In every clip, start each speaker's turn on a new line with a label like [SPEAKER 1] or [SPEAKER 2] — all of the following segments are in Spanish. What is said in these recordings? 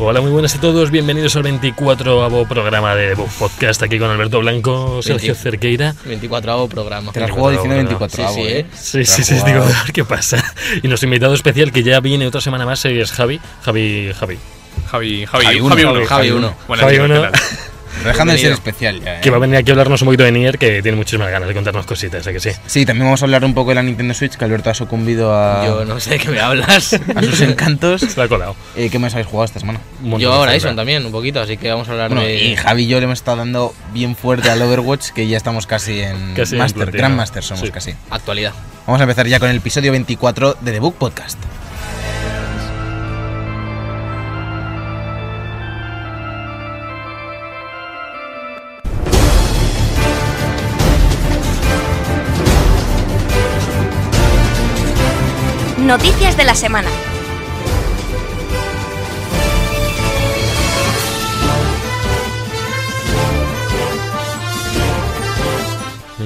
[SPEAKER 1] Hola, muy buenas a todos. Bienvenidos al 24 programa de Bug Podcast. Aquí con Alberto Blanco, Sergio
[SPEAKER 2] Veinti-
[SPEAKER 1] Cerqueira.
[SPEAKER 2] 24 programa.
[SPEAKER 3] Te la has jugado diciendo 24
[SPEAKER 2] Sí, sí,
[SPEAKER 3] ¿eh?
[SPEAKER 2] ¿eh?
[SPEAKER 1] Sí,
[SPEAKER 3] Te la
[SPEAKER 1] sí,
[SPEAKER 3] has
[SPEAKER 1] sí, digo,
[SPEAKER 3] jugado.
[SPEAKER 1] a ver qué pasa. Y nuestro invitado especial que ya viene otra semana más es Javi. Javi, Javi.
[SPEAKER 4] Javi, Javi,
[SPEAKER 3] Javi
[SPEAKER 4] Javi
[SPEAKER 3] uno,
[SPEAKER 4] 1. Javi,
[SPEAKER 2] Javi uno.
[SPEAKER 4] Buenas,
[SPEAKER 1] Javi
[SPEAKER 4] chicos,
[SPEAKER 1] uno.
[SPEAKER 4] ¿qué tal?
[SPEAKER 3] Pero dejan de ser
[SPEAKER 2] Bienvenido.
[SPEAKER 3] especial ya. ¿eh?
[SPEAKER 1] Que va a venir aquí a hablarnos un poquito de Nier, que tiene muchísimas ganas de contarnos cositas, ¿a que sí?
[SPEAKER 3] Sí, también vamos a hablar un poco de la Nintendo Switch, que Alberto ha sucumbido a,
[SPEAKER 2] Yo no sé de qué me hablas.
[SPEAKER 3] a sus encantos.
[SPEAKER 1] Se la ha colado.
[SPEAKER 3] Eh, ¿Qué más habéis jugado esta semana?
[SPEAKER 1] Un montón
[SPEAKER 2] Yo
[SPEAKER 1] de
[SPEAKER 2] ahora
[SPEAKER 1] cosas.
[SPEAKER 2] Ison también, un poquito, así que vamos a hablar
[SPEAKER 3] Bueno, y
[SPEAKER 2] de.
[SPEAKER 3] Javi y yo le hemos estado dando bien fuerte al Overwatch, que ya estamos casi en
[SPEAKER 1] Casi en
[SPEAKER 3] Master,
[SPEAKER 1] platino.
[SPEAKER 3] Grand Master somos
[SPEAKER 1] Sí.
[SPEAKER 3] casi.
[SPEAKER 2] Actualidad.
[SPEAKER 3] Vamos a empezar ya con el episodio 24 de The Book Podcast.
[SPEAKER 5] Noticias de la semana.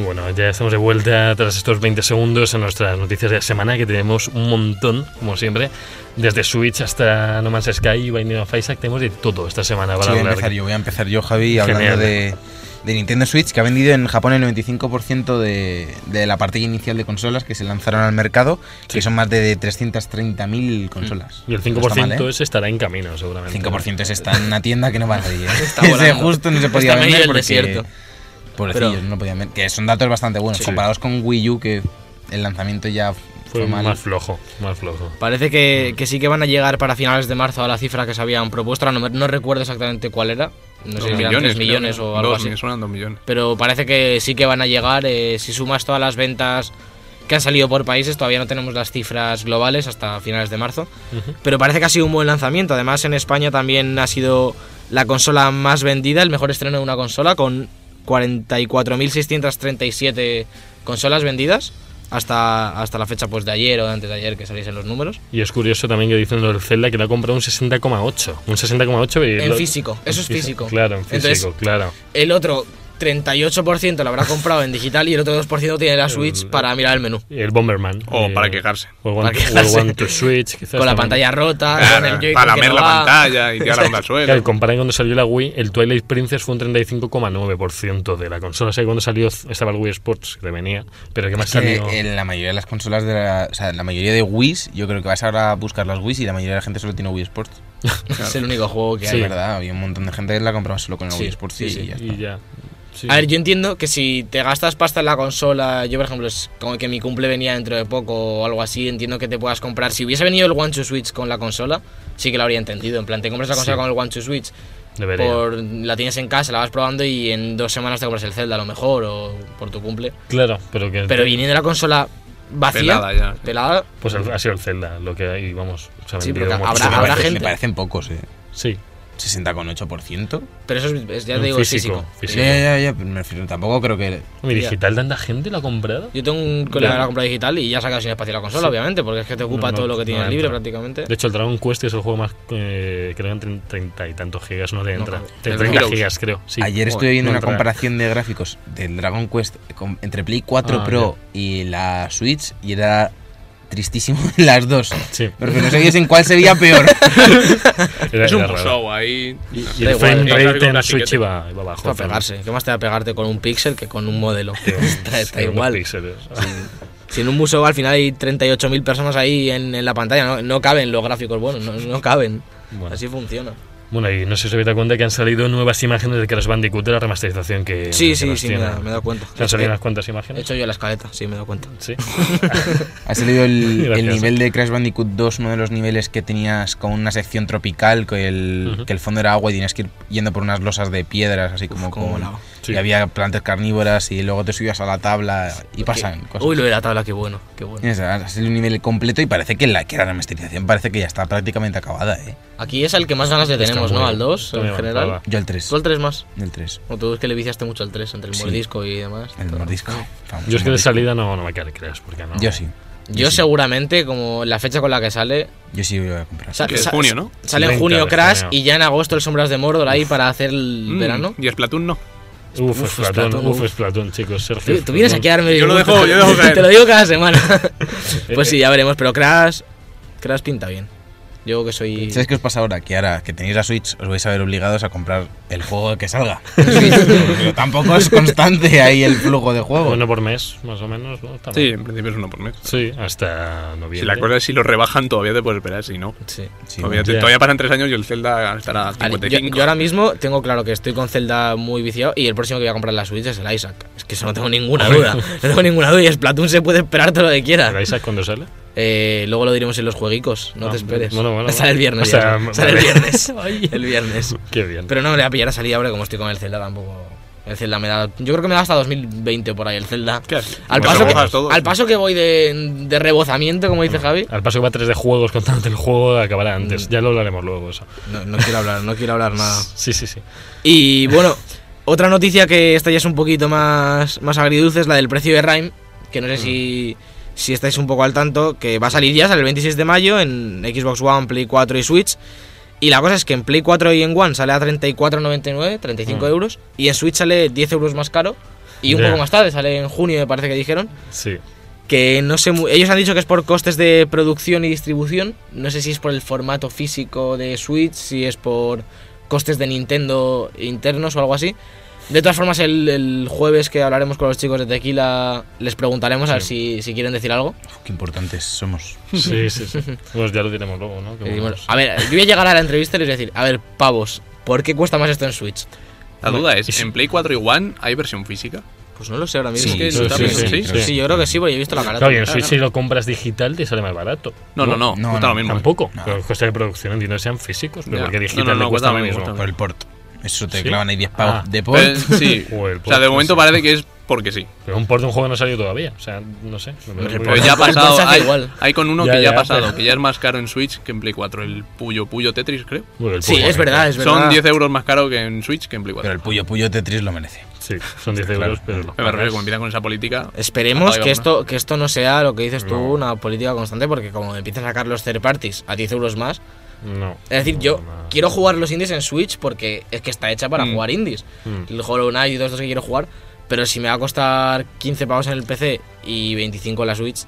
[SPEAKER 1] Bueno, ya estamos de vuelta tras estos 20 segundos en nuestras noticias de la semana, que tenemos un montón, como siempre. Desde Switch hasta No Man's Sky y Binding of Isaac, tenemos de todo esta semana
[SPEAKER 3] Sí,
[SPEAKER 1] para
[SPEAKER 3] voy a
[SPEAKER 1] hablar.
[SPEAKER 3] empezar yo, voy a empezar yo, Javi, hablando
[SPEAKER 1] Genial.
[SPEAKER 3] de, de Nintendo Switch, que ha vendido en Japón el 95% de, de la partida inicial de consolas que se lanzaron al mercado, que son más de 330.000 consolas.
[SPEAKER 1] Mm. Y el
[SPEAKER 3] No está
[SPEAKER 1] 5%
[SPEAKER 3] mal, ¿eh?
[SPEAKER 1] ese estará en camino, seguramente.
[SPEAKER 3] 5% es está en una tienda que no va a nadie. ¿eh?
[SPEAKER 2] Está
[SPEAKER 3] Ese
[SPEAKER 2] volando.
[SPEAKER 3] justo no se podía
[SPEAKER 2] Está en medio
[SPEAKER 3] vender
[SPEAKER 2] del
[SPEAKER 3] porque
[SPEAKER 2] desierto.
[SPEAKER 3] Pobrecillos,
[SPEAKER 2] Pero-
[SPEAKER 3] no podían vender. Que son datos bastante buenos
[SPEAKER 1] Sí.
[SPEAKER 3] comparados con Wii U que el lanzamiento ya
[SPEAKER 1] Fue
[SPEAKER 3] fue mal.
[SPEAKER 1] más flojo, más flojo.
[SPEAKER 2] Parece que, que sí que van a llegar para finales de marzo a la cifra que se habían propuesto. ahora No, me- no recuerdo exactamente cuál era. No sé si eran
[SPEAKER 4] Dos
[SPEAKER 2] 3
[SPEAKER 4] creo
[SPEAKER 2] millones
[SPEAKER 4] que-
[SPEAKER 2] o algo
[SPEAKER 4] dos,
[SPEAKER 2] así.
[SPEAKER 4] me suenan dos millones.
[SPEAKER 2] Pero parece que sí que van a llegar. eh, si sumas todas las ventas que han salido por países, todavía no tenemos las cifras globales hasta finales de marzo.
[SPEAKER 1] Ujú.
[SPEAKER 2] Pero parece que ha sido un buen lanzamiento. Además, en España también ha sido la consola más vendida, el mejor estreno de una consola, con 44.637 consolas vendidas hasta, hasta la fecha pues, de ayer o de antes de ayer que saliesen los números.
[SPEAKER 1] Y es curioso también que dicen lo del Zelda que lo ha comprado un 60,8. Un 60,8 y
[SPEAKER 2] En
[SPEAKER 1] lo-
[SPEAKER 2] físico, eso es
[SPEAKER 1] fí-
[SPEAKER 2] físico.
[SPEAKER 1] Claro, en físico,
[SPEAKER 2] Entonces,
[SPEAKER 1] claro.
[SPEAKER 2] El otro 38% lo habrá comprado en digital y el otro 2% tiene la Switch para mirar el menú.
[SPEAKER 1] Y el Bomberman.
[SPEAKER 4] O
[SPEAKER 1] eh,
[SPEAKER 4] para quejarse.
[SPEAKER 1] O el One,
[SPEAKER 2] Para quejarse.
[SPEAKER 1] o el One to Switch, quizás.
[SPEAKER 2] Con la
[SPEAKER 1] también.
[SPEAKER 2] pantalla rota, con el Joy-Con
[SPEAKER 4] para
[SPEAKER 2] que
[SPEAKER 4] lamer
[SPEAKER 2] no
[SPEAKER 4] la
[SPEAKER 2] va.
[SPEAKER 4] pantalla y tirar la onda al suelo.
[SPEAKER 1] Claro, comparan cuando salió la Wii, el Twilight Princess fue un 35,9% de la consola. O sea, cuando salió estaba el Wii Sports, que venía, pero ¿qué más
[SPEAKER 3] Que
[SPEAKER 1] salió?
[SPEAKER 3] en la mayoría de las consolas de la, o sea, en la mayoría de Wii's, yo creo que vas ahora a buscar las Wii's y la mayoría de la gente solo tiene Wii Sports.
[SPEAKER 2] Es el único juego que
[SPEAKER 3] Que
[SPEAKER 2] hay.
[SPEAKER 3] es verdad, había un montón de gente que la compraba solo con el
[SPEAKER 2] Sí,
[SPEAKER 3] Wii Sports
[SPEAKER 2] sí,
[SPEAKER 3] y
[SPEAKER 2] sí.
[SPEAKER 3] ya está.
[SPEAKER 1] Y ya. Sí.
[SPEAKER 2] A ver, yo entiendo que si te gastas pasta en la consola, yo por ejemplo, es como que mi cumple venía dentro de poco o algo así, entiendo que te puedas comprar. Si hubiese venido el One to Switch con la consola, sí que lo habría entendido. En plan, te compras la consola
[SPEAKER 1] Sí.
[SPEAKER 2] con el One to Switch,
[SPEAKER 1] Debería.
[SPEAKER 2] por, la tienes en casa, la vas probando y en dos semanas te compras el Zelda a lo mejor o por tu cumple.
[SPEAKER 1] Claro, pero que.
[SPEAKER 2] Pero viniendo la consola vacía,
[SPEAKER 4] Pelada ya.
[SPEAKER 2] pelada,
[SPEAKER 1] Pues ha sido el Zelda, lo que hay, vamos. Se ha
[SPEAKER 2] Sí,
[SPEAKER 1] vendido
[SPEAKER 2] porque
[SPEAKER 1] mucho.
[SPEAKER 2] habrá-
[SPEAKER 3] Me
[SPEAKER 2] habrá
[SPEAKER 3] parece-
[SPEAKER 2] gente-
[SPEAKER 3] Me parecen pocos, eh.
[SPEAKER 1] Sí,
[SPEAKER 3] 60,8%.
[SPEAKER 2] pero eso es- es, ya
[SPEAKER 1] En
[SPEAKER 2] te digo, es
[SPEAKER 1] físico,
[SPEAKER 2] físico.
[SPEAKER 1] físico. Sí.
[SPEAKER 3] Ya, ya, ya, pero me refiero, tampoco creo que.
[SPEAKER 1] Mi
[SPEAKER 2] Ya.
[SPEAKER 1] digital, ¿tanta gente lo ha comprado?
[SPEAKER 2] Yo tengo un colega
[SPEAKER 1] Ya.
[SPEAKER 2] que la compra digital y ya saca sin espacio la consola,
[SPEAKER 1] Sí.
[SPEAKER 2] obviamente, porque es que te ocupa
[SPEAKER 1] No, no,
[SPEAKER 2] todo lo que
[SPEAKER 1] no
[SPEAKER 2] tienes
[SPEAKER 1] entra.
[SPEAKER 2] libre prácticamente.
[SPEAKER 1] De hecho, el Dragon Quest es el juego más. Eh, creo que en tre- treinta y tantos gigas no le
[SPEAKER 2] No,
[SPEAKER 1] entra.
[SPEAKER 2] joder.
[SPEAKER 1] Tre-
[SPEAKER 2] El
[SPEAKER 1] 30
[SPEAKER 2] Heroes.
[SPEAKER 1] gigas, creo. Sí.
[SPEAKER 3] Ayer estuve
[SPEAKER 1] Joder,
[SPEAKER 3] viendo
[SPEAKER 1] no
[SPEAKER 3] una
[SPEAKER 1] entra.
[SPEAKER 3] comparación de gráficos del Dragon Quest con- entre Play 4
[SPEAKER 1] Ah,
[SPEAKER 3] Pro y la Switch y era tristísimo las dos.
[SPEAKER 1] Sí,
[SPEAKER 3] Pero que no sabías en cuál sería peor.
[SPEAKER 1] era-
[SPEAKER 4] Es un
[SPEAKER 1] era raro.
[SPEAKER 4] musou ahí.
[SPEAKER 1] Y
[SPEAKER 2] Da
[SPEAKER 1] el
[SPEAKER 2] igual,
[SPEAKER 1] frame
[SPEAKER 4] da igual
[SPEAKER 1] rate en
[SPEAKER 4] que
[SPEAKER 1] la
[SPEAKER 4] la
[SPEAKER 1] Switch
[SPEAKER 4] etiqueta.
[SPEAKER 1] iba, iba abajo.
[SPEAKER 2] Es para pegarse. ¿Qué más te va a pegarte con un pixel que con un modelo? está está
[SPEAKER 1] Sí, unos
[SPEAKER 2] igual.
[SPEAKER 1] píxeles.
[SPEAKER 2] Si en un museo al final hay 38.000 personas ahí en, en la pantalla, no, no caben los gráficos buenos, no, no caben.
[SPEAKER 1] Bueno.
[SPEAKER 2] Así funciona.
[SPEAKER 1] Bueno, y no sé si os habéis dado cuenta que han salido nuevas imágenes de Crash Bandicoot de la remasterización que.
[SPEAKER 2] sí,
[SPEAKER 1] que
[SPEAKER 2] sí,
[SPEAKER 1] nos
[SPEAKER 2] sí, me,
[SPEAKER 1] tienen.
[SPEAKER 2] da- Eh, me he dado cuenta.
[SPEAKER 1] ¿Te han salido unas
[SPEAKER 2] He
[SPEAKER 1] cuantas imágenes?
[SPEAKER 2] hecho yo la escaleta, sí, me he dado cuenta.
[SPEAKER 1] Sí.
[SPEAKER 3] Ha salido el,
[SPEAKER 1] Gracias.
[SPEAKER 3] el nivel de Crash Bandicoot 2, uno de los niveles que tenías con una sección tropical, que el,
[SPEAKER 1] Ujú.
[SPEAKER 3] que el fondo era agua y tenías que ir yendo por unas losas de piedras, así como
[SPEAKER 2] cómo
[SPEAKER 3] con
[SPEAKER 2] molaba.
[SPEAKER 1] Sí.
[SPEAKER 3] y había plantas carnívoras y luego te subías a la tabla y pasan cosas.
[SPEAKER 2] Uy, lo de la tabla, qué bueno, qué bueno.
[SPEAKER 1] Eh.
[SPEAKER 3] Es, ha sido un nivel completo y parece que la, que la remasterización parece que ya está prácticamente acabada, ¿eh?
[SPEAKER 2] Aquí es al que más ganas le tenemos,
[SPEAKER 1] muy
[SPEAKER 2] ¿no?
[SPEAKER 1] bien.
[SPEAKER 2] Al 2,
[SPEAKER 1] Está
[SPEAKER 2] en
[SPEAKER 1] muy
[SPEAKER 2] general.
[SPEAKER 1] avanzada.
[SPEAKER 3] Yo el 3.
[SPEAKER 2] Tú al 3 más.
[SPEAKER 3] El 3.
[SPEAKER 2] O tú es que le viciaste mucho al 3, entre el
[SPEAKER 3] Sí.
[SPEAKER 2] mordisco y demás.
[SPEAKER 3] El
[SPEAKER 2] Todo. Ah,
[SPEAKER 3] mordisco. famoso
[SPEAKER 1] Yo es que de
[SPEAKER 3] mordisco.
[SPEAKER 1] salida no, no me cae, creas, porque no.
[SPEAKER 3] Yo sí.
[SPEAKER 2] Yo seguramente, como la fecha con la que sale,
[SPEAKER 3] Yo sí voy a comprar.
[SPEAKER 2] Sa-
[SPEAKER 4] Que es
[SPEAKER 2] sa-
[SPEAKER 4] junio, ¿no?
[SPEAKER 2] sale en
[SPEAKER 1] 30
[SPEAKER 2] junio
[SPEAKER 1] de
[SPEAKER 2] Crash
[SPEAKER 1] junio.
[SPEAKER 2] y ya en agosto el Sombras de Mordor ahí para hacer el
[SPEAKER 4] Mm,
[SPEAKER 2] verano.
[SPEAKER 4] Y Splatoon no.
[SPEAKER 1] Uf,
[SPEAKER 2] Uf,
[SPEAKER 1] es Platón,
[SPEAKER 2] Splatoon,
[SPEAKER 1] uf,
[SPEAKER 2] uf.
[SPEAKER 1] es Platón, chicos. Sergio.
[SPEAKER 2] Tú, tú vienes aquí a darme.
[SPEAKER 4] Yo lo dejo-
[SPEAKER 2] gusto.
[SPEAKER 4] yo dejo caer.
[SPEAKER 2] Te lo digo cada semana.
[SPEAKER 1] Eh,
[SPEAKER 2] pues sí,
[SPEAKER 1] eh.
[SPEAKER 2] ya veremos, pero Crash. Crash pinta bien. Yo que soy.
[SPEAKER 3] ¿Sabes qué os pasa ahora? Que ahora que tenéis la Switch os vais a ver obligados a comprar el juego que salga. Pero tampoco es constante ahí el flujo de juego.
[SPEAKER 1] Uno por mes, más o menos, ¿no? Está
[SPEAKER 4] Sí,
[SPEAKER 1] mal. ¿eh?
[SPEAKER 4] en principio es uno por mes.
[SPEAKER 1] Sí, hasta noviembre.
[SPEAKER 4] Si la cosa es si lo rebajan, todavía te puedes esperar, si no.
[SPEAKER 2] Sí.
[SPEAKER 3] Sí,
[SPEAKER 4] todavía,
[SPEAKER 3] bueno.
[SPEAKER 4] te-
[SPEAKER 1] ya.
[SPEAKER 4] todavía pasan tres años y el Zelda estará a
[SPEAKER 2] Vale,
[SPEAKER 4] 55.
[SPEAKER 2] yo, yo ahora mismo tengo claro que estoy con Zelda muy viciado y el próximo que voy a comprar en la Switch es el Isaac. Es que eso no tengo ninguna duda. No tengo ninguna duda y Splatoon se puede esperar todo lo que quiera.
[SPEAKER 1] ¿Pero Isaac cuándo sale?
[SPEAKER 2] Eh, luego lo diremos en los jueguicos, no
[SPEAKER 1] Ah,
[SPEAKER 2] te esperes.
[SPEAKER 1] bueno, bueno,
[SPEAKER 2] Sale el
[SPEAKER 1] bueno.
[SPEAKER 2] viernes.
[SPEAKER 1] O sea,
[SPEAKER 2] ya, sale el
[SPEAKER 1] vale.
[SPEAKER 2] viernes. el viernes.
[SPEAKER 1] Qué bien.
[SPEAKER 2] Pero no me le voy a pillar a salida ahora como estoy con el Zelda tampoco. El Zelda me da. Yo creo que me da hasta 2020 por ahí el Zelda.
[SPEAKER 4] ¿Qué haces?
[SPEAKER 2] Al
[SPEAKER 4] Te
[SPEAKER 2] paso, que,
[SPEAKER 4] rebajas todo.
[SPEAKER 2] al paso que voy de, de rebozamiento, como dice Javi.
[SPEAKER 1] Al paso que va tres de juegos contándote el juego, acabará antes.
[SPEAKER 2] Mm.
[SPEAKER 1] Ya lo hablaremos luego, eso.
[SPEAKER 2] No, no quiero hablar, no quiero hablar nada.
[SPEAKER 1] Sí, sí, sí.
[SPEAKER 2] Y bueno, otra noticia que esta ya es un poquito más, más agridulce es la del precio de Rime, que no sé si, si estáis un poco al tanto, que va a salir ya, sale el 26 de mayo en Xbox One, Play 4 y Switch. Y la cosa es que en Play 4 y en One sale a 34,99, 35
[SPEAKER 1] Mm.
[SPEAKER 2] euros, y en Switch sale 10 euros más caro. Y un
[SPEAKER 1] Ya.
[SPEAKER 2] poco más tarde, sale en junio, me parece que dijeron.
[SPEAKER 1] Sí.
[SPEAKER 2] Que no sé, mu- ellos han dicho que es por costes de producción y distribución. No sé si es por el formato físico de Switch, si es por costes de Nintendo internos o algo así. De todas formas, el, el jueves que hablaremos con los chicos de Tequila, les preguntaremos a ver si, si quieren decir algo.
[SPEAKER 3] Uf, qué importantes somos.
[SPEAKER 1] Sí, sí, sí. Pues ya lo diremos luego, ¿no? Que
[SPEAKER 2] Y bueno,
[SPEAKER 1] vamos.
[SPEAKER 2] a ver, yo voy a llegar a la entrevista y les voy a decir, a ver, pavos, ¿por qué cuesta más esto en Switch?
[SPEAKER 4] La duda es, ¿en Play 4 y One hay versión física?
[SPEAKER 2] Pues no lo sé ahora
[SPEAKER 4] Sí,
[SPEAKER 2] mismo.
[SPEAKER 4] es que
[SPEAKER 1] sí,
[SPEAKER 4] está
[SPEAKER 1] sí,
[SPEAKER 4] bien,
[SPEAKER 1] sí,
[SPEAKER 4] sí.
[SPEAKER 1] sí.
[SPEAKER 2] yo creo que sí, porque yo he visto la cara.
[SPEAKER 1] Claro, y en Switch si lo compras digital te sale más barato.
[SPEAKER 4] No, no, no,
[SPEAKER 3] No,
[SPEAKER 4] cuesta
[SPEAKER 3] no,
[SPEAKER 4] lo mismo.
[SPEAKER 1] Tampoco.
[SPEAKER 3] No.
[SPEAKER 1] Pero los costes de producción en dinero sean físicos, pero
[SPEAKER 4] Ya.
[SPEAKER 1] porque
[SPEAKER 4] No,
[SPEAKER 1] digital
[SPEAKER 4] no, no,
[SPEAKER 1] le cuesta
[SPEAKER 4] cuesta
[SPEAKER 1] lo
[SPEAKER 4] lo
[SPEAKER 1] mismo.
[SPEAKER 4] mismo,
[SPEAKER 3] Por el port. Eso te
[SPEAKER 1] ¿Sí?
[SPEAKER 3] clavan ahí 10 pavos
[SPEAKER 1] Ah.
[SPEAKER 3] de port.
[SPEAKER 4] Eh, sí.
[SPEAKER 1] Joder,
[SPEAKER 4] o sea, de
[SPEAKER 1] pues,
[SPEAKER 4] momento
[SPEAKER 1] sí.
[SPEAKER 4] parece que es porque sí.
[SPEAKER 1] Pero un port de un juego no ha salido todavía. O sea, no sé. me parece muy
[SPEAKER 4] Pero
[SPEAKER 1] bien.
[SPEAKER 4] ya ha
[SPEAKER 2] El port
[SPEAKER 4] pasado.
[SPEAKER 2] se hace
[SPEAKER 4] Hay,
[SPEAKER 2] igual.
[SPEAKER 4] hay con uno
[SPEAKER 1] Ya,
[SPEAKER 4] que ya,
[SPEAKER 1] ya,
[SPEAKER 4] ha pasado,
[SPEAKER 1] pero-
[SPEAKER 4] que ya es más caro en Switch que en Play 4. El Puyo Puyo Tetris, creo.
[SPEAKER 1] Bueno, el
[SPEAKER 2] Sí,
[SPEAKER 1] juego,
[SPEAKER 2] es verdad, es verdad.
[SPEAKER 4] Son 10 euros más caro que en Switch que en Play 4.
[SPEAKER 3] Pero el Puyo Puyo Tetris lo merece.
[SPEAKER 1] Sí, son 10 euros, pero no.
[SPEAKER 4] Me refiero que empiezan con esa política.
[SPEAKER 2] Esperemos
[SPEAKER 4] Apaga
[SPEAKER 2] que
[SPEAKER 4] una.
[SPEAKER 2] esto, que esto no sea lo que dices tú,
[SPEAKER 1] No.
[SPEAKER 2] una política constante, porque como empiezan a sacar los third parties a 10 euros más,
[SPEAKER 1] No.
[SPEAKER 2] es decir, yo
[SPEAKER 1] No, no.
[SPEAKER 2] quiero jugar los indies en Switch porque es que está hecha para
[SPEAKER 4] Mm.
[SPEAKER 2] jugar indies.
[SPEAKER 1] Mm.
[SPEAKER 2] El Hollow Knight y todos estos que quiero jugar, pero si me va a costar 15 pavos en el PC y 25 en la Switch,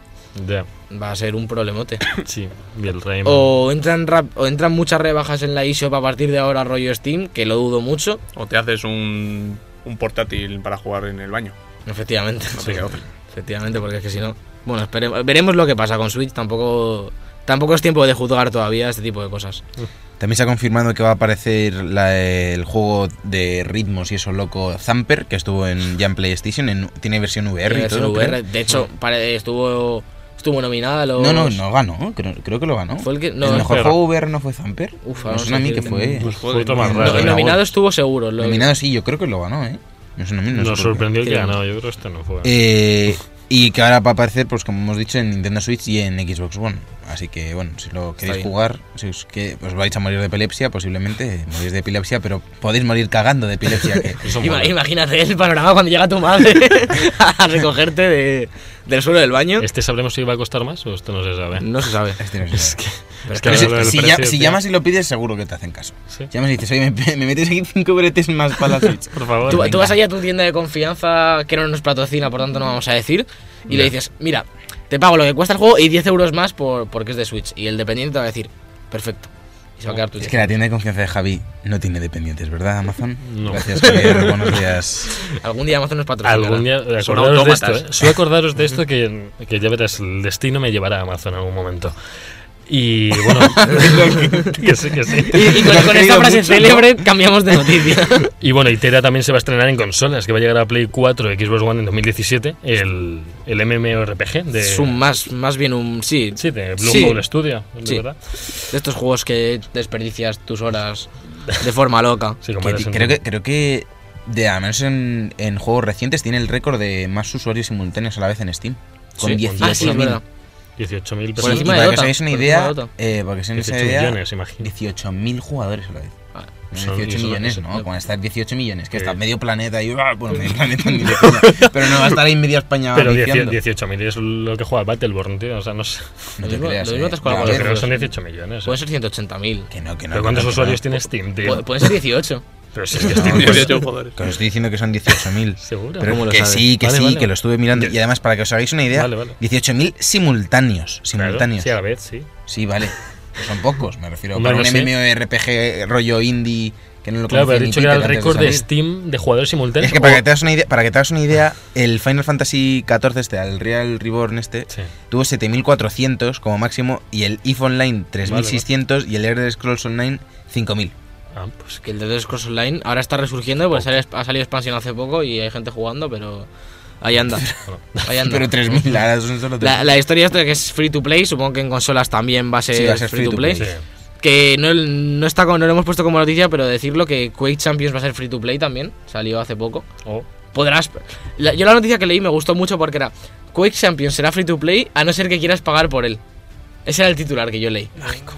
[SPEAKER 1] Ya.
[SPEAKER 2] va a ser un problemote.
[SPEAKER 1] Sí, y el Rayman.
[SPEAKER 2] o, entran rap- o entran muchas rebajas en la eShop a partir de ahora, rollo Steam, que lo dudo mucho,
[SPEAKER 4] O te haces un, un portátil para jugar en el baño.
[SPEAKER 2] efectivamente.
[SPEAKER 4] No te queda otra.
[SPEAKER 2] Efectivamente, porque es que si no. Bueno, esperemos, veremos lo que pasa con Switch. Tampoco, tampoco es tiempo de juzgar todavía este tipo de cosas.
[SPEAKER 3] También se ha confirmado que va a aparecer la- el juego de ritmos y eso loco Zamper, que estuvo en ya en PlayStation, en- tiene versión VR y
[SPEAKER 2] Versión
[SPEAKER 3] todo,
[SPEAKER 2] VR.
[SPEAKER 3] creo.
[SPEAKER 2] De hecho, pare- estuvo, estuvo nominada a los.
[SPEAKER 3] No, no, no ganó, creo, creo que lo ganó.
[SPEAKER 2] Fue el que- no,
[SPEAKER 3] mejor
[SPEAKER 1] pero-
[SPEAKER 3] juego VR no fue Zamper.
[SPEAKER 2] Uf,
[SPEAKER 3] me
[SPEAKER 2] no
[SPEAKER 3] suena a
[SPEAKER 2] sé
[SPEAKER 3] mí
[SPEAKER 2] qué-
[SPEAKER 3] que fue.
[SPEAKER 1] Pues
[SPEAKER 4] Joder,
[SPEAKER 1] fue otro más
[SPEAKER 4] no,
[SPEAKER 1] raro.
[SPEAKER 3] no,
[SPEAKER 1] ¿eh?
[SPEAKER 3] no,
[SPEAKER 2] nominado estuvo seguro. lo-
[SPEAKER 3] Nominado sí, yo creo que lo ganó, ¿eh? Me suena a mí, no
[SPEAKER 1] Nos
[SPEAKER 3] sé por qué.
[SPEAKER 1] sorprendió el que
[SPEAKER 2] Creo.
[SPEAKER 1] ganó, yo creo que este no fue.
[SPEAKER 3] Eh, y que ahora va a aparecer, pues como hemos dicho, en Nintendo Switch y en Xbox One. Así que, bueno, si lo queréis
[SPEAKER 2] bien.
[SPEAKER 3] jugar, si os, que, os vais a morir de epilepsia, posiblemente morís de epilepsia, pero podéis morir cagando de epilepsia. que-
[SPEAKER 1] Eso
[SPEAKER 2] Ima-
[SPEAKER 1] mola.
[SPEAKER 2] imagínate el panorama cuando llega tu madre a recogerte de- del suelo del baño.
[SPEAKER 1] ¿Este sabremos si va a costar más o esto no se sabe?
[SPEAKER 2] No se sabe.
[SPEAKER 3] Este no se sabe.
[SPEAKER 2] Pero es
[SPEAKER 1] que
[SPEAKER 2] que-
[SPEAKER 1] ahora lo del
[SPEAKER 3] si,
[SPEAKER 1] precio,
[SPEAKER 3] ya- si
[SPEAKER 1] tío.
[SPEAKER 3] llamas y lo pides, seguro que te hacen caso.
[SPEAKER 1] Sí.
[SPEAKER 3] Llamas y dices, oye, me, me metes aquí cinco bretes más para la Switch.
[SPEAKER 1] Por favor.
[SPEAKER 2] Tú,
[SPEAKER 3] venga.
[SPEAKER 2] tú vas allá a tu tienda de confianza que no nos patrocina, por tanto no vamos a decir, y le dices, mira, te pago lo que cuesta el juego y 10 euros más por, porque es de Switch. Y el dependiente te va a decir, perfecto. Y se va a quedar tu
[SPEAKER 3] Es que
[SPEAKER 2] dinero.
[SPEAKER 3] la tienda de confianza de Javi no tiene dependientes, ¿verdad, Amazon?
[SPEAKER 1] No.
[SPEAKER 3] Gracias, Javier. Buenos días.
[SPEAKER 2] Algún día Amazon nos patrocina.
[SPEAKER 1] Algún día,
[SPEAKER 4] Son
[SPEAKER 1] acordaros de esto,
[SPEAKER 4] autómatas.
[SPEAKER 1] ¿eh? Solo acordaros de esto que, que ya verás, el destino me llevará a Amazon en algún momento. Y bueno, que sí, que sí.
[SPEAKER 2] Y, y con,
[SPEAKER 3] Lo has
[SPEAKER 2] con esta
[SPEAKER 3] querido mucho,
[SPEAKER 2] frase
[SPEAKER 3] ¿no?
[SPEAKER 2] célebre cambiamos de noticia.
[SPEAKER 1] Y bueno, Itera también se va a estrenar en consolas, que va a llegar a Play 4 y Xbox One en 2017, el, el MMORPG de,
[SPEAKER 2] Es un más, más bien un... Sí,
[SPEAKER 1] sí, de Blue
[SPEAKER 2] Sí.
[SPEAKER 1] Hole Studio, de
[SPEAKER 2] Sí.
[SPEAKER 1] verdad.
[SPEAKER 2] de estos juegos que desperdicias tus horas de forma loca.
[SPEAKER 1] Sí, como
[SPEAKER 3] Que-
[SPEAKER 1] eres en-
[SPEAKER 3] creo, que, creo que de al menos en, en juegos recientes, tiene el récord de más usuarios simultáneos a la vez en Steam. Con
[SPEAKER 1] Sí,
[SPEAKER 3] 18.000.
[SPEAKER 1] con
[SPEAKER 2] Ah, sí, es verdad.
[SPEAKER 1] 18.000
[SPEAKER 2] Por
[SPEAKER 3] Sí, y
[SPEAKER 1] personas.
[SPEAKER 2] encima de
[SPEAKER 3] para que
[SPEAKER 2] Dota,
[SPEAKER 3] os hagáis una
[SPEAKER 2] por
[SPEAKER 3] idea,
[SPEAKER 2] encima de Dota.
[SPEAKER 3] eh, para que os hagáis
[SPEAKER 1] 18
[SPEAKER 3] una idea,
[SPEAKER 1] millones, imagino.
[SPEAKER 3] 18.000 jugadores a la vez.
[SPEAKER 2] Ah,
[SPEAKER 1] Son-
[SPEAKER 3] 18
[SPEAKER 1] son-
[SPEAKER 3] millones,
[SPEAKER 1] son-
[SPEAKER 3] ¿no? Cuando estar 18 millones, que
[SPEAKER 1] Sí.
[SPEAKER 3] está medio planeta y. ah, Bueno, medio planeta ni de coña, Pero no va a estar ahí media España
[SPEAKER 1] Pero 18
[SPEAKER 3] viciando.
[SPEAKER 1] 18.000 es lo que juega Battleborn, tío. O sea, no sé.
[SPEAKER 3] No
[SPEAKER 2] Lo
[SPEAKER 3] te
[SPEAKER 2] mismo-
[SPEAKER 3] creas.
[SPEAKER 2] lo mismo
[SPEAKER 3] eh.
[SPEAKER 2] te has colgado
[SPEAKER 3] A
[SPEAKER 1] Yo
[SPEAKER 2] con
[SPEAKER 3] ver,
[SPEAKER 1] creo que
[SPEAKER 2] los-
[SPEAKER 1] son 18.000 millones. eh.
[SPEAKER 2] Pueden ser 180.000.
[SPEAKER 3] Que no, que no.
[SPEAKER 1] ¿Pero
[SPEAKER 3] que
[SPEAKER 1] cuántos
[SPEAKER 3] pues no, que
[SPEAKER 1] usuarios
[SPEAKER 3] no.
[SPEAKER 1] tiene Steam, tío?
[SPEAKER 2] Pu- Pueden ser 18.
[SPEAKER 1] Pero si es que
[SPEAKER 3] No,
[SPEAKER 1] Steam
[SPEAKER 3] pues-
[SPEAKER 1] es
[SPEAKER 4] 18 jugadores.
[SPEAKER 3] Que os estoy diciendo que son 18.000.
[SPEAKER 1] seguro.
[SPEAKER 3] Pero
[SPEAKER 6] ¿Cómo lo
[SPEAKER 3] que
[SPEAKER 6] sabes?
[SPEAKER 3] sí, que
[SPEAKER 1] Vale,
[SPEAKER 3] sí,
[SPEAKER 1] vale.
[SPEAKER 3] que lo estuve mirando. Y además, para que os hagáis una idea,
[SPEAKER 1] Vale, vale.
[SPEAKER 3] 18.000 simultáneos.
[SPEAKER 1] Claro,
[SPEAKER 3] Simultáneos.
[SPEAKER 1] Sí, a la vez, sí.
[SPEAKER 3] Sí, vale. Pues son pocos, me refiero.
[SPEAKER 1] Hombre,
[SPEAKER 3] Para
[SPEAKER 1] no
[SPEAKER 3] un
[SPEAKER 1] sé.
[SPEAKER 3] MMORPG rollo indie que no lo
[SPEAKER 1] Claro,
[SPEAKER 3] conocía
[SPEAKER 1] pero he
[SPEAKER 3] ni
[SPEAKER 1] dicho que era el
[SPEAKER 3] Peter antes
[SPEAKER 1] récord de
[SPEAKER 3] salir.
[SPEAKER 1] Steam de jugadores simultáneos.
[SPEAKER 3] Es que para
[SPEAKER 1] o-
[SPEAKER 3] que, te hagas una idea, para que te hagas una idea, el Final Fantasy XIV este, el Real Reborn este,
[SPEAKER 1] Sí.
[SPEAKER 3] tuvo 7400 como máximo y el EVE Online 3600 y el Elder Scrolls Online 5000.
[SPEAKER 1] Ah, pues
[SPEAKER 2] Que el de Scrolls Online ahora está resurgiendo, pues sale- ha salido expansión hace poco y hay gente jugando, pero ahí anda. Ahí anda.
[SPEAKER 3] Pero 3000 ahora son solo
[SPEAKER 2] La,
[SPEAKER 3] 3000.
[SPEAKER 2] la historia esta que es free to play, supongo que en consolas también va a ser,
[SPEAKER 3] Sí, va a ser free
[SPEAKER 2] free to
[SPEAKER 3] to
[SPEAKER 2] play.
[SPEAKER 1] sí.
[SPEAKER 2] Que no, no está como- no lo hemos puesto como noticia, pero decirlo que Quake Champions va a ser free to play también, salió hace poco.
[SPEAKER 3] Oh.
[SPEAKER 1] O-
[SPEAKER 2] Podrás. la- yo la noticia que leí me gustó mucho porque era Quake Champions será free to play a no ser que quieras pagar por él. Ese era el titular que yo leí.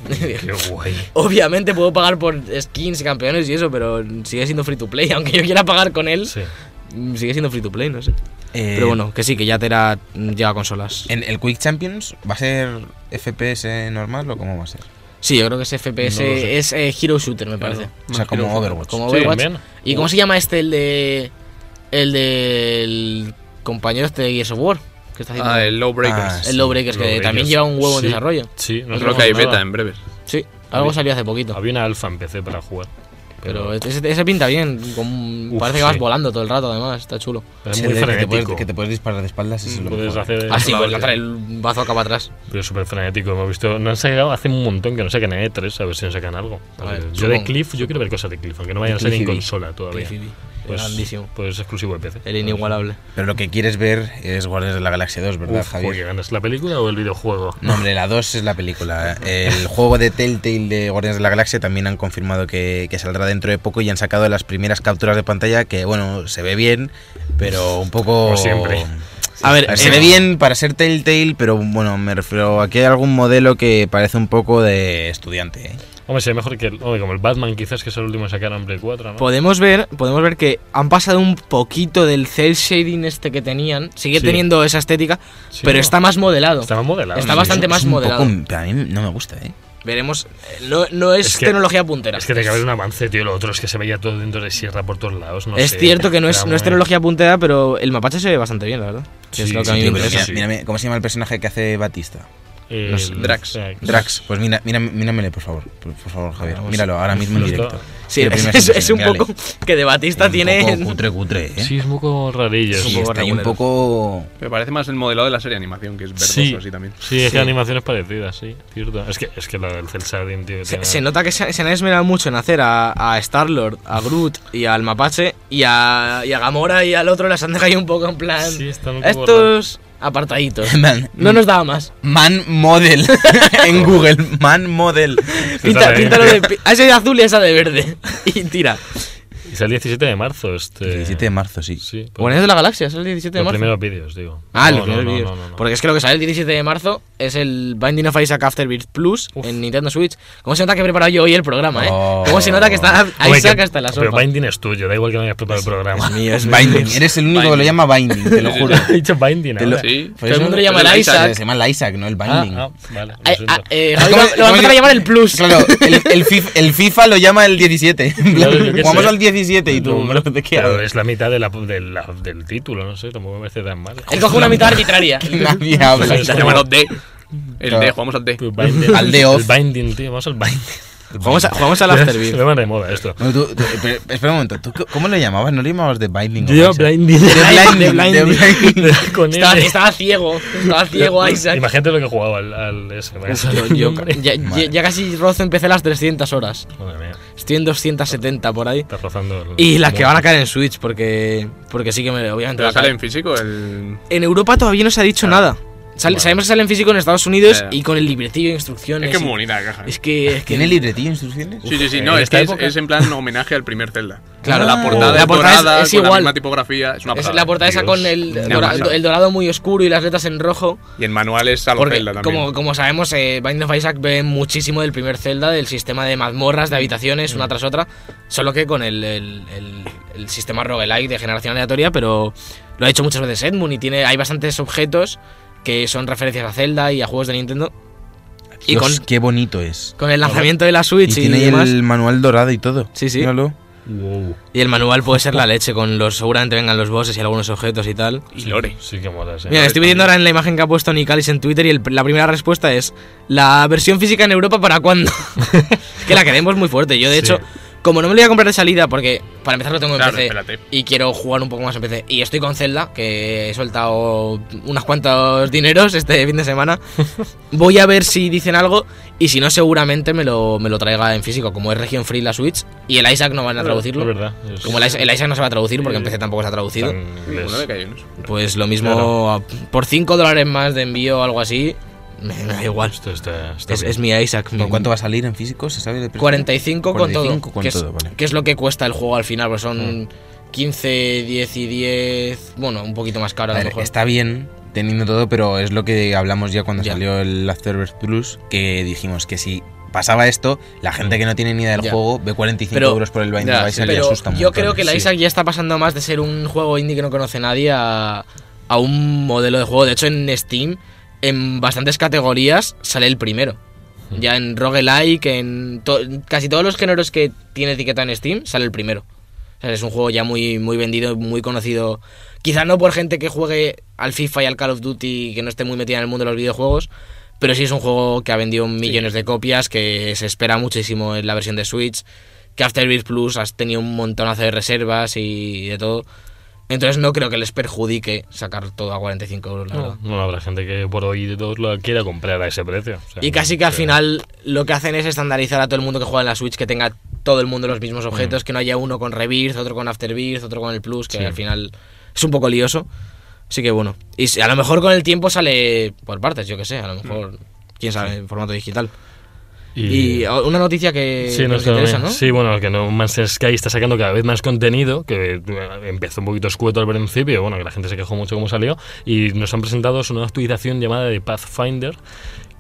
[SPEAKER 1] qué guay.
[SPEAKER 2] Obviamente puedo pagar por skins y campeones y eso, pero sigue siendo free to play. Aunque yo quiera pagar con él, mm,
[SPEAKER 1] Sí.
[SPEAKER 2] sigue siendo free to play, no sé.
[SPEAKER 3] Eh,
[SPEAKER 2] pero bueno, que sí, que ya te era. Llega a consolas.
[SPEAKER 1] eh,
[SPEAKER 3] ¿El, el Quick Champions va a ser FPS normal o cómo va a ser?
[SPEAKER 2] Sí, yo creo que es FPS,
[SPEAKER 1] No lo sé.
[SPEAKER 2] es eh, Hero Shooter, me parece.
[SPEAKER 3] O sea, como Overwatch.
[SPEAKER 2] Como
[SPEAKER 1] Sí,
[SPEAKER 2] Overwatch.
[SPEAKER 1] bien.
[SPEAKER 2] ¿Y cómo se llama este, el de. El del. compañero este de Gears of War? Que está haciendo.
[SPEAKER 4] Ah, el Lawbreakers.
[SPEAKER 3] Ah,
[SPEAKER 2] el Lawbreakers, que
[SPEAKER 1] Lawbreakers.
[SPEAKER 2] también lleva un huevo en
[SPEAKER 1] Sí.
[SPEAKER 2] desarrollo.
[SPEAKER 1] Sí, no
[SPEAKER 4] Creo
[SPEAKER 1] sabemos
[SPEAKER 4] que hay
[SPEAKER 1] nada.
[SPEAKER 4] beta en breves.
[SPEAKER 2] Sí, algo
[SPEAKER 1] Había-
[SPEAKER 2] salió hace poquito.
[SPEAKER 1] Había una alfa en PC para jugar.
[SPEAKER 2] Pero ese, ese pinta bien. con-
[SPEAKER 1] Uf,
[SPEAKER 2] parece que vas
[SPEAKER 1] sí.
[SPEAKER 2] volando todo el rato, además, está chulo.
[SPEAKER 1] pero es
[SPEAKER 3] Sí,
[SPEAKER 1] muy
[SPEAKER 3] de- que, te puedes,
[SPEAKER 1] frenético.
[SPEAKER 3] que te puedes disparar de espaldas eso es lo
[SPEAKER 1] Puedes
[SPEAKER 3] mejor.
[SPEAKER 1] hacer.
[SPEAKER 2] Así,
[SPEAKER 1] eso,
[SPEAKER 2] pues
[SPEAKER 1] la-
[SPEAKER 2] lanzar el bazo acá para atrás.
[SPEAKER 1] Pero es súper frenético, hemos visto. No han sacado hace un montón que no sacan E3, a ver si nos sacan algo.
[SPEAKER 2] A ver,
[SPEAKER 1] yo de
[SPEAKER 2] supongo.
[SPEAKER 1] Cliff, yo quiero ver cosas de Cliff, aunque no vayan a
[SPEAKER 2] Cliff
[SPEAKER 1] ser en
[SPEAKER 2] y Bill.
[SPEAKER 1] consola todavía.
[SPEAKER 2] Cliff y Bill.
[SPEAKER 1] Pues,
[SPEAKER 2] Grandísimo.
[SPEAKER 1] pues es exclusivo de PC.
[SPEAKER 2] El inigualable.
[SPEAKER 3] Pero lo que quieres ver es Guardianes de la Galaxia 2, ¿verdad,
[SPEAKER 1] Uf,
[SPEAKER 3] Javier?
[SPEAKER 1] joder, ¿ganas la película o el videojuego?
[SPEAKER 3] No, hombre, la 2 es la película. El juego de Telltale de Guardianes de la Galaxia también han confirmado que, que saldrá dentro de poco y han sacado las primeras capturas de pantalla que, bueno, se ve bien, pero un poco...
[SPEAKER 1] Como siempre.
[SPEAKER 2] A ver,
[SPEAKER 3] A ver, se
[SPEAKER 2] eh,
[SPEAKER 3] ve bien para ser Telltale, pero bueno, me refiero a que hay algún modelo que parece un poco de estudiante. ¿eh?
[SPEAKER 1] Hombre, sería mejor que el, hombre, como el Batman, quizás que es el último que sacaron en Play 4, ¿no?
[SPEAKER 2] Podemos ver, podemos ver que han pasado un poquito del cel shading este que tenían. Sigue
[SPEAKER 1] Sí.
[SPEAKER 2] teniendo esa estética,
[SPEAKER 1] Sí,
[SPEAKER 2] pero
[SPEAKER 1] ¿no?
[SPEAKER 2] está más modelado.
[SPEAKER 1] Está más modelado.
[SPEAKER 2] Está
[SPEAKER 1] sí.
[SPEAKER 2] bastante
[SPEAKER 3] Es- es
[SPEAKER 2] más
[SPEAKER 3] un
[SPEAKER 2] modelado.
[SPEAKER 3] poco- pero a mí no me gusta, ¿eh?
[SPEAKER 2] Veremos. eh, No, no es,
[SPEAKER 1] Es que-
[SPEAKER 2] tecnología puntera.
[SPEAKER 1] Es que tiene que haber un avance, tío. Lo otro es que se veía todo dentro de sierra por todos lados. No
[SPEAKER 2] es
[SPEAKER 1] sé,
[SPEAKER 2] cierto que no es,
[SPEAKER 1] era
[SPEAKER 2] no es
[SPEAKER 1] muy-
[SPEAKER 2] tecnología puntera, pero el mapache se ve bastante bien, la verdad. Que es
[SPEAKER 1] Sí,
[SPEAKER 2] lo que a
[SPEAKER 1] sí,
[SPEAKER 2] mí
[SPEAKER 1] tío,
[SPEAKER 2] me
[SPEAKER 3] pero
[SPEAKER 1] eso
[SPEAKER 2] interesa.
[SPEAKER 3] mira-
[SPEAKER 1] sí.
[SPEAKER 3] mírame, ¿Cómo se llama el personaje que hace Batista?
[SPEAKER 1] El
[SPEAKER 3] no sé,
[SPEAKER 1] Drax.
[SPEAKER 3] Drax, pues mira, mira, míramele, por favor. Por, por favor, Javier. Míralo, ahora mismo en
[SPEAKER 1] Justo.
[SPEAKER 3] directo.
[SPEAKER 2] Sí,
[SPEAKER 3] Mira, primeras
[SPEAKER 2] es, es un
[SPEAKER 3] impresiones,
[SPEAKER 1] ¿eh?
[SPEAKER 2] poco que de Batista
[SPEAKER 3] Un
[SPEAKER 2] tiene.
[SPEAKER 3] poco cutre, cutre, ¿eh?
[SPEAKER 1] Sí, es un poco rarillo.
[SPEAKER 3] Sí,
[SPEAKER 1] es un poco
[SPEAKER 3] está ahí un
[SPEAKER 1] regulero.
[SPEAKER 3] poco...
[SPEAKER 4] Me parece más el modelado de la serie de animación, que es verdoso
[SPEAKER 1] Sí,
[SPEAKER 4] así también.
[SPEAKER 1] sí, es
[SPEAKER 2] Sí.
[SPEAKER 1] que animaciones parecidas, sí, cierto. Es que, es que la del Cel Shading, tío. que
[SPEAKER 2] Se,
[SPEAKER 1] tiene-
[SPEAKER 2] se nota que se, se han esmerado mucho en hacer a, a Star-Lord, a Groot y al Mapache y a, y a Gamora y al otro las han dejado ahí un poco en plan.
[SPEAKER 1] Sí, están un poco
[SPEAKER 2] estos apartaditos.
[SPEAKER 3] Man,
[SPEAKER 2] No nos daba más.
[SPEAKER 3] man model. en Google, man model.
[SPEAKER 2] Pinta,
[SPEAKER 1] sale
[SPEAKER 2] píntalo de,
[SPEAKER 1] bien.
[SPEAKER 2] pi- a ese de azul y a esa de verde. Y tira.
[SPEAKER 1] Pues Y sale el 17 de marzo este.
[SPEAKER 3] 17 de marzo, sí.
[SPEAKER 1] Sí. pues,
[SPEAKER 2] Guardianes de la Galaxia, es el 17 de
[SPEAKER 1] los
[SPEAKER 2] marzo.
[SPEAKER 1] primeros vídeos, digo.
[SPEAKER 2] Ah, los
[SPEAKER 1] No,
[SPEAKER 2] primeros
[SPEAKER 1] no, no,
[SPEAKER 2] vídeos.
[SPEAKER 1] no, no, no.
[SPEAKER 2] Porque es que lo que sale el 17 de marzo es el Binding of Isaac Afterbirth Plus
[SPEAKER 1] Uf.
[SPEAKER 2] en Nintendo Switch. ¿Cómo se nota que he preparado yo hoy el programa, eh?
[SPEAKER 3] Oh.
[SPEAKER 2] ¿Cómo se nota que está
[SPEAKER 1] Hombre,
[SPEAKER 2] Isaac
[SPEAKER 1] que-
[SPEAKER 2] hasta la
[SPEAKER 1] Pero
[SPEAKER 2] sopa?
[SPEAKER 1] Binding es tuyo, da igual que no hayas preparado el programa.
[SPEAKER 3] Binding. Eres el único que lo llama Ah, Binding, te lo juro.
[SPEAKER 1] He dicho Binding
[SPEAKER 3] Te lo-
[SPEAKER 1] ahora.
[SPEAKER 4] Sí.
[SPEAKER 3] Por
[SPEAKER 2] Todo el
[SPEAKER 3] eso-
[SPEAKER 2] mundo le llama
[SPEAKER 3] pero
[SPEAKER 2] el
[SPEAKER 3] se-
[SPEAKER 2] Isaac.
[SPEAKER 3] Se llama el Isaac, no el Binding.
[SPEAKER 1] Ah, ah, vale, lo
[SPEAKER 2] Ay,
[SPEAKER 1] siento.
[SPEAKER 2] ah, eh,
[SPEAKER 3] Es
[SPEAKER 2] Javi
[SPEAKER 3] como-
[SPEAKER 2] lo-
[SPEAKER 3] es
[SPEAKER 2] lo
[SPEAKER 3] como
[SPEAKER 2] van a empezar
[SPEAKER 3] si-
[SPEAKER 2] a llamar el Plus.
[SPEAKER 3] Claro, el, el Fif- el FIFA lo llama el 17.
[SPEAKER 1] Claro, yo qué
[SPEAKER 3] Jugamos
[SPEAKER 1] sé.
[SPEAKER 3] al 17 y tú,
[SPEAKER 1] Pero-
[SPEAKER 3] ¿de qué
[SPEAKER 1] Pero
[SPEAKER 3] hablas?
[SPEAKER 1] es la mitad de la, de la- del título, no sé, tampoco me parece tan mal.
[SPEAKER 2] Él coge una mitad arbitraria.
[SPEAKER 3] Nadie habla.
[SPEAKER 1] Pues es- Pues
[SPEAKER 4] Llámalo D. El
[SPEAKER 3] Claro.
[SPEAKER 4] D, jugamos al D.
[SPEAKER 1] Pero Binding-
[SPEAKER 3] Al de off.
[SPEAKER 1] El Binding, tío, vamos al Binding.
[SPEAKER 2] Jugamos, a- jugamos al
[SPEAKER 1] Se
[SPEAKER 2] Afterbirth.
[SPEAKER 1] me van de moda esto.
[SPEAKER 3] No, tú- tú- pero- espera un momento, ¿tú qué- ¿cómo lo llamabas? ¿No lo llamabas de Binding?
[SPEAKER 1] Yo
[SPEAKER 3] of Isaac?
[SPEAKER 1] Blinding.
[SPEAKER 3] De Blinding. de Blinding.
[SPEAKER 1] Con él.
[SPEAKER 2] estaba, estaba ciego. Estaba ciego Isaac.
[SPEAKER 1] Imagínate lo que jugaba al, al ese.
[SPEAKER 2] Yo- yo- ya, ya-
[SPEAKER 3] Madre.
[SPEAKER 2] ya casi rozo empecé las 300 horas.
[SPEAKER 1] Madre mía,
[SPEAKER 2] Estoy en 270 por ahí.
[SPEAKER 1] estás rozando. el-
[SPEAKER 2] Y las que van a caer en Switch, porque porque sí que me, obviamente.
[SPEAKER 4] Pero
[SPEAKER 2] va a caer.
[SPEAKER 4] sale en físico el.
[SPEAKER 2] En Europa todavía no se ha dicho nada. Sal-
[SPEAKER 1] Vale.
[SPEAKER 2] Sabemos que sale en físico en Estados Unidos
[SPEAKER 4] Ya, ya.
[SPEAKER 2] y con el libretillo de instrucciones.
[SPEAKER 4] Es que es
[SPEAKER 2] y-
[SPEAKER 4] muy bonita la caja. ¿eh?
[SPEAKER 2] Es que. es que-
[SPEAKER 3] ¿Tiene libretillo instrucciones?
[SPEAKER 4] Sí, sí, sí.
[SPEAKER 1] en
[SPEAKER 4] No, es
[SPEAKER 1] esta
[SPEAKER 4] que es,
[SPEAKER 1] época.
[SPEAKER 4] es en plan homenaje al primer Zelda.
[SPEAKER 2] Claro.
[SPEAKER 4] la portada,
[SPEAKER 2] La
[SPEAKER 4] es
[SPEAKER 2] portada es-
[SPEAKER 4] dorada,
[SPEAKER 2] es
[SPEAKER 4] con la
[SPEAKER 2] igual.
[SPEAKER 4] misma tipografía. Es una
[SPEAKER 2] es
[SPEAKER 4] pasada.
[SPEAKER 2] la portada esa
[SPEAKER 1] Dios.
[SPEAKER 2] con el,
[SPEAKER 4] Una
[SPEAKER 2] dora-
[SPEAKER 4] pasada.
[SPEAKER 2] el dorado muy oscuro y las letras en rojo.
[SPEAKER 4] Y el manual es a los
[SPEAKER 2] Porque,
[SPEAKER 4] Zelda también.
[SPEAKER 2] como, como sabemos, eh, Bind of Isaac ve muchísimo del primer Zelda, del sistema de mazmorras, de habitaciones,
[SPEAKER 3] Mm.
[SPEAKER 2] una tras otra. Solo que con el, el- el- el sistema roguelike de generación aleatoria, pero lo ha hecho muchas veces Edmund y tiene, hay bastantes objetos que son referencias a Zelda y a juegos de Nintendo. Y
[SPEAKER 3] Dios,
[SPEAKER 2] con,
[SPEAKER 3] qué bonito es.
[SPEAKER 2] con el lanzamiento de la
[SPEAKER 3] Y,
[SPEAKER 2] Switch y,
[SPEAKER 3] tiene
[SPEAKER 2] demás.
[SPEAKER 3] el manual dorado y todo.
[SPEAKER 2] Sí, sí.
[SPEAKER 3] Míralo.
[SPEAKER 1] Wow.
[SPEAKER 2] Y el manual puede ser la leche, con los seguramente vengan los bosses y algunos objetos y tal.
[SPEAKER 4] Y Lore.
[SPEAKER 1] Sí que mola, sí.
[SPEAKER 2] Mira, me estoy viendo ahora en la imagen que ha puesto Nicalis en Twitter y el- la primera respuesta es la versión física en Europa para cuándo. Es que la queremos muy fuerte. Yo de
[SPEAKER 1] Sí.
[SPEAKER 2] hecho, como no me lo voy a comprar de salida porque para empezar lo tengo en
[SPEAKER 4] Claro,
[SPEAKER 2] PC
[SPEAKER 4] espérate.
[SPEAKER 2] y quiero jugar un poco más en PC y estoy con Zelda que he soltado unos cuantos dineros este fin de semana. Voy a ver si dicen algo y si no seguramente me lo, me lo traiga en físico, como es región free la Switch y el Isaac no van a traducirlo.
[SPEAKER 1] Es verdad. es-
[SPEAKER 2] Como el, Isaac- el Isaac no se va a traducir porque en
[SPEAKER 1] Sí.
[SPEAKER 2] PC tampoco se ha traducido.
[SPEAKER 1] Tan inglés.
[SPEAKER 4] Bueno, me cayó en eso.
[SPEAKER 2] Pues lo mismo,
[SPEAKER 1] Claro.
[SPEAKER 2] a- por 5 dólares más de envío o algo así, me me da igual.
[SPEAKER 1] Esto está, está
[SPEAKER 2] Es,
[SPEAKER 1] bien.
[SPEAKER 2] es mi Isaac.
[SPEAKER 3] ¿Por
[SPEAKER 2] me-
[SPEAKER 3] cuánto va a salir en físico? ¿Se sabe de precio?
[SPEAKER 2] 45 con todo.
[SPEAKER 3] 45 con
[SPEAKER 2] que, es,
[SPEAKER 3] todo, vale. Mm.
[SPEAKER 2] que es lo que cuesta el juego al final, pues son 15, 10 y 10. Bueno, un poquito más caro
[SPEAKER 3] A
[SPEAKER 2] a, lo
[SPEAKER 3] ver,
[SPEAKER 2] mejor.
[SPEAKER 3] está bien teniendo todo, pero es lo que hablamos ya cuando
[SPEAKER 2] Ya.
[SPEAKER 3] salió el Afterbirth Plus, que dijimos que si pasaba esto, la gente que no tiene ni idea del
[SPEAKER 2] Ya.
[SPEAKER 3] juego ve 45
[SPEAKER 2] Pero-
[SPEAKER 3] euros por el Binding
[SPEAKER 4] ya,
[SPEAKER 3] of
[SPEAKER 4] sí,
[SPEAKER 3] Isaac y le
[SPEAKER 2] Pero
[SPEAKER 3] asusta un
[SPEAKER 2] yo
[SPEAKER 3] montón.
[SPEAKER 2] creo que el
[SPEAKER 3] Sí.
[SPEAKER 2] Isaac ya está pasando más de ser un juego indie que no conoce nadie a, a un modelo de juego. De hecho, en Steam, en bastantes categorías, sale el primero.
[SPEAKER 3] Hmm.
[SPEAKER 2] Ya en roguelike, en to- casi todos los géneros que tiene etiqueta en Steam, sale el primero. O sea, es un juego ya muy, muy vendido, muy conocido. Quizás no por gente que juegue al FIFA y al Call of Duty y que no esté muy metida en el mundo de los videojuegos, pero sí es un juego que ha vendido millones de copias, que se espera muchísimo en la versión de Switch, que Afterbirth Plus has tenido un montonazo de reservas y de todo. Entonces no creo que les perjudique sacar todo a 45 euros, la verdad.
[SPEAKER 1] No, no habrá gente que por hoy de todos lo quiera comprar a ese precio. o sea,
[SPEAKER 2] Y casi que al
[SPEAKER 1] sí.
[SPEAKER 2] final lo que hacen es estandarizar a todo el mundo que juega en la Switch, que tenga todo el mundo los mismos objetos, que no haya uno con Rebirth, otro con Afterbirth, otro con el Plus, que
[SPEAKER 1] Sí.
[SPEAKER 2] al final es un poco lioso. Así que bueno. Y si- a lo mejor con el tiempo sale por partes, yo que sé, a lo mejor, quién sabe, en formato digital. Y, o- una noticia que
[SPEAKER 1] Sí,
[SPEAKER 2] nos
[SPEAKER 1] sé,
[SPEAKER 2] interesa,
[SPEAKER 1] también.
[SPEAKER 2] ¿no?
[SPEAKER 1] Sí, bueno, que no Manchester Sky está sacando cada vez más contenido, que eh, empezó un poquito escueto al principio, bueno, que la gente se quejó mucho cómo salió, y nos han presentado su nueva actualización llamada de Pathfinder,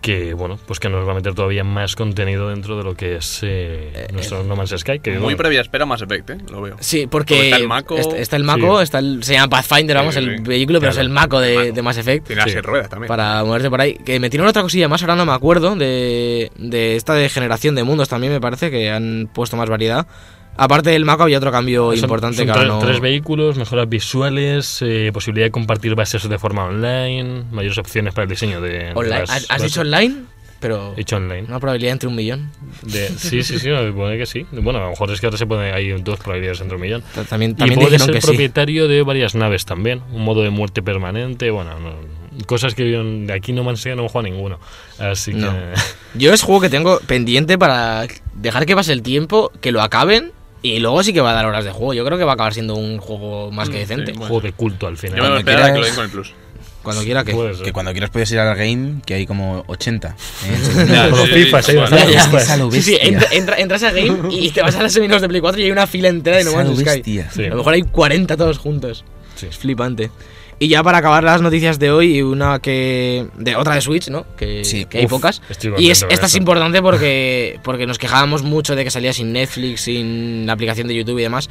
[SPEAKER 1] que bueno, pues que nos va a meter todavía más contenido dentro de lo que es eh, nuestro No Man's Sky. Que,
[SPEAKER 4] Muy
[SPEAKER 1] bueno,
[SPEAKER 4] previa espera Más Effect, ¿eh? Lo veo.
[SPEAKER 2] Sí, porque
[SPEAKER 4] Está el Mako.
[SPEAKER 2] est- está el Mako,
[SPEAKER 1] Sí.
[SPEAKER 2] está el- se llama Pathfinder,
[SPEAKER 4] Sí,
[SPEAKER 2] vamos,
[SPEAKER 4] sí,
[SPEAKER 2] el
[SPEAKER 4] sí.
[SPEAKER 2] vehículo, pero es
[SPEAKER 1] Claro.
[SPEAKER 2] el Mako de,
[SPEAKER 4] Mako.
[SPEAKER 2] de Mass Effect.
[SPEAKER 4] Tiene las
[SPEAKER 1] Sí.
[SPEAKER 4] seis ruedas también.
[SPEAKER 2] para moverte por ahí. Que me tiraron otra cosilla más, ahora no me acuerdo, de, de esta de generación de mundos también me parece, que han puesto más variedad. Aparte del Mako había otro cambio
[SPEAKER 1] son-
[SPEAKER 2] importante
[SPEAKER 1] son
[SPEAKER 2] que
[SPEAKER 1] tre-
[SPEAKER 2] ahora no-
[SPEAKER 1] tres vehículos, mejoras visuales, eh, posibilidad de compartir bases de forma online, mayores opciones para el diseño de. de
[SPEAKER 2] Online.
[SPEAKER 1] las
[SPEAKER 2] ¿Has, has
[SPEAKER 1] bases.
[SPEAKER 2] dicho online? Pero...
[SPEAKER 1] He dicho online.
[SPEAKER 2] Una probabilidad entre un millón.
[SPEAKER 1] De- sí, sí, sí, me supone que sí. Bueno, a lo mejor es que ahora se pone hay dos probabilidades entre un millón.
[SPEAKER 2] Ta- También,
[SPEAKER 1] y
[SPEAKER 2] también
[SPEAKER 1] puede
[SPEAKER 2] dijeron
[SPEAKER 1] ser
[SPEAKER 2] que sí.
[SPEAKER 1] propietario de varias naves también. Un modo de muerte permanente, bueno, no- cosas que yo en- de aquí no me han no juega ninguno. Así que.
[SPEAKER 2] No. Yo es juego que tengo pendiente para dejar que pase el tiempo, que lo acaben y luego sí que va a dar horas de juego. Yo creo que va a acabar siendo un juego más que
[SPEAKER 4] Mm, sí,
[SPEAKER 2] decente.
[SPEAKER 4] bueno.
[SPEAKER 1] juego de culto al final.
[SPEAKER 4] Yo me voy a
[SPEAKER 3] Cuando
[SPEAKER 4] esperar a que lo
[SPEAKER 3] quieras-
[SPEAKER 4] den con el Plus.
[SPEAKER 2] Cuando quiera que...
[SPEAKER 1] Puede ser.
[SPEAKER 3] Que cuando quieras puedes ir al game, que hay como 80. ¿eh?
[SPEAKER 4] Ya,
[SPEAKER 1] Como
[SPEAKER 4] sí, sí,
[SPEAKER 1] FIFA, sí,
[SPEAKER 4] bueno.
[SPEAKER 1] bastante.
[SPEAKER 3] Es que es a lo
[SPEAKER 2] Sí, sí,
[SPEAKER 3] bestia.
[SPEAKER 2] entra- entra- entras a Game y te vas a las seminarios de Play 4 y hay una fila entera de
[SPEAKER 3] Es
[SPEAKER 2] No
[SPEAKER 3] a lo
[SPEAKER 2] Man's Sky.
[SPEAKER 3] bestia.
[SPEAKER 1] Sí.
[SPEAKER 2] A lo mejor hay 40 todos juntos.
[SPEAKER 1] Sí.
[SPEAKER 2] Es flipante. Y ya para acabar las noticias de hoy, y una que. de otra de Switch, ¿no? Que,
[SPEAKER 3] Sí,
[SPEAKER 2] que hay
[SPEAKER 1] uf,
[SPEAKER 2] pocas.
[SPEAKER 1] estoy
[SPEAKER 2] Y
[SPEAKER 1] contento
[SPEAKER 2] es,
[SPEAKER 1] con
[SPEAKER 2] esta es
[SPEAKER 1] eso.
[SPEAKER 2] importante porque, porque nos quejábamos mucho de que salía sin Netflix, sin la aplicación de YouTube y demás.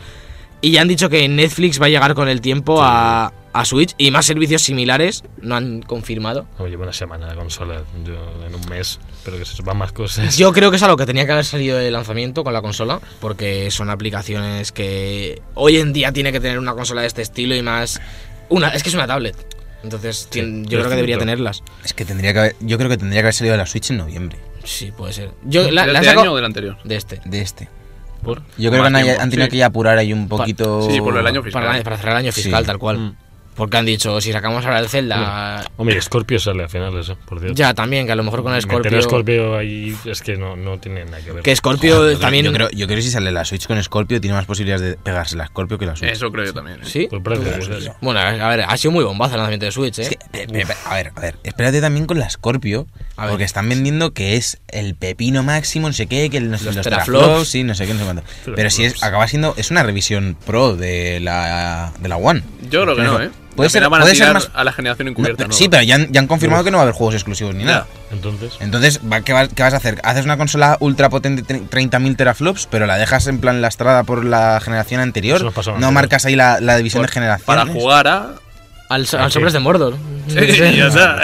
[SPEAKER 2] Y ya han dicho que Netflix va a llegar con el tiempo a, a Switch y más servicios similares. No han confirmado.
[SPEAKER 1] No, llevo una semana la consola, yo en un mes, pero que se sepan más cosas.
[SPEAKER 2] Yo creo que es algo que tenía que haber salido de lanzamiento con la consola, porque son aplicaciones que hoy en día tiene que tener una consola de este estilo y más. Una, es que es una tablet. Entonces, tien- yo
[SPEAKER 1] es
[SPEAKER 2] creo que debería
[SPEAKER 1] cierto.
[SPEAKER 2] tenerlas.
[SPEAKER 3] Es que tendría que haber- yo creo que tendría que haber salido de la Switch en noviembre
[SPEAKER 2] Sí, puede ser. Yo la,
[SPEAKER 4] ¿De
[SPEAKER 2] la
[SPEAKER 4] este
[SPEAKER 2] saco-
[SPEAKER 4] año o del anterior?
[SPEAKER 2] de este.
[SPEAKER 3] de este.
[SPEAKER 1] Por-
[SPEAKER 3] Yo creo que
[SPEAKER 4] Más
[SPEAKER 3] han,
[SPEAKER 4] tiempo,
[SPEAKER 3] han tenido
[SPEAKER 4] sí.
[SPEAKER 3] que apurar ahí un poquito.
[SPEAKER 4] Sí, por el año fiscal. Mm.
[SPEAKER 2] Para, para cerrar el año fiscal,
[SPEAKER 3] Sí.
[SPEAKER 2] tal cual. Porque han dicho, si sacamos ahora el Zelda.
[SPEAKER 1] Hombre, Oh, Scorpio sale a finales, eh, por cierto.
[SPEAKER 2] Ya, también, que a lo mejor con el
[SPEAKER 1] Meter
[SPEAKER 2] Scorpio.
[SPEAKER 1] a Scorpio ahí es que no, no tiene nada que ver.
[SPEAKER 2] Que Scorpio
[SPEAKER 3] Yo creo-
[SPEAKER 2] también.
[SPEAKER 3] Yo creo, yo creo que si sale la Switch con Scorpio, tiene más posibilidades de pegarse la Scorpio que la Switch.
[SPEAKER 4] Eso creo yo también. ¿eh?
[SPEAKER 2] Sí.
[SPEAKER 1] Por prácticamente.
[SPEAKER 2] Bueno, a ver, ha sido muy bombazo el lanzamiento de Switch, ¿eh?
[SPEAKER 3] Es que, pe- pe- pe- a ver, a ver, espérate también con la Scorpio,
[SPEAKER 2] A ver.
[SPEAKER 3] porque están vendiendo que es el pepino máximo, no sé qué, que el- no sé,
[SPEAKER 2] Los
[SPEAKER 3] los,
[SPEAKER 2] teraflops.
[SPEAKER 3] teraflops, sí, no sé qué, no sé cuánto. Pero si es,
[SPEAKER 1] Teraflops.
[SPEAKER 3] acaba siendo, es una revisión pro de la, de la One.
[SPEAKER 4] Yo creo que no, ¿eh?
[SPEAKER 3] Puede
[SPEAKER 4] Al
[SPEAKER 3] ser-
[SPEAKER 4] final van a
[SPEAKER 3] puede ser
[SPEAKER 4] tirar
[SPEAKER 3] más-
[SPEAKER 4] a la generación
[SPEAKER 3] No,
[SPEAKER 4] encubierta,
[SPEAKER 3] pero-
[SPEAKER 4] ¿no?
[SPEAKER 3] sí, pero ya han, ya han confirmado que no va a haber juegos exclusivos ni
[SPEAKER 4] Ya.
[SPEAKER 3] nada.
[SPEAKER 1] Entonces,
[SPEAKER 3] Entonces, va- ¿qué, va- qué vas a hacer? Haces una consola ultra potente, tre- 30.000 teraflops, pero la dejas en plan lastrada por la generación anterior.
[SPEAKER 1] Eso nos pasó a
[SPEAKER 3] No
[SPEAKER 1] nosotros.
[SPEAKER 3] marcas ahí la, la división
[SPEAKER 4] Por-
[SPEAKER 3] de generaciones.
[SPEAKER 4] Para jugar a.
[SPEAKER 2] Al, so- al
[SPEAKER 1] Ah, sí.
[SPEAKER 2] Sobres de Mordor.
[SPEAKER 4] y ya está.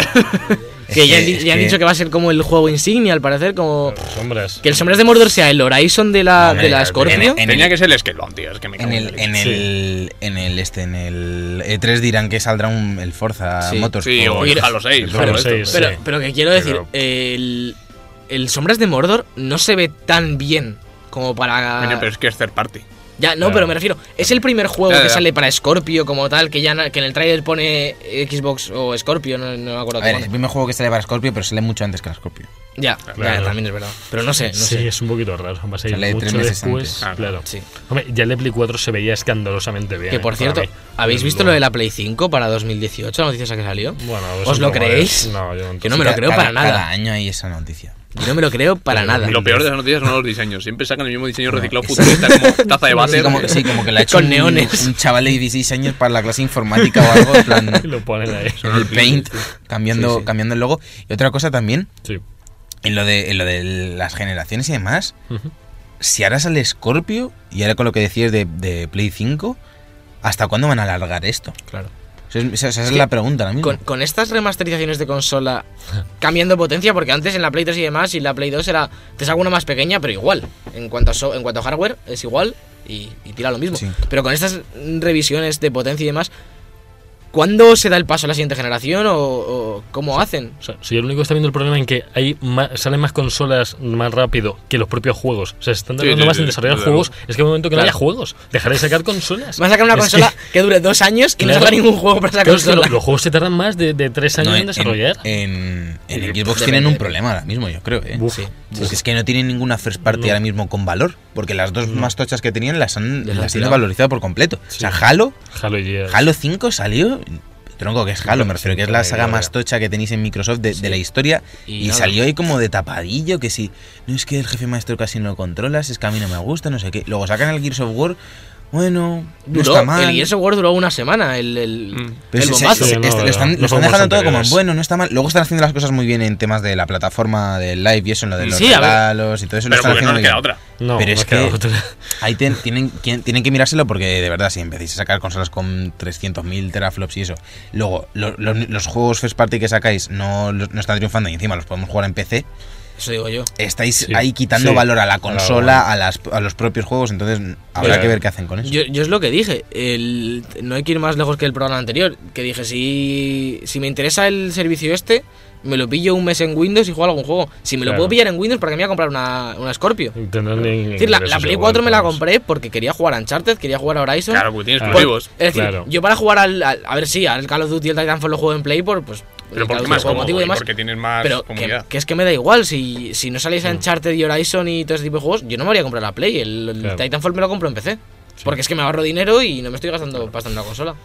[SPEAKER 3] Es
[SPEAKER 2] Que ya, han di-
[SPEAKER 3] es
[SPEAKER 2] ya han dicho que va a ser como el juego insignia, al parecer, como.
[SPEAKER 1] los hombres.
[SPEAKER 2] Que el Sombras de Mordor sea el Horizon de la,
[SPEAKER 1] Hombre,
[SPEAKER 2] de la
[SPEAKER 1] en-
[SPEAKER 2] Scorpio.
[SPEAKER 3] en-
[SPEAKER 4] Tenía
[SPEAKER 3] el-
[SPEAKER 4] que ser el Skellon, tío. Es que me cago
[SPEAKER 3] En el,
[SPEAKER 4] la leche.
[SPEAKER 3] en el, en el este, en el E3 dirán que saldrá un, el Forza
[SPEAKER 2] Sí.
[SPEAKER 3] Motors.
[SPEAKER 4] Sí, o
[SPEAKER 2] Oye,
[SPEAKER 4] el Halo 6.
[SPEAKER 1] el
[SPEAKER 4] o algo
[SPEAKER 1] Halo
[SPEAKER 4] de
[SPEAKER 1] 6.
[SPEAKER 4] esto.
[SPEAKER 2] pero,
[SPEAKER 1] sí.
[SPEAKER 2] pero que quiero decir,
[SPEAKER 1] Pero-
[SPEAKER 2] el, el Sombras de Mordor no se ve tan bien como para.
[SPEAKER 4] Coño, pero es que es third party.
[SPEAKER 2] Ya, no,
[SPEAKER 1] Claro.
[SPEAKER 2] pero me refiero. Es el primer juego
[SPEAKER 4] Claro,
[SPEAKER 2] que
[SPEAKER 4] ya.
[SPEAKER 2] sale para Scorpio como tal, que ya na- que en el trailer pone Xbox o Scorpio, no, no me
[SPEAKER 3] A
[SPEAKER 2] acuerdo
[SPEAKER 3] ver,
[SPEAKER 2] cómo.
[SPEAKER 3] es el primer juego que sale para Scorpio, pero sale mucho antes que la Scorpio.
[SPEAKER 2] Ya,
[SPEAKER 1] Claro.
[SPEAKER 2] ya, también es verdad. Pero no sé, no
[SPEAKER 1] sí,
[SPEAKER 2] sé.
[SPEAKER 1] es un poquito raro. Va a salir
[SPEAKER 3] Sale
[SPEAKER 1] mucho
[SPEAKER 3] tres meses antes.
[SPEAKER 1] después.
[SPEAKER 4] Ah,
[SPEAKER 1] claro.
[SPEAKER 2] Sí.
[SPEAKER 1] Hombre, ya el de Play 4 se veía escandalosamente bien.
[SPEAKER 2] Que
[SPEAKER 1] eh,
[SPEAKER 2] por
[SPEAKER 1] para
[SPEAKER 2] cierto,
[SPEAKER 1] mí.
[SPEAKER 2] ¿habéis
[SPEAKER 1] Desde
[SPEAKER 2] visto lo de
[SPEAKER 1] luego.
[SPEAKER 2] la Play 5 para 2018, la noticia esa que salió?
[SPEAKER 1] Bueno, eso
[SPEAKER 2] ¿Os lo
[SPEAKER 1] no vale.
[SPEAKER 2] creéis?
[SPEAKER 1] No, yo no
[SPEAKER 2] Que no me lo
[SPEAKER 3] Cada-
[SPEAKER 2] creo
[SPEAKER 3] cada-
[SPEAKER 2] para nada.
[SPEAKER 3] Cada año hay esa noticia.
[SPEAKER 2] Yo no me lo creo para nada.
[SPEAKER 4] Y lo peor de esas noticias son los diseños. Siempre sacan el mismo diseño reciclado
[SPEAKER 3] No,
[SPEAKER 4] futurista como taza de
[SPEAKER 3] Sí,
[SPEAKER 4] váter.
[SPEAKER 3] como, sí, como que la ha hecho
[SPEAKER 2] Con
[SPEAKER 3] un,
[SPEAKER 2] neones.
[SPEAKER 3] un chaval de 16 años para la clase informática o algo, en plan,
[SPEAKER 1] Y lo ponen ahí.
[SPEAKER 3] el Paint, cambiando,
[SPEAKER 2] Sí, sí.
[SPEAKER 3] cambiando el logo. Y otra cosa también,
[SPEAKER 1] Sí.
[SPEAKER 3] en lo, de, en lo de las generaciones y demás,
[SPEAKER 1] Ujú.
[SPEAKER 3] si ahora sale Scorpio, y ahora con lo que decías de, de Play 5, ¿hasta cuándo van a alargar esto?
[SPEAKER 2] Claro.
[SPEAKER 3] O sea, es- esa esa es
[SPEAKER 2] que
[SPEAKER 3] la pregunta ahora mismo.
[SPEAKER 2] Con, con estas remasterizaciones de consola cambiando potencia, porque antes en la Play 3 y demás, y la Play 2 era. Te saco una más pequeña, pero igual. En cuanto a, so- en cuanto a hardware, es igual y, y tira lo mismo.
[SPEAKER 3] Sí.
[SPEAKER 2] Pero con estas revisiones de potencia y demás, ¿cuándo se da el paso a la siguiente generación o, o cómo hacen?
[SPEAKER 1] O sea, soy el único que está viendo el problema en que hay ma- salen más consolas más rápido que los propios juegos. O sea, se están
[SPEAKER 4] Sí,
[SPEAKER 1] tardando
[SPEAKER 4] sí,
[SPEAKER 1] más
[SPEAKER 4] sí,
[SPEAKER 1] en desarrollar
[SPEAKER 4] desde
[SPEAKER 1] juegos. Es que en el momento que no
[SPEAKER 2] Claro.
[SPEAKER 1] haya juegos, dejaré de sacar consolas.
[SPEAKER 2] Van a sacar una
[SPEAKER 1] Es
[SPEAKER 2] consola
[SPEAKER 1] que-
[SPEAKER 2] que... dure dos años y
[SPEAKER 1] Claro.
[SPEAKER 2] no saca ningún juego para esa
[SPEAKER 1] Claro, es que
[SPEAKER 2] consola.
[SPEAKER 1] lo- los juegos se tardan más de, de tres años
[SPEAKER 3] No,
[SPEAKER 1] en desarrollar.
[SPEAKER 3] En, en
[SPEAKER 1] Y,
[SPEAKER 3] Xbox
[SPEAKER 2] depende,
[SPEAKER 3] tienen un
[SPEAKER 2] depende.
[SPEAKER 3] problema ahora mismo, yo creo. ¿eh?
[SPEAKER 1] Buf.
[SPEAKER 2] sí.
[SPEAKER 3] Porque es que no tienen ninguna first party
[SPEAKER 1] No.
[SPEAKER 3] ahora mismo con valor. Porque las dos más tochas que tenían las han,
[SPEAKER 2] Las han
[SPEAKER 3] las han
[SPEAKER 2] tirado.
[SPEAKER 3] desvalorizado por completo. O sea,
[SPEAKER 1] Sí.
[SPEAKER 3] Halo,
[SPEAKER 1] Halo y Gears.
[SPEAKER 3] Halo 5 salió. Tronco, que es Halo, me refiero, que es la
[SPEAKER 1] sí,
[SPEAKER 3] saga
[SPEAKER 1] claro.
[SPEAKER 3] más tocha que tenéis en Microsoft de, de la historia.
[SPEAKER 2] Y
[SPEAKER 3] Y,
[SPEAKER 2] nada.
[SPEAKER 3] salió ahí como de tapadillo, que si, no es que el jefe maestro casi no lo controlas, es que a mí no me gusta, no sé qué. Luego sacan el Gears of War, bueno, no
[SPEAKER 2] Duró,
[SPEAKER 3] está mal.
[SPEAKER 2] el Gears of War duró una semana, el, el,
[SPEAKER 4] Mm.
[SPEAKER 3] Pero
[SPEAKER 2] el
[SPEAKER 3] se- se-
[SPEAKER 2] bombazo.
[SPEAKER 3] se-
[SPEAKER 1] Sí, no,
[SPEAKER 3] este- lo están,
[SPEAKER 1] no
[SPEAKER 3] lo están
[SPEAKER 1] somos
[SPEAKER 3] dejando todo como
[SPEAKER 1] anteriores.
[SPEAKER 3] bueno, no está mal. Luego están haciendo las cosas muy bien en temas de la plataforma del live y eso, en lo de los
[SPEAKER 2] Sí, a ver.
[SPEAKER 3] regalos y todo eso. lo
[SPEAKER 4] Pero
[SPEAKER 3] están
[SPEAKER 4] porque no
[SPEAKER 3] haciendo
[SPEAKER 4] nos
[SPEAKER 3] muy
[SPEAKER 4] queda
[SPEAKER 3] bien.
[SPEAKER 4] otra.
[SPEAKER 1] No,
[SPEAKER 3] Pero
[SPEAKER 1] no
[SPEAKER 3] es
[SPEAKER 1] ha quedado
[SPEAKER 3] que-
[SPEAKER 1] otra.
[SPEAKER 3] Ahí ten- tienen, quien- tienen que mirárselo porque de verdad, si empecéis a sacar consolas con 300.000 teraflops y eso, luego lo- lo- los juegos first party que sacáis no, no están triunfando y encima los podemos jugar en PC,
[SPEAKER 2] Eso digo yo.
[SPEAKER 3] estáis
[SPEAKER 1] Sí,
[SPEAKER 3] ahí quitando
[SPEAKER 1] sí.
[SPEAKER 3] valor a la
[SPEAKER 1] Claro.
[SPEAKER 3] consola, a, las, a los propios juegos, entonces habrá
[SPEAKER 1] Claro.
[SPEAKER 3] que ver qué hacen con eso.
[SPEAKER 2] Yo, yo es lo que dije, el- no hay que ir más lejos que el programa anterior, que dije, si, si me interesa el servicio este, me lo pillo un mes en Windows y juego algún juego. Si me lo
[SPEAKER 1] Claro.
[SPEAKER 2] puedo pillar en Windows, ¿para qué me voy a comprar una, una Scorpio? Es
[SPEAKER 1] Tendrán en-
[SPEAKER 2] decir, la,
[SPEAKER 1] ingresos
[SPEAKER 2] la Play
[SPEAKER 1] igual,
[SPEAKER 2] 4 me la
[SPEAKER 1] vamos.
[SPEAKER 2] compré porque quería jugar a Uncharted, quería jugar a Horizon.
[SPEAKER 4] Claro, porque tienes
[SPEAKER 1] Ah.
[SPEAKER 4] motivos.
[SPEAKER 2] es decir,
[SPEAKER 1] claro.
[SPEAKER 2] yo para jugar al, al- A ver, sí, al Call of Duty y al Titanfall lo juego en Play por... Pues,
[SPEAKER 4] Pero
[SPEAKER 2] el Call
[SPEAKER 4] porque
[SPEAKER 2] of Duty
[SPEAKER 4] más
[SPEAKER 2] lo juego en
[SPEAKER 4] cómodo,
[SPEAKER 2] motivo y
[SPEAKER 4] y
[SPEAKER 2] demás,
[SPEAKER 4] porque tienes
[SPEAKER 1] Ah,
[SPEAKER 4] más
[SPEAKER 2] pero que,
[SPEAKER 4] comunidad.
[SPEAKER 2] que es que me da igual, si, si no salís
[SPEAKER 1] Mm.
[SPEAKER 2] a Uncharted y Horizon y todo ese tipo de juegos, yo no me habría comprado la Play, el, el
[SPEAKER 1] Claro.
[SPEAKER 2] Titanfall me lo compro en PC. Porque es que me ahorro dinero y no me estoy gastando bastante en la consola.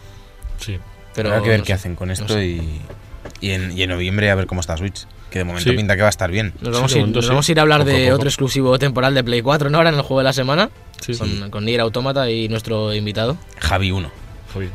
[SPEAKER 1] Sí.
[SPEAKER 2] Pero
[SPEAKER 3] habrá que ver
[SPEAKER 2] no
[SPEAKER 3] qué
[SPEAKER 2] sé.
[SPEAKER 3] hacen con esto
[SPEAKER 2] sé.
[SPEAKER 3] y, y, en, y en noviembre a ver cómo está Switch, que de momento
[SPEAKER 1] Sí.
[SPEAKER 3] pinta que va a estar bien.
[SPEAKER 2] Nos vamos,
[SPEAKER 1] Sí,
[SPEAKER 2] a
[SPEAKER 1] de
[SPEAKER 2] ir,
[SPEAKER 1] momento
[SPEAKER 2] nos
[SPEAKER 1] sí.
[SPEAKER 2] vamos a ir a hablar
[SPEAKER 1] Poco a
[SPEAKER 2] de
[SPEAKER 1] poco.
[SPEAKER 2] otro exclusivo temporal de Play 4, ¿no? Ahora en el juego de la semana,
[SPEAKER 1] Sí, sí.
[SPEAKER 2] con, con Nier Automata y nuestro invitado.
[SPEAKER 3] Javi 1.
[SPEAKER 1] Joder.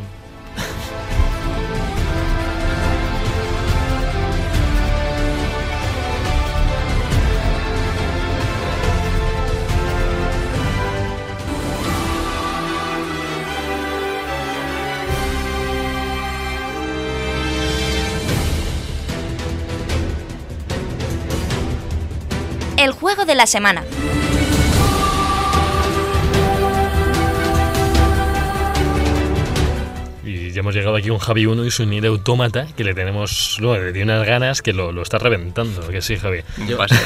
[SPEAKER 5] El juego de la semana.
[SPEAKER 1] Y ya hemos llegado aquí a un Javi 1 y su Nier Automata, que le tenemos, no, le tiene unas ganas que lo, lo está reventando, que sí, Javi.
[SPEAKER 2] Yo-
[SPEAKER 4] Pasa.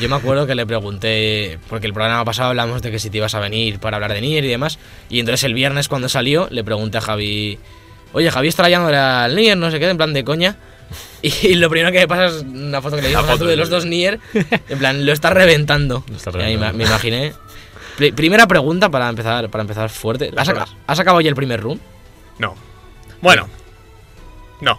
[SPEAKER 2] Yo me acuerdo que le pregunté, porque el programa pasado hablamos de que si te ibas a venir para hablar de Nier y demás, y entonces el viernes cuando salió le pregunté a Javi, oye, Javi está rayando al Nier, no sé qué, en plan de coña. Y, lo primero que me pasa es una foto que le dimos a tú de los dos Nier, en plan, lo está reventando.
[SPEAKER 1] Lo está
[SPEAKER 2] Y ahí me,
[SPEAKER 1] reventando.
[SPEAKER 2] me imaginé. Pri- primera pregunta para empezar, para empezar fuerte. ¿Has, aca- has acabado ya el primer room?
[SPEAKER 4] No. Bueno. No.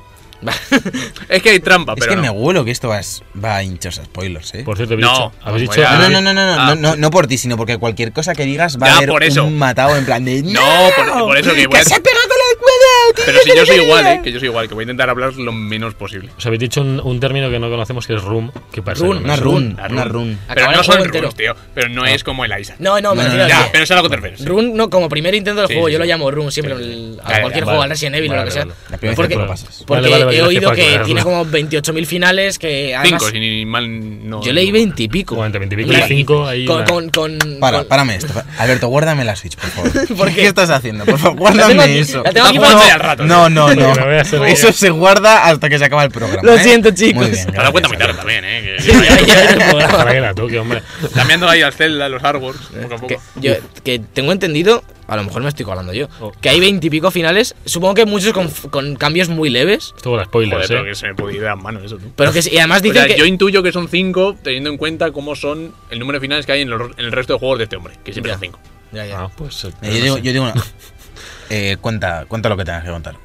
[SPEAKER 4] es que hay trampa,
[SPEAKER 3] es
[SPEAKER 4] pero
[SPEAKER 3] que
[SPEAKER 4] no.
[SPEAKER 3] me huelo que esto va, va a hinchos a spoilers, ¿eh?
[SPEAKER 1] Por cierto, habéis
[SPEAKER 4] No,
[SPEAKER 1] dicho.
[SPEAKER 4] pues
[SPEAKER 1] Habéis
[SPEAKER 4] voy
[SPEAKER 1] dicho
[SPEAKER 4] a-
[SPEAKER 3] No, no, no, no, no,
[SPEAKER 4] Ah.
[SPEAKER 3] no, no, no por ti, sino porque cualquier cosa que digas va
[SPEAKER 4] Ya,
[SPEAKER 3] a haber
[SPEAKER 4] por eso.
[SPEAKER 3] un matado en plan de.
[SPEAKER 4] No, por, por eso que voy a...
[SPEAKER 3] ¡Que se ha pegado con la espada! tío!
[SPEAKER 4] Pero si yo soy igual, eh, que yo soy igual, que voy a intentar hablar lo menos posible.
[SPEAKER 1] Os habéis dicho un, un término que no conocemos que es room. Que parece
[SPEAKER 2] Room,
[SPEAKER 1] que no
[SPEAKER 3] Una
[SPEAKER 1] es-
[SPEAKER 3] run,
[SPEAKER 4] La
[SPEAKER 3] una run.
[SPEAKER 4] Pero
[SPEAKER 2] Acabar
[SPEAKER 4] no
[SPEAKER 2] el juego
[SPEAKER 4] son
[SPEAKER 2] entero.
[SPEAKER 4] runes, tío. Pero no es como el Isaac.
[SPEAKER 2] No, no, me
[SPEAKER 3] No, no,
[SPEAKER 2] refiero
[SPEAKER 4] Ya,
[SPEAKER 2] al
[SPEAKER 4] pero es a lo que te refieres.
[SPEAKER 2] Run no, como primer intento del
[SPEAKER 4] Sí,
[SPEAKER 2] juego,
[SPEAKER 4] sí,
[SPEAKER 2] yo lo
[SPEAKER 4] sí.
[SPEAKER 2] llamo Run siempre, el- a
[SPEAKER 4] Vale,
[SPEAKER 2] cualquier
[SPEAKER 4] vale,
[SPEAKER 2] juego, al
[SPEAKER 4] vale.
[SPEAKER 2] Resident Evil o
[SPEAKER 1] Vale,
[SPEAKER 2] lo que sea.
[SPEAKER 1] vale, vale.
[SPEAKER 3] La primera vez
[SPEAKER 2] Porque-
[SPEAKER 3] que lo pasas.
[SPEAKER 1] Vale,
[SPEAKER 2] Porque
[SPEAKER 1] vale, vale,
[SPEAKER 2] he
[SPEAKER 1] gracias
[SPEAKER 2] oído
[SPEAKER 1] por
[SPEAKER 2] que
[SPEAKER 1] aclararlo.
[SPEAKER 2] tiene como 28.000 finales que además...
[SPEAKER 4] Cinco, si ni mal no.
[SPEAKER 2] Yo leí 20 y pico.
[SPEAKER 1] Como entre 20 y
[SPEAKER 2] Y-
[SPEAKER 1] 25 hay
[SPEAKER 2] Con,
[SPEAKER 1] una-
[SPEAKER 2] con, con-
[SPEAKER 3] Para,
[SPEAKER 2] con-
[SPEAKER 3] párame esto. Alberto, guárdame la Switch, por favor.
[SPEAKER 2] ¿Por qué?
[SPEAKER 3] qué estás haciendo? Por favor,
[SPEAKER 2] La tengo
[SPEAKER 3] guárdame
[SPEAKER 2] aquí-
[SPEAKER 3] eso.
[SPEAKER 2] la tengo aquí
[SPEAKER 4] No,
[SPEAKER 2] para-
[SPEAKER 4] no, ya al rato.
[SPEAKER 3] No, no, no.
[SPEAKER 1] Porque me voy a hacer
[SPEAKER 3] Eso
[SPEAKER 1] daño.
[SPEAKER 3] se guarda hasta que se acaba el programa.
[SPEAKER 2] Lo
[SPEAKER 3] ¿eh?
[SPEAKER 2] siento, chicos.
[SPEAKER 3] Muy bien.
[SPEAKER 4] Te la cuenta muy
[SPEAKER 3] gracias,
[SPEAKER 4] tarde
[SPEAKER 3] Alberto.
[SPEAKER 4] también, eh.
[SPEAKER 2] Sí, ya- ya- ya- ya-
[SPEAKER 1] Ojalá que la toque, hombre.
[SPEAKER 4] Cambiando ahí al Zelda, los hardware, poco a poco.
[SPEAKER 2] que, yo- que tengo entendido, a lo mejor me estoy colando yo,
[SPEAKER 1] Oh.
[SPEAKER 2] que hay 20 y pico finales, supongo que muchos con, con cambios muy leves,
[SPEAKER 1] Esto con spoilers,
[SPEAKER 4] Joder, pero
[SPEAKER 1] ¿eh?
[SPEAKER 4] que se me puede ir de las manos eso, tú.
[SPEAKER 2] pero que sí- y además
[SPEAKER 4] O
[SPEAKER 2] dicen
[SPEAKER 4] sea,
[SPEAKER 2] que...
[SPEAKER 4] yo intuyo que son cinco, teniendo en cuenta cómo son el número de finales que hay en, los- en el resto de juegos de este hombre, que siempre
[SPEAKER 2] Ya.
[SPEAKER 4] son cinco.
[SPEAKER 2] Ya, ya.
[SPEAKER 1] Ah, pues. eh,
[SPEAKER 3] Eh,
[SPEAKER 1] no
[SPEAKER 3] Yo digo,
[SPEAKER 1] sé.
[SPEAKER 3] yo digo una. Eh, cuenta, cuenta lo que tengas que contar.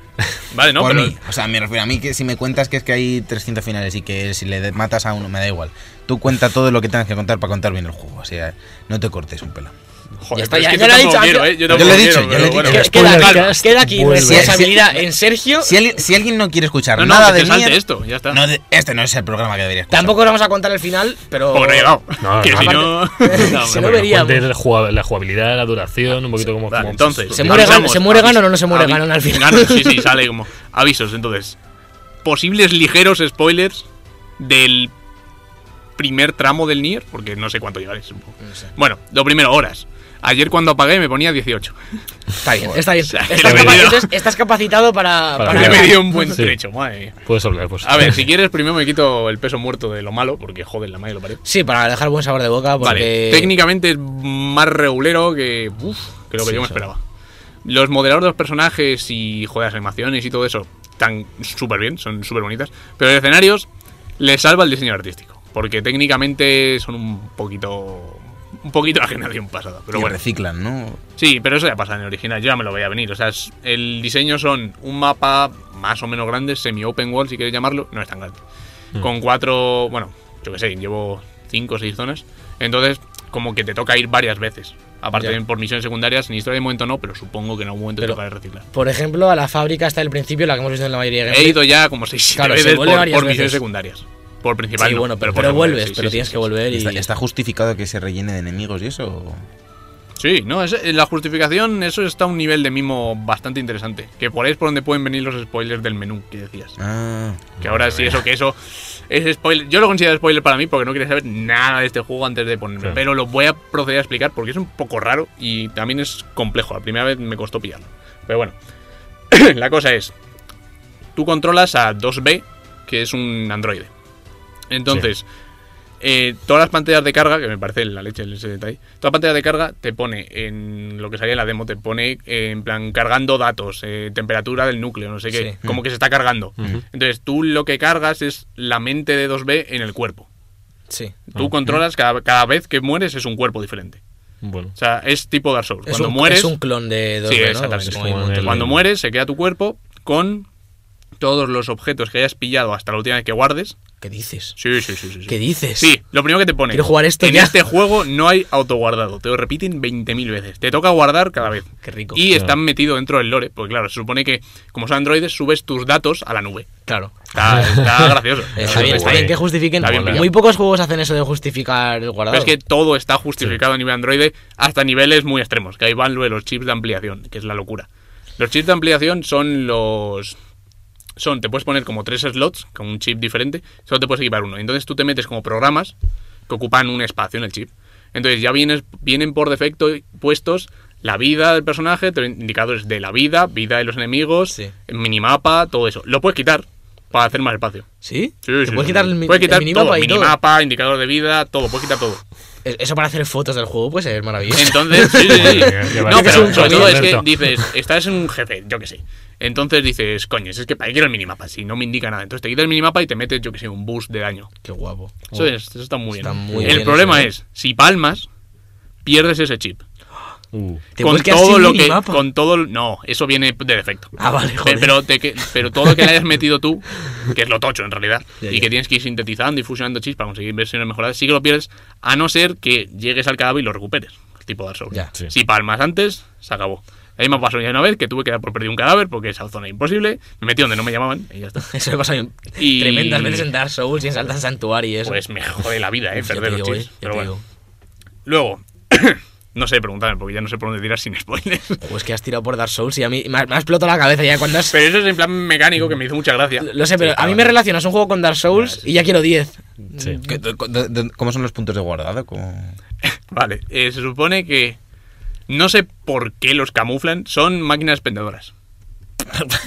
[SPEAKER 4] Vale, no,
[SPEAKER 3] Por
[SPEAKER 4] pero.
[SPEAKER 3] mí. O sea, me refiero a mí que si me cuentas que es que hay 300 finales y que si le de- matas a uno, me da igual. Tú cuenta todo lo que tengas que contar para contar bien el juego. O sea, no te cortes un pelo.
[SPEAKER 4] Joder,
[SPEAKER 2] Ya está,
[SPEAKER 4] pero
[SPEAKER 2] ya-
[SPEAKER 4] es que
[SPEAKER 2] ya
[SPEAKER 4] yo
[SPEAKER 2] lo he
[SPEAKER 4] tampoco
[SPEAKER 2] dicho,
[SPEAKER 4] quiero,
[SPEAKER 2] ya-
[SPEAKER 4] eh. Yo
[SPEAKER 3] Ya lo he
[SPEAKER 4] tampoco
[SPEAKER 3] dicho,
[SPEAKER 4] quiero,
[SPEAKER 3] ya lo he
[SPEAKER 4] pero
[SPEAKER 3] dicho.
[SPEAKER 4] bueno.
[SPEAKER 2] Que-
[SPEAKER 1] Spoiler
[SPEAKER 2] queda, aquí-
[SPEAKER 1] cast,
[SPEAKER 2] queda aquí
[SPEAKER 1] vuelve.
[SPEAKER 2] responsabilidad en Sergio.
[SPEAKER 3] Si, alguien- si alguien no quiere escuchar
[SPEAKER 4] No, no,
[SPEAKER 3] nada
[SPEAKER 4] que
[SPEAKER 3] de
[SPEAKER 4] te salte
[SPEAKER 3] mí,
[SPEAKER 4] esto, ya está.
[SPEAKER 3] no de- este no es el programa que debería escuchar.
[SPEAKER 2] Tampoco os vamos a contar el final, pero...
[SPEAKER 4] Porque no he llegado.
[SPEAKER 1] No,
[SPEAKER 4] que
[SPEAKER 1] no,
[SPEAKER 4] si no. no,
[SPEAKER 2] si
[SPEAKER 4] hombre,
[SPEAKER 2] no
[SPEAKER 4] bueno.
[SPEAKER 2] vería- pues. veríamos.
[SPEAKER 1] pues, Cuente la jugab- la jugabilidad, la duración, un poquito como.
[SPEAKER 4] Vale,
[SPEAKER 1] como-
[SPEAKER 4] entonces.
[SPEAKER 2] Se muere
[SPEAKER 4] avisamos,
[SPEAKER 2] Ganon- ¿se muere
[SPEAKER 4] avis-
[SPEAKER 2] Ganon o no se muere
[SPEAKER 4] avi-
[SPEAKER 2] Ganon al final?
[SPEAKER 4] Ganon, sí, sí, sale como. Avisos, entonces. Posibles ligeros spoilers del primer tramo del Nier, porque no sé cuánto llevaré, supongo. Bueno, lo primero, horas. Ayer cuando apagué me ponía 18.
[SPEAKER 2] Está bien, está bien.
[SPEAKER 4] sea,
[SPEAKER 2] Estás,
[SPEAKER 4] que
[SPEAKER 2] capa-
[SPEAKER 4] me dio-
[SPEAKER 2] entonces, estás capacitado para...
[SPEAKER 1] Para
[SPEAKER 4] Ya
[SPEAKER 1] ver.
[SPEAKER 4] me dio un buen
[SPEAKER 1] Sí.
[SPEAKER 4] trecho, madre mía.
[SPEAKER 1] Puedes hablar, pues.
[SPEAKER 4] A ver, si quieres, primero me quito el peso muerto de lo malo, porque joder, la madre lo parió.
[SPEAKER 2] Sí, para dejar buen sabor de boca, porque...
[SPEAKER 4] Vale, técnicamente es más regulero que, uf, que lo que
[SPEAKER 2] Sí,
[SPEAKER 4] yo me
[SPEAKER 2] sí.
[SPEAKER 4] esperaba. Los modeladores de los personajes y joder, las animaciones y todo eso están súper bien, son súper bonitas. Pero los escenarios les salva el diseño artístico, porque técnicamente son un poquito. Un poquito la generación pasada, pero
[SPEAKER 3] Y
[SPEAKER 4] bueno.
[SPEAKER 3] reciclan, ¿no?
[SPEAKER 4] Sí, pero eso ya pasa en el original, yo ya me lo veía venir. O sea, es- el diseño son un mapa más o menos grande, semi-open world, si quieres llamarlo, no es tan grande.
[SPEAKER 2] Hmm.
[SPEAKER 4] Con cuatro, bueno, yo qué sé, llevo cinco o seis zonas. Entonces, como que te toca ir varias veces. Aparte
[SPEAKER 2] Ya.
[SPEAKER 4] de por misiones secundarias, en historia de momento no, pero supongo que en algún momento
[SPEAKER 2] Pero-
[SPEAKER 4] te tocará reciclar.
[SPEAKER 2] Por ejemplo, a la fábrica hasta el principio, la que hemos visto en la mayoría de
[SPEAKER 4] He
[SPEAKER 2] gameplays.
[SPEAKER 4] ido ya como seis siete
[SPEAKER 2] Claro, se
[SPEAKER 4] veces por,
[SPEAKER 2] vuelve varias
[SPEAKER 4] por misiones
[SPEAKER 2] veces.
[SPEAKER 4] secundarias. Por principal.
[SPEAKER 2] Sí,
[SPEAKER 4] no,
[SPEAKER 2] bueno, pero,
[SPEAKER 4] por
[SPEAKER 2] pero
[SPEAKER 4] secundarias,
[SPEAKER 2] vuelves,
[SPEAKER 4] sí,
[SPEAKER 2] pero
[SPEAKER 4] sí,
[SPEAKER 2] tienes
[SPEAKER 4] sí,
[SPEAKER 2] que
[SPEAKER 4] sí.
[SPEAKER 2] volver y...
[SPEAKER 3] ¿Está, está justificado que se rellene de enemigos y eso?
[SPEAKER 4] Sí, no, es- eh, la justificación, eso está a un nivel de mimo bastante interesante. Que por ahí es por donde pueden venir los spoilers del menú que decías.
[SPEAKER 3] Ah.
[SPEAKER 4] Que ahora sí, eso que eso es spoiler. Yo lo considero spoiler para mí porque no quería saber nada de este juego antes de ponerme.
[SPEAKER 1] Claro.
[SPEAKER 4] Pero lo voy a proceder a explicar porque es un poco raro y también es complejo. La primera vez me costó pillarlo. Pero bueno, la cosa es: tú controlas a 2B, que es un androide. Entonces, eh, todas las pantallas de carga, que me parece la leche ese detalle, toda pantalla de carga te pone en lo que salía en la demo, te pone eh, en plan cargando datos, eh, temperatura del núcleo, no sé qué,
[SPEAKER 2] Sí.
[SPEAKER 4] como que se está cargando.
[SPEAKER 1] Ujú.
[SPEAKER 4] Entonces tú lo que cargas es la mente de 2B en el cuerpo.
[SPEAKER 2] Sí.
[SPEAKER 4] Tú controlas cada, cada vez que mueres es un cuerpo diferente.
[SPEAKER 1] Bueno.
[SPEAKER 4] O sea, es tipo Dark Souls.
[SPEAKER 2] Es
[SPEAKER 4] Cuando
[SPEAKER 2] un,
[SPEAKER 4] mueres,
[SPEAKER 2] es un clon de dos
[SPEAKER 4] Sí,
[SPEAKER 2] ¿no?
[SPEAKER 4] exactamente.
[SPEAKER 2] Es como
[SPEAKER 1] Es como
[SPEAKER 2] un
[SPEAKER 1] en el-
[SPEAKER 4] cuando mueres se queda tu cuerpo con todos los objetos que hayas pillado hasta la última vez que guardes.
[SPEAKER 2] ¿Qué dices?
[SPEAKER 4] Sí, sí, sí, sí. sí.
[SPEAKER 2] ¿Qué dices?
[SPEAKER 4] Sí, lo primero que te pone.
[SPEAKER 2] Quiero jugar esto
[SPEAKER 4] En
[SPEAKER 2] ya.
[SPEAKER 4] este juego no hay autoguardado. Te lo repiten 20.000 veces. Te toca guardar cada vez.
[SPEAKER 2] Qué rico.
[SPEAKER 4] Y
[SPEAKER 1] Claro.
[SPEAKER 4] están metidos dentro del lore. Porque claro, se supone que como son androides, subes tus datos a la nube.
[SPEAKER 2] Claro.
[SPEAKER 4] Está, está gracioso.
[SPEAKER 2] Está bien, está
[SPEAKER 1] guay.
[SPEAKER 2] bien que justifiquen.
[SPEAKER 4] Está bien pillado.
[SPEAKER 2] Muy pocos juegos hacen eso de justificar el guardado.
[SPEAKER 4] Pero es que todo está justificado a nivel Android hasta niveles muy extremos, que ahí van lo de los chips de ampliación, que es la locura. Los chips de ampliación son los... Son, te puedes poner como tres slots con un chip diferente, solo te puedes equipar uno. Entonces tú te metes como programas que ocupan un espacio en el chip. Entonces ya vienes, vienen por defecto puestos la vida del personaje, te- indicadores de la vida, vida de los enemigos,
[SPEAKER 2] Sí.
[SPEAKER 4] minimapa, todo eso. Lo puedes quitar para hacer más espacio.
[SPEAKER 2] ¿Sí?
[SPEAKER 4] Sí,
[SPEAKER 2] ¿Te
[SPEAKER 4] sí,
[SPEAKER 2] puedes
[SPEAKER 4] sí,
[SPEAKER 2] quitar
[SPEAKER 4] sí.
[SPEAKER 2] el, mi-
[SPEAKER 4] Puedes
[SPEAKER 2] el
[SPEAKER 4] quitar
[SPEAKER 2] minimapa
[SPEAKER 4] todo,
[SPEAKER 2] y todo?
[SPEAKER 4] minimapa, indicador de vida, todo, puedes quitar todo.
[SPEAKER 2] E- Eso para hacer fotos del juego puede ser maravilloso.
[SPEAKER 4] Entonces, sí, sí, sí.
[SPEAKER 1] Madre mía, qué
[SPEAKER 4] No,
[SPEAKER 1] barbaridad.
[SPEAKER 4] pero sobre todo es que
[SPEAKER 1] Alberto.
[SPEAKER 4] dices, estás en un jefe, yo que sé. Entonces dices, coño, si es que para qué quiero el minimapa, si no me indica nada. Entonces te quita el minimapa y te metes, yo que sé, un boost de daño.
[SPEAKER 2] Qué guapo.
[SPEAKER 4] Eso, es- eso está muy
[SPEAKER 2] Está
[SPEAKER 4] bien.
[SPEAKER 2] muy
[SPEAKER 4] el
[SPEAKER 2] bien
[SPEAKER 4] problema
[SPEAKER 2] eso, ¿eh?
[SPEAKER 4] es, si palmas, pierdes ese chip.
[SPEAKER 1] Uh.
[SPEAKER 2] Te
[SPEAKER 4] con
[SPEAKER 2] puedes quedar
[SPEAKER 4] todo
[SPEAKER 2] sin
[SPEAKER 4] lo que.
[SPEAKER 2] minimapa.
[SPEAKER 4] Con todo. No, eso viene de defecto.
[SPEAKER 2] Ah, vale,
[SPEAKER 4] Pe-
[SPEAKER 2] joder.
[SPEAKER 4] Pero, te que- pero todo lo que le hayas metido tú, que es lo tocho en realidad,
[SPEAKER 2] Ya,
[SPEAKER 4] y
[SPEAKER 2] ya.
[SPEAKER 4] que tienes que ir sintetizando y fusionando chips para conseguir versiones mejoradas, sí que lo pierdes, a no ser que llegues al cadáver y lo recuperes. Tipo Dark Souls.
[SPEAKER 2] Ya.
[SPEAKER 1] Sí.
[SPEAKER 4] Si palmas antes, se acabó. A mí me pasó ya una vez que tuve que dar por perdido un cadáver porque esa zona es imposible. Me metí donde no me llamaban y ya está.
[SPEAKER 2] Eso me pasa a mí
[SPEAKER 4] Y-
[SPEAKER 2] tremendas veces en Dark Souls y en Saltan Santuario y eso.
[SPEAKER 4] Pues me jode la vida, eh,
[SPEAKER 2] Ya te
[SPEAKER 4] perder los
[SPEAKER 2] digo,
[SPEAKER 4] chips.
[SPEAKER 2] eh, ya
[SPEAKER 4] Pero
[SPEAKER 2] te
[SPEAKER 4] bueno.
[SPEAKER 2] digo.
[SPEAKER 4] Luego, no sé, preguntarme porque ya no sé por dónde tirar sin spoilers.
[SPEAKER 2] Pues que has tirado por Dark Souls y a mí me ha, me ha explotado la cabeza ya cuando has...
[SPEAKER 4] Pero eso es en plan mecánico que me hizo mucha gracia.
[SPEAKER 2] Lo sé, pero a mí me relacionas un juego con Dark Souls y ya quiero 10.
[SPEAKER 1] Sí.
[SPEAKER 3] ¿Qué- do- do- do- ¿Cómo son los puntos de guardado? ¿Cómo-
[SPEAKER 4] Vale, eh, se supone que. No sé por qué los camuflan, son máquinas pendedoras.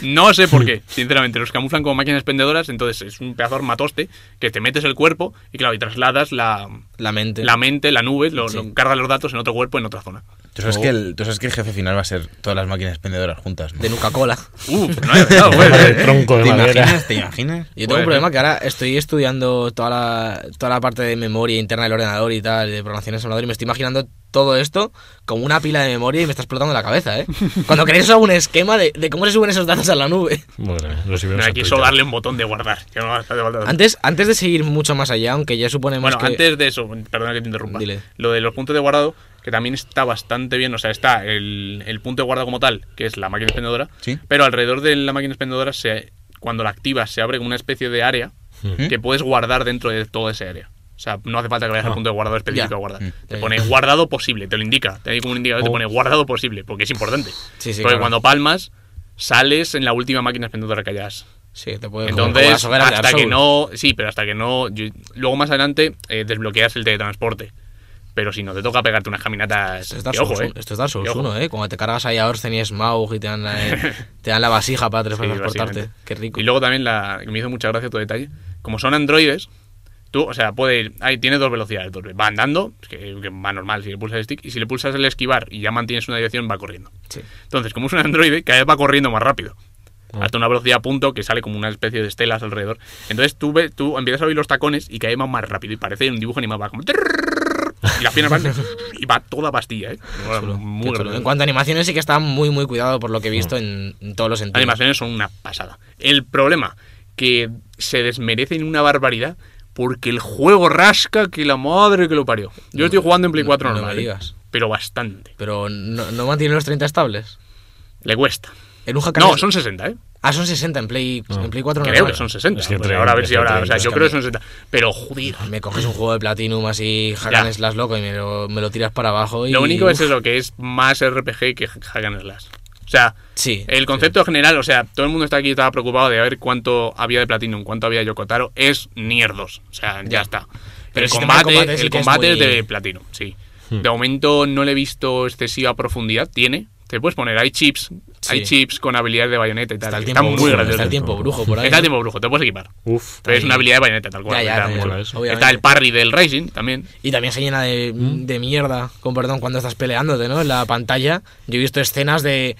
[SPEAKER 4] No sé por qué, sinceramente, los camuflan como máquinas pendedoras, entonces es un pedazo de armatoste que te metes el cuerpo y claro, y trasladas la,
[SPEAKER 2] La mente.
[SPEAKER 4] la mente, la nube, lo,
[SPEAKER 2] Sí.
[SPEAKER 4] lo- cargas los datos en otro cuerpo, en otra zona.
[SPEAKER 3] ¿Tú sabes, que el, tú sabes que el jefe final va a ser todas las máquinas pendedoras juntas, ¿no?
[SPEAKER 2] De Nuca-Cola.
[SPEAKER 4] Uh, pero no he pensado, pues,
[SPEAKER 1] El
[SPEAKER 4] eh.
[SPEAKER 1] tronco de
[SPEAKER 3] ¿Te
[SPEAKER 1] madera.
[SPEAKER 3] imaginas? ¿Te imaginas?
[SPEAKER 2] Yo tengo
[SPEAKER 4] Puede
[SPEAKER 2] un problema que ahora estoy estudiando toda la, toda la parte de memoria interna del ordenador y tal, de programación en el ordenador, y me estoy imaginando todo esto como una pila de memoria y me está explotando la cabeza, ¿eh? Cuando queréis hago un esquema de, de cómo se suben esos datos a la nube.
[SPEAKER 1] Madre mía, los
[SPEAKER 4] No,
[SPEAKER 1] ibéricos
[SPEAKER 4] aquí
[SPEAKER 1] actualizados.
[SPEAKER 4] solo darle un botón de guardar. ya no hace falta-
[SPEAKER 2] Antes, antes de seguir mucho más allá, aunque ya suponemos
[SPEAKER 4] Bueno,
[SPEAKER 2] que...
[SPEAKER 4] antes de eso, perdona que te interrumpa.
[SPEAKER 2] Dile.
[SPEAKER 4] Lo de los puntos de guardado, que también está bastante bien. O sea, está el, el punto de guardado como tal, que es la máquina expendedora.
[SPEAKER 3] Sí.
[SPEAKER 4] Pero alrededor de la máquina expendedora, se, cuando la activas, se abre como una especie de área
[SPEAKER 1] Mm.
[SPEAKER 4] que puedes guardar dentro de toda esa área. O sea, no hace falta que vayas al punto de guardado específico
[SPEAKER 2] Ah. Ya. Mm,
[SPEAKER 4] a guardar. Te
[SPEAKER 2] Ya,
[SPEAKER 4] pone
[SPEAKER 2] ya.
[SPEAKER 4] guardado posible, te lo indica. Te hay como un indicador, te
[SPEAKER 1] Oh.
[SPEAKER 4] pone guardado posible, porque es importante.
[SPEAKER 2] Sí, sí,
[SPEAKER 4] porque
[SPEAKER 2] claro.
[SPEAKER 4] cuando palmas, sales en la última máquina expendedora que hayas
[SPEAKER 2] Sí, te puedes... como las
[SPEAKER 4] entonces,
[SPEAKER 2] hogueras de Dark
[SPEAKER 4] hasta que
[SPEAKER 2] Souls.
[SPEAKER 4] no. Sí, pero hasta que no. yo- luego más adelante eh, desbloqueas el teletransporte. Pero si no, te toca pegarte unas caminatas.
[SPEAKER 2] Esto es Dark
[SPEAKER 4] que ojo,
[SPEAKER 2] Souls,
[SPEAKER 4] eh.
[SPEAKER 2] uno- esto es Dark Souls
[SPEAKER 4] Que ojo.
[SPEAKER 2] 1, ¿eh? Cuando te cargas ahí a Orsen y Smaug y te dan la, eh, te dan la vasija para
[SPEAKER 4] Sí,
[SPEAKER 2] transportarte.
[SPEAKER 4] básicamente.
[SPEAKER 2] Qué rico.
[SPEAKER 4] Y luego también la, que me hizo mucha gracia tu detalle. Como son androides, tú, o sea, puede ir. ahí tiene dos velocidades. dos- va andando, que, que va normal si le pulsas el stick. Y si le pulsas el esquivar y ya mantienes una dirección, va corriendo.
[SPEAKER 2] Sí.
[SPEAKER 4] Entonces, como es un androide, cada vez va corriendo más rápido.
[SPEAKER 2] Ah.
[SPEAKER 4] Hasta una velocidad a punto que sale como una especie de estelas alrededor. Entonces tú, ves- tú empiezas a oír los tacones y cada vez va más rápido. Y parece un dibujo animado. Va como... trrrrrrr, Y las piernas van... Y va toda pastilla, ¿eh? Mola,
[SPEAKER 2] Chulo,
[SPEAKER 4] muy
[SPEAKER 2] qué chulo.
[SPEAKER 4] gracioso.
[SPEAKER 2] En cuanto a animaciones sí que está muy muy cuidado por lo que he visto en, en todos los
[SPEAKER 4] Las
[SPEAKER 2] sentidos.
[SPEAKER 4] animaciones son una pasada. El problema, que se desmerecen una barbaridad porque el juego rasca que la madre que lo parió. Yo estoy jugando en Play
[SPEAKER 2] no-
[SPEAKER 4] 4
[SPEAKER 2] no me
[SPEAKER 4] normal, ¿eh?
[SPEAKER 2] digas.
[SPEAKER 4] pero bastante.
[SPEAKER 2] Pero no, no mantiene los 30 estables.
[SPEAKER 4] Le cuesta.
[SPEAKER 2] En un hack and
[SPEAKER 4] No,
[SPEAKER 2] slash-
[SPEAKER 4] son 60, ¿eh?
[SPEAKER 2] Ah, son 60 en Play, en Play 4
[SPEAKER 4] Creo
[SPEAKER 2] normal.
[SPEAKER 4] que son 60.
[SPEAKER 1] Es que
[SPEAKER 4] Pues
[SPEAKER 1] traen-
[SPEAKER 4] ahora a ver
[SPEAKER 1] es
[SPEAKER 4] si
[SPEAKER 1] que
[SPEAKER 4] ahora...
[SPEAKER 1] traen
[SPEAKER 4] O sea,
[SPEAKER 1] dos
[SPEAKER 4] yo creo que son 60. Pero, joder,
[SPEAKER 2] Me coges un juego de Platinum así, hack
[SPEAKER 4] Ya.
[SPEAKER 2] and slash loco y me lo, me lo tiras para abajo y...
[SPEAKER 4] Lo único es
[SPEAKER 2] Uf,
[SPEAKER 4] eso, que es más RPG que hack and slash. O sea,
[SPEAKER 2] Sí.
[SPEAKER 4] el concepto general, o sea, todo el mundo está aquí estaba preocupado de ver cuánto había de Platinum, cuánto había de Yokotaro, es mierdos. O sea, ya,
[SPEAKER 2] Ya.
[SPEAKER 4] está.
[SPEAKER 2] Pero
[SPEAKER 4] Pero
[SPEAKER 2] el
[SPEAKER 4] el
[SPEAKER 2] sistema de
[SPEAKER 4] combate,
[SPEAKER 2] combate sí
[SPEAKER 4] el
[SPEAKER 2] que es
[SPEAKER 4] combate es,
[SPEAKER 2] muy- Hmm.
[SPEAKER 4] de Platinum, sí. De momento no le he visto excesiva profundidad, tiene. Te puedes poner, hay chips,
[SPEAKER 2] Sí.
[SPEAKER 4] hay chips con habilidades de bayoneta y tal.
[SPEAKER 2] Está el
[SPEAKER 4] que
[SPEAKER 2] tiempo
[SPEAKER 4] están
[SPEAKER 2] brujo,
[SPEAKER 4] muy
[SPEAKER 2] está el
[SPEAKER 4] graciosos.
[SPEAKER 2] tiempo brujo por ahí.
[SPEAKER 4] Está
[SPEAKER 2] ¿no?
[SPEAKER 4] el tiempo brujo, te puedes equipar.
[SPEAKER 1] Uf.
[SPEAKER 4] Pero es
[SPEAKER 2] ahí.
[SPEAKER 4] una habilidad de bayoneta, tal cual.
[SPEAKER 2] Ya, ya,
[SPEAKER 4] está
[SPEAKER 2] ya,
[SPEAKER 4] muy
[SPEAKER 2] ya,
[SPEAKER 4] guay.
[SPEAKER 2] eso, obviamente.
[SPEAKER 4] Está el parry del Racing también.
[SPEAKER 2] Y también se llena de,
[SPEAKER 4] Mm.
[SPEAKER 2] de mierda, con perdón, cuando estás peleándote, ¿no? En la pantalla. Yo he visto escenas de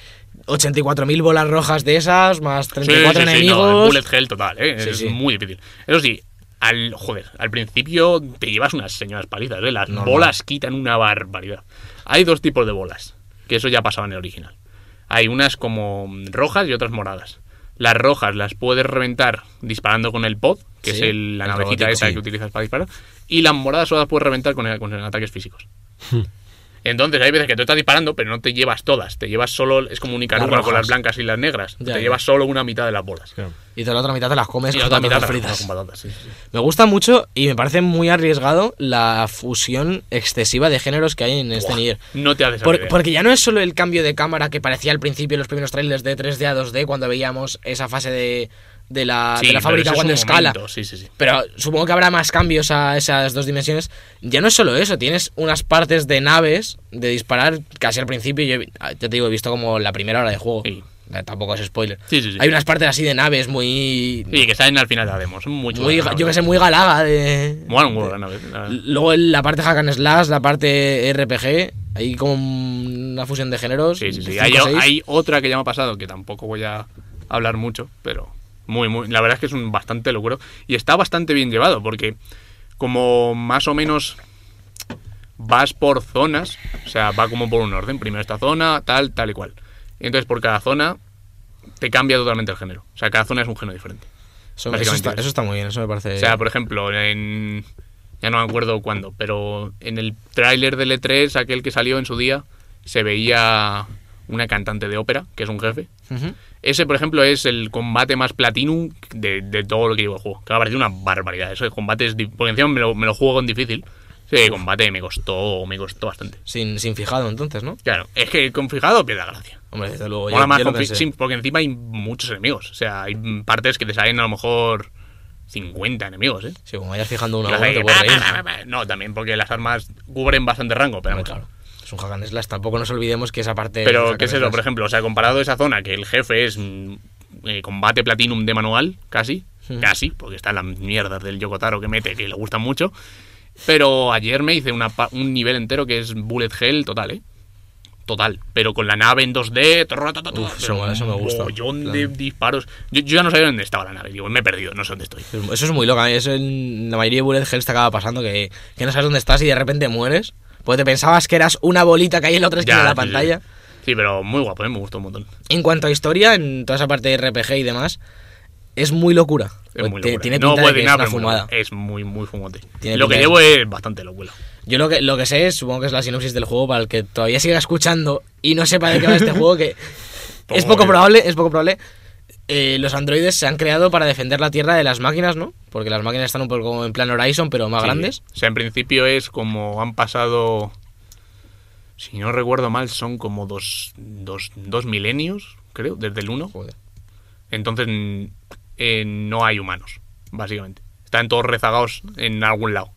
[SPEAKER 2] 84.000 bolas rojas de esas, más
[SPEAKER 4] Sí,
[SPEAKER 2] 34
[SPEAKER 4] sí, sí, no, el
[SPEAKER 2] enemigos.
[SPEAKER 4] bullet hell total, ¿eh?
[SPEAKER 2] Sí,
[SPEAKER 4] es
[SPEAKER 2] sí.
[SPEAKER 4] muy difícil. Eso sí, al, joder, al principio te llevas unas señoras palizas, ¿eh? Las
[SPEAKER 2] Normal.
[SPEAKER 4] bolas quitan una barbaridad. Hay dos tipos de bolas, que eso ya pasaba en el original. Hay unas como rojas y otras moradas. Las rojas las puedes reventar disparando con el pod, que
[SPEAKER 2] Sí,
[SPEAKER 4] es el- la
[SPEAKER 2] el
[SPEAKER 4] navajita
[SPEAKER 2] robótico,
[SPEAKER 4] esa
[SPEAKER 2] sí.
[SPEAKER 4] que utilizas para disparar. Y las moradas solo las puedes reventar con, el- con ataques físicos. Entonces hay veces que tú estás disparando, pero no te llevas todas. Te llevas solo, es como un Icaruga
[SPEAKER 2] rojas.
[SPEAKER 4] con las blancas y las negras.
[SPEAKER 2] Ya,
[SPEAKER 4] te
[SPEAKER 2] ya.
[SPEAKER 4] llevas solo una mitad de las bolas.
[SPEAKER 2] Y toda la otra mitad te las comes
[SPEAKER 4] Y la otra
[SPEAKER 2] con
[SPEAKER 4] mitad
[SPEAKER 2] patatas
[SPEAKER 4] la
[SPEAKER 2] fritas.
[SPEAKER 4] con patatas, sí, sí.
[SPEAKER 2] Me gusta mucho y me parece muy arriesgado la fusión excesiva de géneros que hay en este Nier.
[SPEAKER 4] No te haces
[SPEAKER 2] Por-
[SPEAKER 4] idea.
[SPEAKER 2] porque ya no es solo el cambio de cámara que parecía al principio en los primeros trailers de 3D a 2D cuando veíamos esa fase de, de la,
[SPEAKER 4] Sí,
[SPEAKER 2] de la
[SPEAKER 4] pero
[SPEAKER 2] fábrica
[SPEAKER 4] eso es
[SPEAKER 2] cuando
[SPEAKER 4] un
[SPEAKER 2] escala.
[SPEAKER 4] momento, Sí, sí, sí.
[SPEAKER 2] Pero supongo que habrá más cambios a esas dos dimensiones. Ya no es solo eso, tienes unas partes de naves de disparar casi al principio. Yo, he vi- ah, ya te digo, he visto como la primera hora de juego.
[SPEAKER 4] Sí.
[SPEAKER 2] eh, tampoco es spoiler.
[SPEAKER 4] Sí, sí, sí.
[SPEAKER 2] Hay unas partes así de naves muy.
[SPEAKER 4] Sí, que salen al final de la demo. Son muy chulas.
[SPEAKER 2] muy
[SPEAKER 4] la
[SPEAKER 2] ga- yo que
[SPEAKER 4] verdad.
[SPEAKER 2] sé, muy galaga de.
[SPEAKER 4] Molan un huevo
[SPEAKER 2] de-
[SPEAKER 4] la nave, la-
[SPEAKER 2] Luego el- la parte hack and slash, la parte RPG, hay como una fusión de géneros.
[SPEAKER 4] Sí, sí, sí.
[SPEAKER 2] cinco,
[SPEAKER 4] Hay,
[SPEAKER 2] seis.
[SPEAKER 4] hay otra que ya me ha pasado, que tampoco voy a hablar mucho, pero muy, muy. La verdad es que es un bastante locuro. Y está bastante bien llevado, porque como más o menos vas por zonas, o sea, va como por un orden. Primero esta zona, tal, tal y cual. Y entonces por cada zona te cambia totalmente el género. O sea, cada zona es un género diferente.
[SPEAKER 2] Eso, eso
[SPEAKER 4] básicamente
[SPEAKER 2] está, eso está muy bien, eso me parece.
[SPEAKER 4] O sea, por ejemplo, en. Ya no me acuerdo cuándo, pero en el tráiler del E3, aquel que salió en su día, se veía una cantante de ópera, que es un jefe.
[SPEAKER 2] Ujú.
[SPEAKER 4] Ese, por ejemplo, es el combate más platinum de, de todo lo que llevo el juego. Que me ha parecido una barbaridad. Eso de combate es. di- Porque encima me lo, me lo juego en difícil. Ese combate me costó, me costó bastante.
[SPEAKER 2] sin, sin fijado, entonces, ¿no?
[SPEAKER 4] Claro, es que con fijado pierde la gracia.
[SPEAKER 2] Hombre, desde luego.
[SPEAKER 4] Mola
[SPEAKER 2] yo-
[SPEAKER 4] más
[SPEAKER 2] yo lo
[SPEAKER 4] con fi-
[SPEAKER 2] pensé.
[SPEAKER 4] sí, porque encima hay muchos enemigos. O sea, hay partes que te salen a lo mejor 50 enemigos, ¿eh?
[SPEAKER 2] Sí, como vayas fijando uno
[SPEAKER 4] Y
[SPEAKER 2] a
[SPEAKER 4] vas
[SPEAKER 2] uno,
[SPEAKER 4] ahí,
[SPEAKER 2] te puedes
[SPEAKER 4] pa,
[SPEAKER 2] reír.
[SPEAKER 4] pa, pa, pa. No, también porque las armas cubren bastante rango, pero,
[SPEAKER 2] Hombre, claro. Es un hack and slash, tampoco nos olvidemos que esa parte. del
[SPEAKER 4] pero
[SPEAKER 2] hack
[SPEAKER 4] ¿qué es
[SPEAKER 2] and
[SPEAKER 4] eso?
[SPEAKER 2] slash-
[SPEAKER 4] Por ejemplo, o sea, comparado a esa zona que el jefe es mm, eh, combate platinum de manual, casi,
[SPEAKER 2] Ujú.
[SPEAKER 4] casi, porque están las mierdas del Yokotaro que mete, que le gustan mucho. Pero ayer me hice una pa- un nivel entero que es bullet hell total, ¿eh? Total, pero con la nave en 2D, torra, ta, ta, ta,
[SPEAKER 2] Uf, eso
[SPEAKER 4] pero
[SPEAKER 2] mola, eso me
[SPEAKER 4] un
[SPEAKER 2] gusta.
[SPEAKER 4] mogollón
[SPEAKER 2] Plan.
[SPEAKER 4] de disparos. Yo, yo ya no sabía dónde estaba la nave, digo, me he perdido, no sé dónde estoy.
[SPEAKER 2] Eso es- Eso es muy loca. Eso en la mayoría de bullet hells te acaba pasando que, que no sabes dónde estás y de repente mueres. Porque te pensabas que eras una bolita que hay en la otra esquina
[SPEAKER 4] Ya,
[SPEAKER 2] de la
[SPEAKER 4] sí, sí, sí.
[SPEAKER 2] pantalla.
[SPEAKER 4] Sí, pero muy guapo, ¿eh? me gustó un montón.
[SPEAKER 2] En cuanto a historia, en toda esa parte de RPG y demás, es muy locura. Pues
[SPEAKER 4] Es muy
[SPEAKER 2] Te-
[SPEAKER 4] locura.
[SPEAKER 2] Tiene
[SPEAKER 4] No
[SPEAKER 2] pinta
[SPEAKER 4] puede
[SPEAKER 2] de que
[SPEAKER 4] nada,
[SPEAKER 2] es una
[SPEAKER 4] pero muy
[SPEAKER 2] fumada.
[SPEAKER 4] locura. Es muy, muy fumote.
[SPEAKER 2] Tiene
[SPEAKER 4] lo que
[SPEAKER 2] pinta
[SPEAKER 4] llevo es bastante locura.
[SPEAKER 2] Yo lo que, lo que sé, supongo que es la sinopsis del juego para el que todavía siga escuchando y no sepa de qué va este juego, que es poco
[SPEAKER 4] Pobre.
[SPEAKER 2] probable, es poco probable. Eh, los androides se han creado para defender la Tierra de las máquinas, ¿no? Porque las máquinas están un poco en plan Horizon, pero más
[SPEAKER 4] Sí.
[SPEAKER 2] grandes.
[SPEAKER 4] O sea, en principio es como han pasado. Si no recuerdo mal, son como dos, dos, dos milenios, creo, desde el 1.
[SPEAKER 2] Joder.
[SPEAKER 4] Entonces mm, eh, no hay humanos, básicamente. Están todos rezagados en algún lado.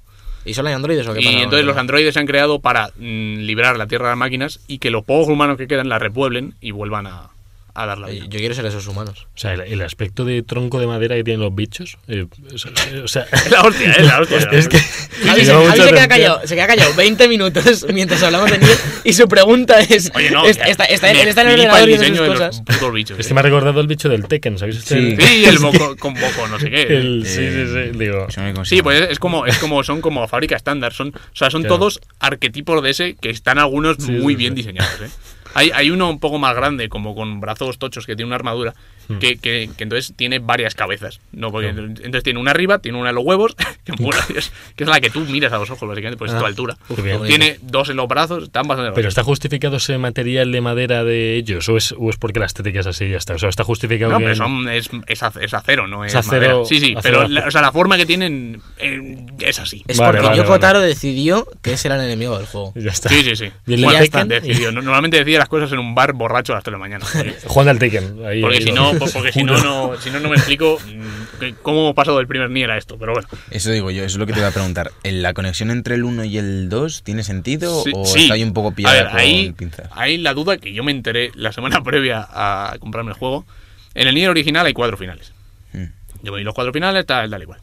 [SPEAKER 2] ¿Y solo hay androides o qué
[SPEAKER 4] Y
[SPEAKER 2] pasa?
[SPEAKER 4] entonces
[SPEAKER 2] No
[SPEAKER 4] los androides se han creado para mm, librar la Tierra de las máquinas y que los pocos humanos que quedan la repueblen y vuelvan a, a dar la
[SPEAKER 2] entiendo.
[SPEAKER 4] vida.
[SPEAKER 2] Yo quiero ser esos humanos.
[SPEAKER 1] O sea, el, el aspecto de tronco de madera que tienen los bichos. eh, es- eh, o sea,
[SPEAKER 4] Es la hostia, es la hostia.
[SPEAKER 1] es que.
[SPEAKER 2] Javi, se,
[SPEAKER 1] me llama
[SPEAKER 2] Javi
[SPEAKER 1] mucho
[SPEAKER 2] se queda
[SPEAKER 1] atención.
[SPEAKER 2] callado, se queda callado 20 minutos mientras hablamos de Nier y su pregunta es...
[SPEAKER 4] Oye, no,
[SPEAKER 2] es-
[SPEAKER 4] ya.
[SPEAKER 2] está, está-
[SPEAKER 4] Me
[SPEAKER 2] él está en el
[SPEAKER 4] flipa
[SPEAKER 2] ordenador y
[SPEAKER 4] diseño
[SPEAKER 2] esas
[SPEAKER 4] de los
[SPEAKER 2] cosas.
[SPEAKER 4] putos bichos.
[SPEAKER 1] Este me ha recordado el bicho del Tekken, ¿sabéis? Este
[SPEAKER 3] Sí.
[SPEAKER 1] el-
[SPEAKER 4] Sí, y el boco, con boco, no sé qué.
[SPEAKER 1] el- sí, sí,
[SPEAKER 3] Eh,
[SPEAKER 1] sí. Digo,
[SPEAKER 3] Eso no me
[SPEAKER 4] Sí,
[SPEAKER 3] consigo.
[SPEAKER 4] pues es como, es como son como fábrica estándar, son, o sea, son
[SPEAKER 1] Claro.
[SPEAKER 4] todos arquetipos de ese que están algunos
[SPEAKER 1] Sí,
[SPEAKER 4] muy
[SPEAKER 1] sí,
[SPEAKER 4] bien
[SPEAKER 1] sí.
[SPEAKER 4] diseñados. ¿eh? Hay, hay uno un poco más grande, como con brazos tochos que tiene una armadura,
[SPEAKER 1] Hmm.
[SPEAKER 4] que, que- que entonces tiene varias cabezas, no, porque
[SPEAKER 1] Claro.
[SPEAKER 4] entonces tiene una arriba, tiene una en los huevos, que, mola, es, que es la que tú miras a los ojos básicamente, pues es tu altura.
[SPEAKER 1] Ah, qué bien.
[SPEAKER 2] Pobre.
[SPEAKER 4] Tiene dos en los brazos, están bastante.
[SPEAKER 1] Pero
[SPEAKER 4] bonitos.
[SPEAKER 1] está justificado ese material de madera de ellos, o es, o es porque la estética es así y ya está. O sea, está justificado
[SPEAKER 4] No,
[SPEAKER 1] que.
[SPEAKER 4] pero son- es, es ac- es acero, no es,
[SPEAKER 1] Es acero-
[SPEAKER 4] madera. Sí, sí,
[SPEAKER 1] acero
[SPEAKER 4] pero
[SPEAKER 1] azul.
[SPEAKER 4] la, o sea, la forma que tienen eh, es así.
[SPEAKER 2] Es
[SPEAKER 1] Vale,
[SPEAKER 2] porque
[SPEAKER 1] vale,
[SPEAKER 2] Yoko
[SPEAKER 1] vale.
[SPEAKER 2] Taro decidió que ese era el enemigo del juego.
[SPEAKER 1] Ya está.
[SPEAKER 4] Sí, sí, sí.
[SPEAKER 1] Y el
[SPEAKER 4] Bueno,
[SPEAKER 1] de Tekken.
[SPEAKER 4] decidió. No- Normalmente decide las cosas en un bar borracho a las 3 de la mañana. Porque,
[SPEAKER 1] Juan del Tekken. ahí-
[SPEAKER 4] porque
[SPEAKER 1] ahí
[SPEAKER 4] si
[SPEAKER 1] lo-
[SPEAKER 4] no, po- porque si no, no, si no, no me explico mm, que- cómo hemos pasado del primer nivel a esto. Pero bueno,
[SPEAKER 3] Eso digo yo, eso es lo que te iba a preguntar. ¿En ¿La conexión entre el 1 y el 2 tiene sentido
[SPEAKER 4] sí,
[SPEAKER 3] o
[SPEAKER 4] sí.
[SPEAKER 3] está ahí un poco
[SPEAKER 4] A
[SPEAKER 3] pillada
[SPEAKER 4] ver,
[SPEAKER 3] con
[SPEAKER 4] ahí,
[SPEAKER 3] pinzas?
[SPEAKER 4] ahí la duda que yo me enteré la semana previa a comprarme el juego. En el nivel original hay cuatro finales.
[SPEAKER 3] Mm.
[SPEAKER 4] Yo me di los cuatro finales, tal, tal, igual.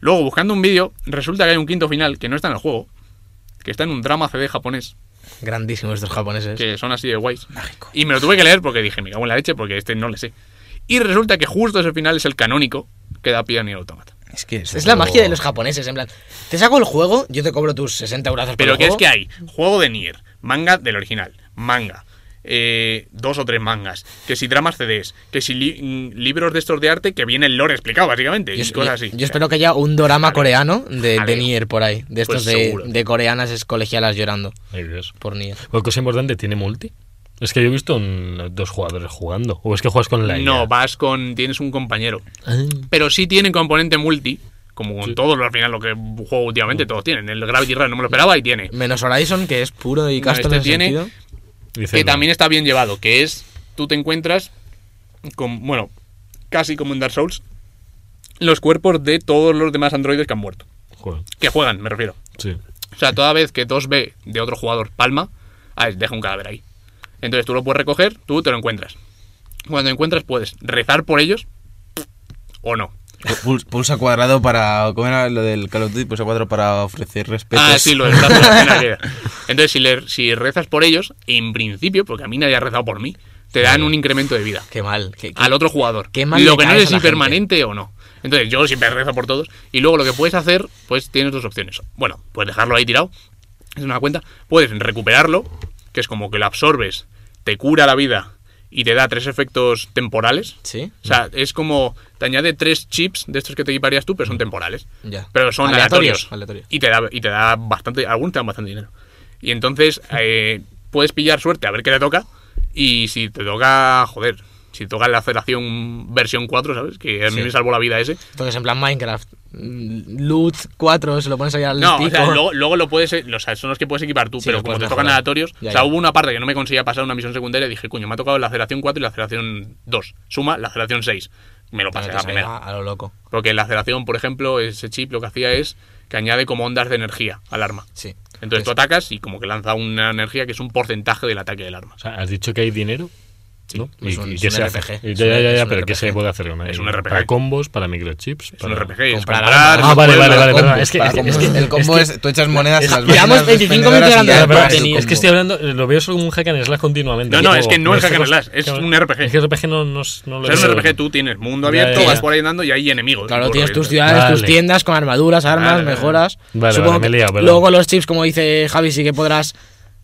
[SPEAKER 4] Luego, buscando un vídeo, resulta que hay un quinto final que no está en el juego, que está en un drama CD japonés.
[SPEAKER 2] Grandísimos estos japoneses.
[SPEAKER 4] que son así de guays. Y me lo tuve que leer porque dije, me cago en la leche porque este no le sé. Y resulta que justo ese final es el canónico que da pie a Nier Automata.
[SPEAKER 3] Es que
[SPEAKER 2] Es la magia de los japoneses, en plan, te saco el juego, yo te cobro tus 60 euros por
[SPEAKER 4] Pero
[SPEAKER 2] el
[SPEAKER 4] que es
[SPEAKER 2] juego.
[SPEAKER 4] que hay juego de Nier, manga del original, manga, eh, dos o tres mangas, que si dramas CDs, que si li- mm, libros de estos de arte que viene el lore explicado básicamente, y
[SPEAKER 2] Yo,
[SPEAKER 4] cosas
[SPEAKER 2] yo-
[SPEAKER 4] así.
[SPEAKER 2] yo espero que haya un dorama coreano de,
[SPEAKER 4] Vale.
[SPEAKER 2] de Nier por ahí, de estos
[SPEAKER 4] Pues
[SPEAKER 2] de,
[SPEAKER 4] seguro.
[SPEAKER 2] de coreanas es- colegialas llorando
[SPEAKER 1] Ay, Dios.
[SPEAKER 2] por Nier.
[SPEAKER 1] Una cosa importante, ¿tiene multi? Es que yo he visto un- dos jugadores jugando. ¿O es que juegas con la
[SPEAKER 4] No,
[SPEAKER 1] IA?
[SPEAKER 4] vas con. tienes un compañero.
[SPEAKER 1] Ah,
[SPEAKER 4] Pero sí tienen componente multi, como con
[SPEAKER 1] Sí.
[SPEAKER 4] todo lo al final lo que juego
[SPEAKER 2] Mm.
[SPEAKER 4] últimamente, todos tienen. El Gravity Rush no me lo esperaba y tiene.
[SPEAKER 2] Menos Horizon, que es puro y
[SPEAKER 4] No,
[SPEAKER 2] casto
[SPEAKER 4] este
[SPEAKER 2] en ese
[SPEAKER 4] tiene-
[SPEAKER 2] sentido.
[SPEAKER 1] dice
[SPEAKER 4] que
[SPEAKER 1] no.
[SPEAKER 4] también está bien llevado, que es tú te encuentras con, bueno, casi como en Dark Souls, los cuerpos de todos los demás androides que han muerto,
[SPEAKER 1] Joder,
[SPEAKER 4] que juegan, me refiero.
[SPEAKER 1] sí.
[SPEAKER 4] O sea, toda vez que 2B de otro jugador palma, a ver, deja un cadáver ahí. Entonces tú lo puedes recoger, tú te lo encuentras. Cuando encuentras puedes rezar por ellos o no.
[SPEAKER 3] Pul- Pulsa cuadrado para. ¿Cómo era lo del Call of Duty? Pulsa cuadrado para ofrecer respeto.
[SPEAKER 4] Ah, sí, lo del brazo, la pena que era. Entonces, si, le- si rezas por ellos, en principio, porque a mí nadie ha rezado por mí, te dan un incremento de vida
[SPEAKER 2] Qué mal. qué- qué-
[SPEAKER 4] al otro jugador.
[SPEAKER 2] Qué mal
[SPEAKER 4] lo
[SPEAKER 2] le
[SPEAKER 4] que no
[SPEAKER 2] caes
[SPEAKER 4] es
[SPEAKER 2] a la
[SPEAKER 4] si permanente o no. Entonces, yo siempre rezo por todos. Y luego lo que puedes hacer, pues tienes dos opciones. Bueno, puedes dejarlo ahí tirado. Es una cuenta. Puedes recuperarlo, que es como que lo absorbes, te cura la vida y te da tres efectos temporales.
[SPEAKER 2] Sí.
[SPEAKER 4] O sea, es como te añade tres chips de estos que te equiparías tú, pero son temporales.
[SPEAKER 2] Ya.
[SPEAKER 4] Pero son
[SPEAKER 2] Aleatorios,
[SPEAKER 4] aleatorios.
[SPEAKER 2] aleatorios.
[SPEAKER 4] Y te da, y te da bastante, algunos te dan bastante dinero. Y entonces eh, puedes pillar suerte a ver qué te toca. Y si te toca, joder, si te toca la aceleración versión 4, ¿sabes? Que a mí
[SPEAKER 2] Sí.
[SPEAKER 4] me salvó la vida ese.
[SPEAKER 2] Entonces, en plan Minecraft. mm, Loot 4, se lo pones ahí al
[SPEAKER 4] No,
[SPEAKER 2] pico.
[SPEAKER 4] o sea, luego, luego lo puedes, eh, o sea, son los que puedes equipar tú,
[SPEAKER 2] Sí,
[SPEAKER 4] pero
[SPEAKER 2] lo
[SPEAKER 4] como te
[SPEAKER 2] puedes
[SPEAKER 4] tocan
[SPEAKER 2] mejorar.
[SPEAKER 4] aleatorios,
[SPEAKER 2] Ya,
[SPEAKER 4] o sea,
[SPEAKER 2] ya.
[SPEAKER 4] hubo una parte que no me conseguía pasar una misión secundaria y dije, coño, me ha tocado la aceleración 4 y la aceleración 2. Suma la aceleración 6. Me lo
[SPEAKER 2] Para
[SPEAKER 4] pasé
[SPEAKER 2] que
[SPEAKER 4] a la
[SPEAKER 2] se vea
[SPEAKER 4] primera.
[SPEAKER 2] a lo loco.
[SPEAKER 4] Porque la aceleración, por ejemplo, ese chip lo que hacía es que añade como ondas de energía al arma.
[SPEAKER 2] Sí.
[SPEAKER 4] Entonces tú atacas y como que lanza una energía que es un porcentaje del ataque del arma.
[SPEAKER 1] O sea, has dicho que hay dinero. ¿no?
[SPEAKER 2] es un- es
[SPEAKER 1] qué
[SPEAKER 2] un
[SPEAKER 1] se
[SPEAKER 2] RPG,
[SPEAKER 1] hace?
[SPEAKER 2] es
[SPEAKER 1] Ya,
[SPEAKER 2] un-
[SPEAKER 1] ya, ya,
[SPEAKER 2] es un
[SPEAKER 1] pero ¿qué
[SPEAKER 2] RPG.
[SPEAKER 1] se puede hacer? Una-
[SPEAKER 4] Es un
[SPEAKER 1] Para
[SPEAKER 4] RPG.
[SPEAKER 1] combos, para microchips.
[SPEAKER 4] Es
[SPEAKER 1] para-
[SPEAKER 4] un RPG, es
[SPEAKER 2] comprar
[SPEAKER 4] comprar.
[SPEAKER 2] armas.
[SPEAKER 1] Ah, vale,
[SPEAKER 4] jugar,
[SPEAKER 1] vale, vale.
[SPEAKER 2] combos,
[SPEAKER 1] perdón. Es que,
[SPEAKER 3] Para
[SPEAKER 1] es que-
[SPEAKER 3] combos.
[SPEAKER 1] es que-
[SPEAKER 3] el combo
[SPEAKER 1] que-
[SPEAKER 3] es, tú echas monedas en las
[SPEAKER 2] que llevamos
[SPEAKER 3] máquinas
[SPEAKER 2] 25
[SPEAKER 3] expendedoras
[SPEAKER 2] minutos
[SPEAKER 3] y ya
[SPEAKER 1] Claro,
[SPEAKER 2] hablando
[SPEAKER 1] pero
[SPEAKER 2] de
[SPEAKER 3] pagas
[SPEAKER 1] es,
[SPEAKER 3] el
[SPEAKER 1] es que
[SPEAKER 3] combo.
[SPEAKER 1] estoy hablando, lo veo solo como un hack and slash continuamente.
[SPEAKER 4] No, no,
[SPEAKER 1] Luego,
[SPEAKER 4] es que no es hack and
[SPEAKER 1] cosa-
[SPEAKER 4] slash, es
[SPEAKER 1] claro,
[SPEAKER 4] un RPG.
[SPEAKER 1] Es que RPG no, no, es- no
[SPEAKER 4] O
[SPEAKER 1] lo
[SPEAKER 4] sea, es
[SPEAKER 1] veo.
[SPEAKER 4] un RPG, tú tienes mundo
[SPEAKER 1] Ya,
[SPEAKER 4] abierto,
[SPEAKER 1] ya, ya.
[SPEAKER 4] vas por ahí andando y hay enemigos.
[SPEAKER 2] Claro,
[SPEAKER 4] Por
[SPEAKER 2] tienes
[SPEAKER 4] lo
[SPEAKER 2] tus
[SPEAKER 4] que-
[SPEAKER 2] ciudades, tus
[SPEAKER 1] Vale.
[SPEAKER 2] tiendas con armaduras, armas,
[SPEAKER 4] Vale, vale.
[SPEAKER 2] mejoras.
[SPEAKER 1] Vale, vale, me he
[SPEAKER 2] que
[SPEAKER 1] liado, perdón.
[SPEAKER 2] luego con los chips, como dice Javi, sí que podrás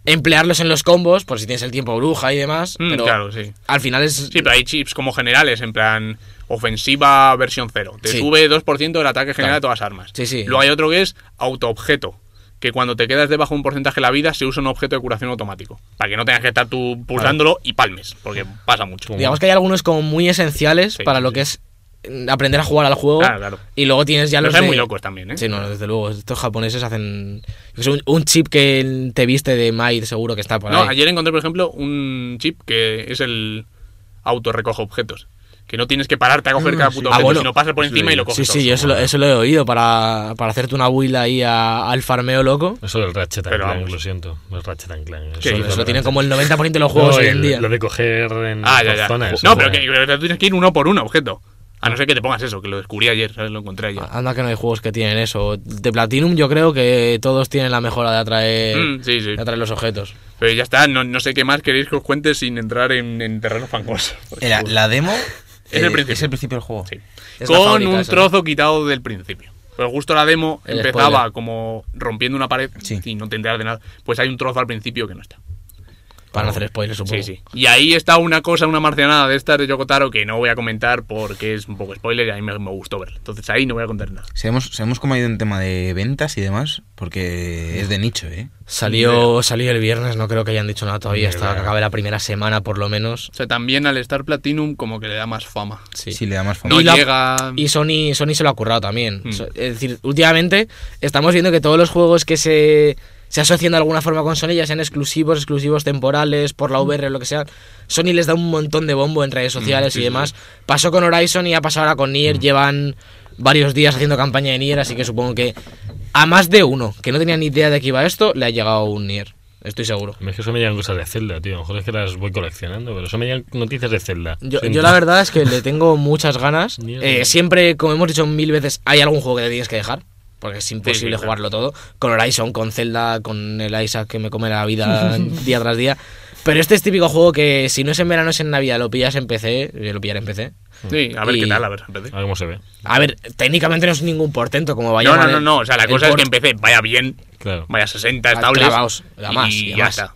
[SPEAKER 2] emplearlos en los combos, por si tienes el tiempo bruja y demás.
[SPEAKER 4] Mm,
[SPEAKER 2] pero
[SPEAKER 4] claro, sí.
[SPEAKER 2] al final es.
[SPEAKER 4] Sí, pero hay chips como generales, en plan ofensiva versión 0. Te
[SPEAKER 2] Sí.
[SPEAKER 4] sube 2% del ataque general de todas las armas.
[SPEAKER 2] Sí, sí.
[SPEAKER 4] Luego hay otro que es autoobjeto, que cuando te quedas debajo de un porcentaje de la vida se usa un objeto de curación automático, para que no tengas que estar tú pulsándolo y palmes, porque pasa mucho.
[SPEAKER 2] Digamos que hay algunos como muy esenciales
[SPEAKER 4] Sí,
[SPEAKER 2] para
[SPEAKER 4] sí,
[SPEAKER 2] lo
[SPEAKER 4] sí. Ah,
[SPEAKER 2] que es mm, aprender a jugar al juego.
[SPEAKER 4] Claro, claro.
[SPEAKER 2] Y luego tienes ya
[SPEAKER 4] Los
[SPEAKER 2] los.
[SPEAKER 4] hay
[SPEAKER 2] de-
[SPEAKER 4] muy locos también, ¿eh?
[SPEAKER 2] Sí, no, desde luego. Estos japoneses hacen. yo qué sé, un, un chip que te viste de Maid, seguro que está por
[SPEAKER 4] No,
[SPEAKER 2] ahí.
[SPEAKER 4] ayer encontré, por ejemplo, un chip que es el autorrecoge objetos. Que no tienes que pararte a coger cada puto
[SPEAKER 2] Ah,
[SPEAKER 4] objeto,
[SPEAKER 2] bueno.
[SPEAKER 4] sino pasas por encima y lo
[SPEAKER 2] Sí,
[SPEAKER 4] coges.
[SPEAKER 2] sí,
[SPEAKER 4] todo.
[SPEAKER 2] yo eso lo, eso lo he oído para, para hacerte una build ahí a- al farmeo loco.
[SPEAKER 1] Eso del Ratchet and
[SPEAKER 4] Pero
[SPEAKER 1] Clank,
[SPEAKER 4] vamos.
[SPEAKER 1] lo siento. No es Ratchet and Clank.
[SPEAKER 4] Sí,
[SPEAKER 1] es
[SPEAKER 2] Eso
[SPEAKER 1] del
[SPEAKER 2] lo tienen
[SPEAKER 1] Ratchet.
[SPEAKER 2] como el 90% de los juegos
[SPEAKER 1] No,
[SPEAKER 2] hoy
[SPEAKER 1] el-
[SPEAKER 2] en día.
[SPEAKER 1] Lo de coger en
[SPEAKER 4] Ah, ya,
[SPEAKER 1] por
[SPEAKER 4] ya.
[SPEAKER 1] zonas.
[SPEAKER 4] no,
[SPEAKER 1] eso,
[SPEAKER 4] pero
[SPEAKER 1] ¿no?
[SPEAKER 4] que, pero tú tienes que ir uno por uno, objeto. A no ser que te pongas eso, que lo descubrí ayer, ¿sabes? Lo encontré ayer.
[SPEAKER 2] Anda que no hay juegos que tienen eso. De Platinum yo creo que todos tienen la mejora de atraer,
[SPEAKER 4] Mm, sí, sí.
[SPEAKER 2] de atraer los objetos.
[SPEAKER 4] Pero ya está, no, no sé qué más queréis que os cuente sin entrar en, en terreno fangoso.
[SPEAKER 3] Era la demo.
[SPEAKER 4] el
[SPEAKER 3] eh,
[SPEAKER 4] principio.
[SPEAKER 3] es el principio del juego.
[SPEAKER 4] Sí.
[SPEAKER 2] Es Eh, la
[SPEAKER 4] Con
[SPEAKER 2] fábrica
[SPEAKER 4] un
[SPEAKER 2] esa, ¿no?
[SPEAKER 4] trozo quitado del principio. Pero justo la demo
[SPEAKER 2] El
[SPEAKER 4] empezaba
[SPEAKER 2] spoiler.
[SPEAKER 4] como rompiendo una pared
[SPEAKER 3] Sí.
[SPEAKER 4] y no te enteras de nada. Pues hay un trozo al principio que no está.
[SPEAKER 2] Para no hacer spoilers, supongo.
[SPEAKER 4] Sí, sí. Y ahí está una cosa, una marcianada de estas de Yokotaro que no voy a comentar porque es un poco spoiler y a mí me, me gustó verla. Entonces ahí no voy a contar nada.
[SPEAKER 3] Sabemos, sabemos cómo ha ido en tema de ventas y demás, porque es de nicho, ¿eh?
[SPEAKER 2] Salió, salió el viernes, no creo que hayan dicho nada
[SPEAKER 1] Ni
[SPEAKER 2] todavía, hasta
[SPEAKER 1] idea.
[SPEAKER 2] que acabe la primera semana por lo menos.
[SPEAKER 4] O sea, también al Star Platinum como que le da más fama.
[SPEAKER 2] Sí.
[SPEAKER 3] Si le da más fama.
[SPEAKER 4] No
[SPEAKER 2] Y la-
[SPEAKER 4] llega...
[SPEAKER 2] Y Sony, Sony se lo ha currado también.
[SPEAKER 4] Hmm.
[SPEAKER 2] So- Es decir, últimamente estamos viendo que todos los juegos que se, se asocian de alguna forma con Sony, ya sean exclusivos, exclusivos temporales, por
[SPEAKER 4] Mm.
[SPEAKER 2] la VR, lo que sea, Sony les da un montón de bombo en redes sociales
[SPEAKER 4] sí,
[SPEAKER 2] y
[SPEAKER 4] sí. Mm.
[SPEAKER 2] demás. Pasó con Horizon y ha pasado ahora con Nier. Llevan varios días haciendo campaña de Nier, así que supongo que a más de uno que no tenía ni idea de que iba esto, le ha llegado un Nier. Estoy seguro.
[SPEAKER 1] Es que eso me llegan cosas de Zelda, tío. A lo mejor es que las voy coleccionando, pero eso me llegan noticias de Zelda.
[SPEAKER 2] Yo,
[SPEAKER 1] Siento.
[SPEAKER 2] yo la verdad es que le tengo muchas ganas.
[SPEAKER 1] Mierda.
[SPEAKER 2] Eh, siempre, como hemos dicho mil veces, hay algún juego que te tienes que dejar. Porque es imposible
[SPEAKER 4] claro.
[SPEAKER 2] jugarlo todo. Con Horizon, con Zelda, con el Isaac que me come la vida día tras día. Pero este es típico juego que si no es en verano es en Navidad, lo pillas en PC, yo lo pillaré en PC.
[SPEAKER 4] Sí, a ver
[SPEAKER 2] Y-
[SPEAKER 4] qué tal, a ver. empecé.
[SPEAKER 1] A ver cómo se ve.
[SPEAKER 2] A ver, técnicamente no es ningún portento como vaya.
[SPEAKER 4] No, no,
[SPEAKER 2] mal
[SPEAKER 4] no,
[SPEAKER 2] el-
[SPEAKER 4] no. O sea, la
[SPEAKER 2] el
[SPEAKER 4] cosa es que
[SPEAKER 2] port.
[SPEAKER 4] empecé, vaya bien,
[SPEAKER 1] Claro.
[SPEAKER 4] vaya 60
[SPEAKER 2] Ah,
[SPEAKER 4] estables.
[SPEAKER 2] clavaos, a más,
[SPEAKER 4] y
[SPEAKER 2] y a
[SPEAKER 4] ya
[SPEAKER 2] más.
[SPEAKER 4] está.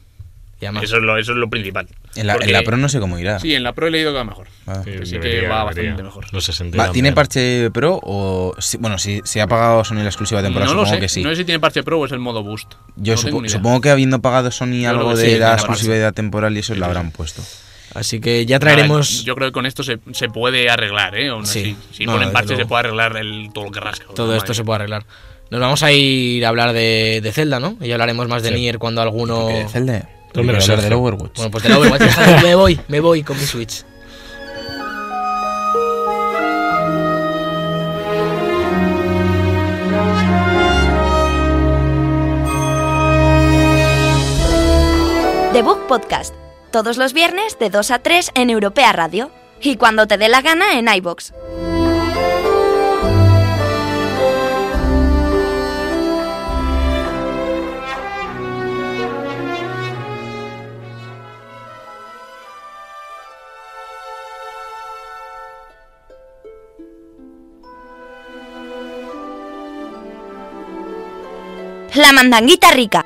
[SPEAKER 2] Y además-
[SPEAKER 4] Eso es lo, eso es lo principal.
[SPEAKER 3] En la, en
[SPEAKER 4] Porque-
[SPEAKER 3] la pro no sé cómo irá.
[SPEAKER 4] Sí, en la pro he leído que va mejor.
[SPEAKER 3] Ah.
[SPEAKER 4] que sí que va bastante mejor.
[SPEAKER 1] Los 60
[SPEAKER 3] Va,
[SPEAKER 1] eran
[SPEAKER 3] ¿Tiene
[SPEAKER 1] bien.
[SPEAKER 3] parche pro o.? si- bueno, si, si ha pagado Sony la exclusiva temporada,
[SPEAKER 4] no lo
[SPEAKER 3] supongo
[SPEAKER 4] sé.
[SPEAKER 3] que sí.
[SPEAKER 4] No sé si tiene parche pro o es el modo boost.
[SPEAKER 3] Yo
[SPEAKER 4] No
[SPEAKER 3] supo-
[SPEAKER 4] tengo ni idea.
[SPEAKER 3] supongo que habiendo pagado Sony
[SPEAKER 4] Yo
[SPEAKER 3] algo
[SPEAKER 4] creo que
[SPEAKER 3] de
[SPEAKER 4] sí,
[SPEAKER 3] la
[SPEAKER 4] tiene parche.
[SPEAKER 3] exclusividad temporal y eso lo habrán puesto.
[SPEAKER 2] Así que ya
[SPEAKER 4] Nada,
[SPEAKER 2] traeremos
[SPEAKER 4] yo creo que con esto se, se puede arreglar, ¿eh? Aún
[SPEAKER 2] Sí.
[SPEAKER 4] así. Si
[SPEAKER 2] No,
[SPEAKER 4] ponen
[SPEAKER 2] desde
[SPEAKER 4] parche se
[SPEAKER 2] luego.
[SPEAKER 4] puede arreglar el, todo lo que rasca.
[SPEAKER 2] todo
[SPEAKER 4] Madre
[SPEAKER 2] esto se
[SPEAKER 4] mía.
[SPEAKER 2] puede arreglar. Nos vamos a ir a hablar de, de Zelda, ¿no? Y hablaremos más de
[SPEAKER 1] Sí.
[SPEAKER 2] Nier cuando alguno...
[SPEAKER 3] ¿Qué es el de?
[SPEAKER 1] Tú me lo
[SPEAKER 3] el
[SPEAKER 1] sabes,
[SPEAKER 3] del
[SPEAKER 1] Sergio.
[SPEAKER 3] Overwatch.
[SPEAKER 2] Bueno, pues te la voy, voy a dejar, me voy, me voy con mi Switch.
[SPEAKER 5] The Book Podcast, Todos los viernes de 2 a 3 en Europea Radio. Y cuando te dé la gana en iBox. La mandanguita rica.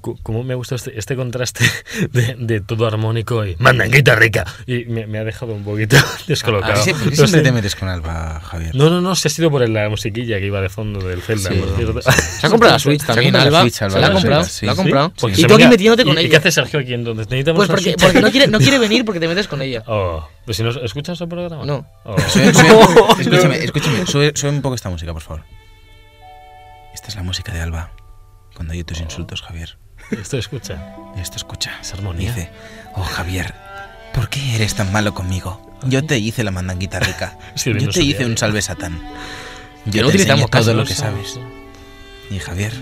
[SPEAKER 1] Cu- ¿Cómo me ha gustado este, este contraste de, de todo armónico y mandanguita rica? Y me, me ha dejado un poquito descolocado.
[SPEAKER 2] Ah,
[SPEAKER 3] ¿Por qué siempre- por qué
[SPEAKER 1] Lo
[SPEAKER 3] Ah, siempre
[SPEAKER 1] sé.
[SPEAKER 3] te metes con Alba, Javier?
[SPEAKER 1] No, no, no, se ha sido por la musiquilla que iba de fondo del Zelda,
[SPEAKER 3] Sí,
[SPEAKER 1] por cierto.
[SPEAKER 2] Se ha comprado la Switch
[SPEAKER 3] Se ha
[SPEAKER 2] también,
[SPEAKER 3] comprado la
[SPEAKER 2] Alba.
[SPEAKER 3] Switch, Alba,
[SPEAKER 2] Se la ha
[SPEAKER 3] sí,
[SPEAKER 2] comprado,
[SPEAKER 3] sí,
[SPEAKER 2] la ha
[SPEAKER 3] sí.
[SPEAKER 2] comprado.
[SPEAKER 3] Porque
[SPEAKER 2] Y
[SPEAKER 1] se
[SPEAKER 2] tú aquí
[SPEAKER 1] mira-
[SPEAKER 2] metiéndote con
[SPEAKER 1] ¿Y- ¿Y
[SPEAKER 2] ella.
[SPEAKER 1] qué hace Sergio aquí entonces? Necesitamos
[SPEAKER 2] Pues
[SPEAKER 1] una
[SPEAKER 2] porque,
[SPEAKER 1] Switch.
[SPEAKER 2] porque no, quiere, no quiere venir porque te metes con ella.
[SPEAKER 1] Oh, pues si no, ¿escuchas el programa?
[SPEAKER 2] No.
[SPEAKER 1] Oh.
[SPEAKER 3] Sube- sube- escúchame, escúchame, sube, sube un poco esta música, por favor. Esta es la música de Alba. Cuando yo tus insultos, Javier.
[SPEAKER 1] Esto escucha.
[SPEAKER 3] Esto escucha.
[SPEAKER 1] Es armonía.
[SPEAKER 3] Dice, oh Javier, ¿por qué eres tan malo conmigo? Yo te hice la mandanguita rica.
[SPEAKER 1] Sí, bien,
[SPEAKER 3] Yo
[SPEAKER 1] no
[SPEAKER 3] te
[SPEAKER 1] sabía,
[SPEAKER 3] hice un
[SPEAKER 1] eh.
[SPEAKER 3] salve satán.
[SPEAKER 2] Que
[SPEAKER 3] Yo
[SPEAKER 2] no
[SPEAKER 3] te enseñé
[SPEAKER 2] utilizamos
[SPEAKER 3] todo lo
[SPEAKER 2] casos,
[SPEAKER 3] que sabes. Y Javier,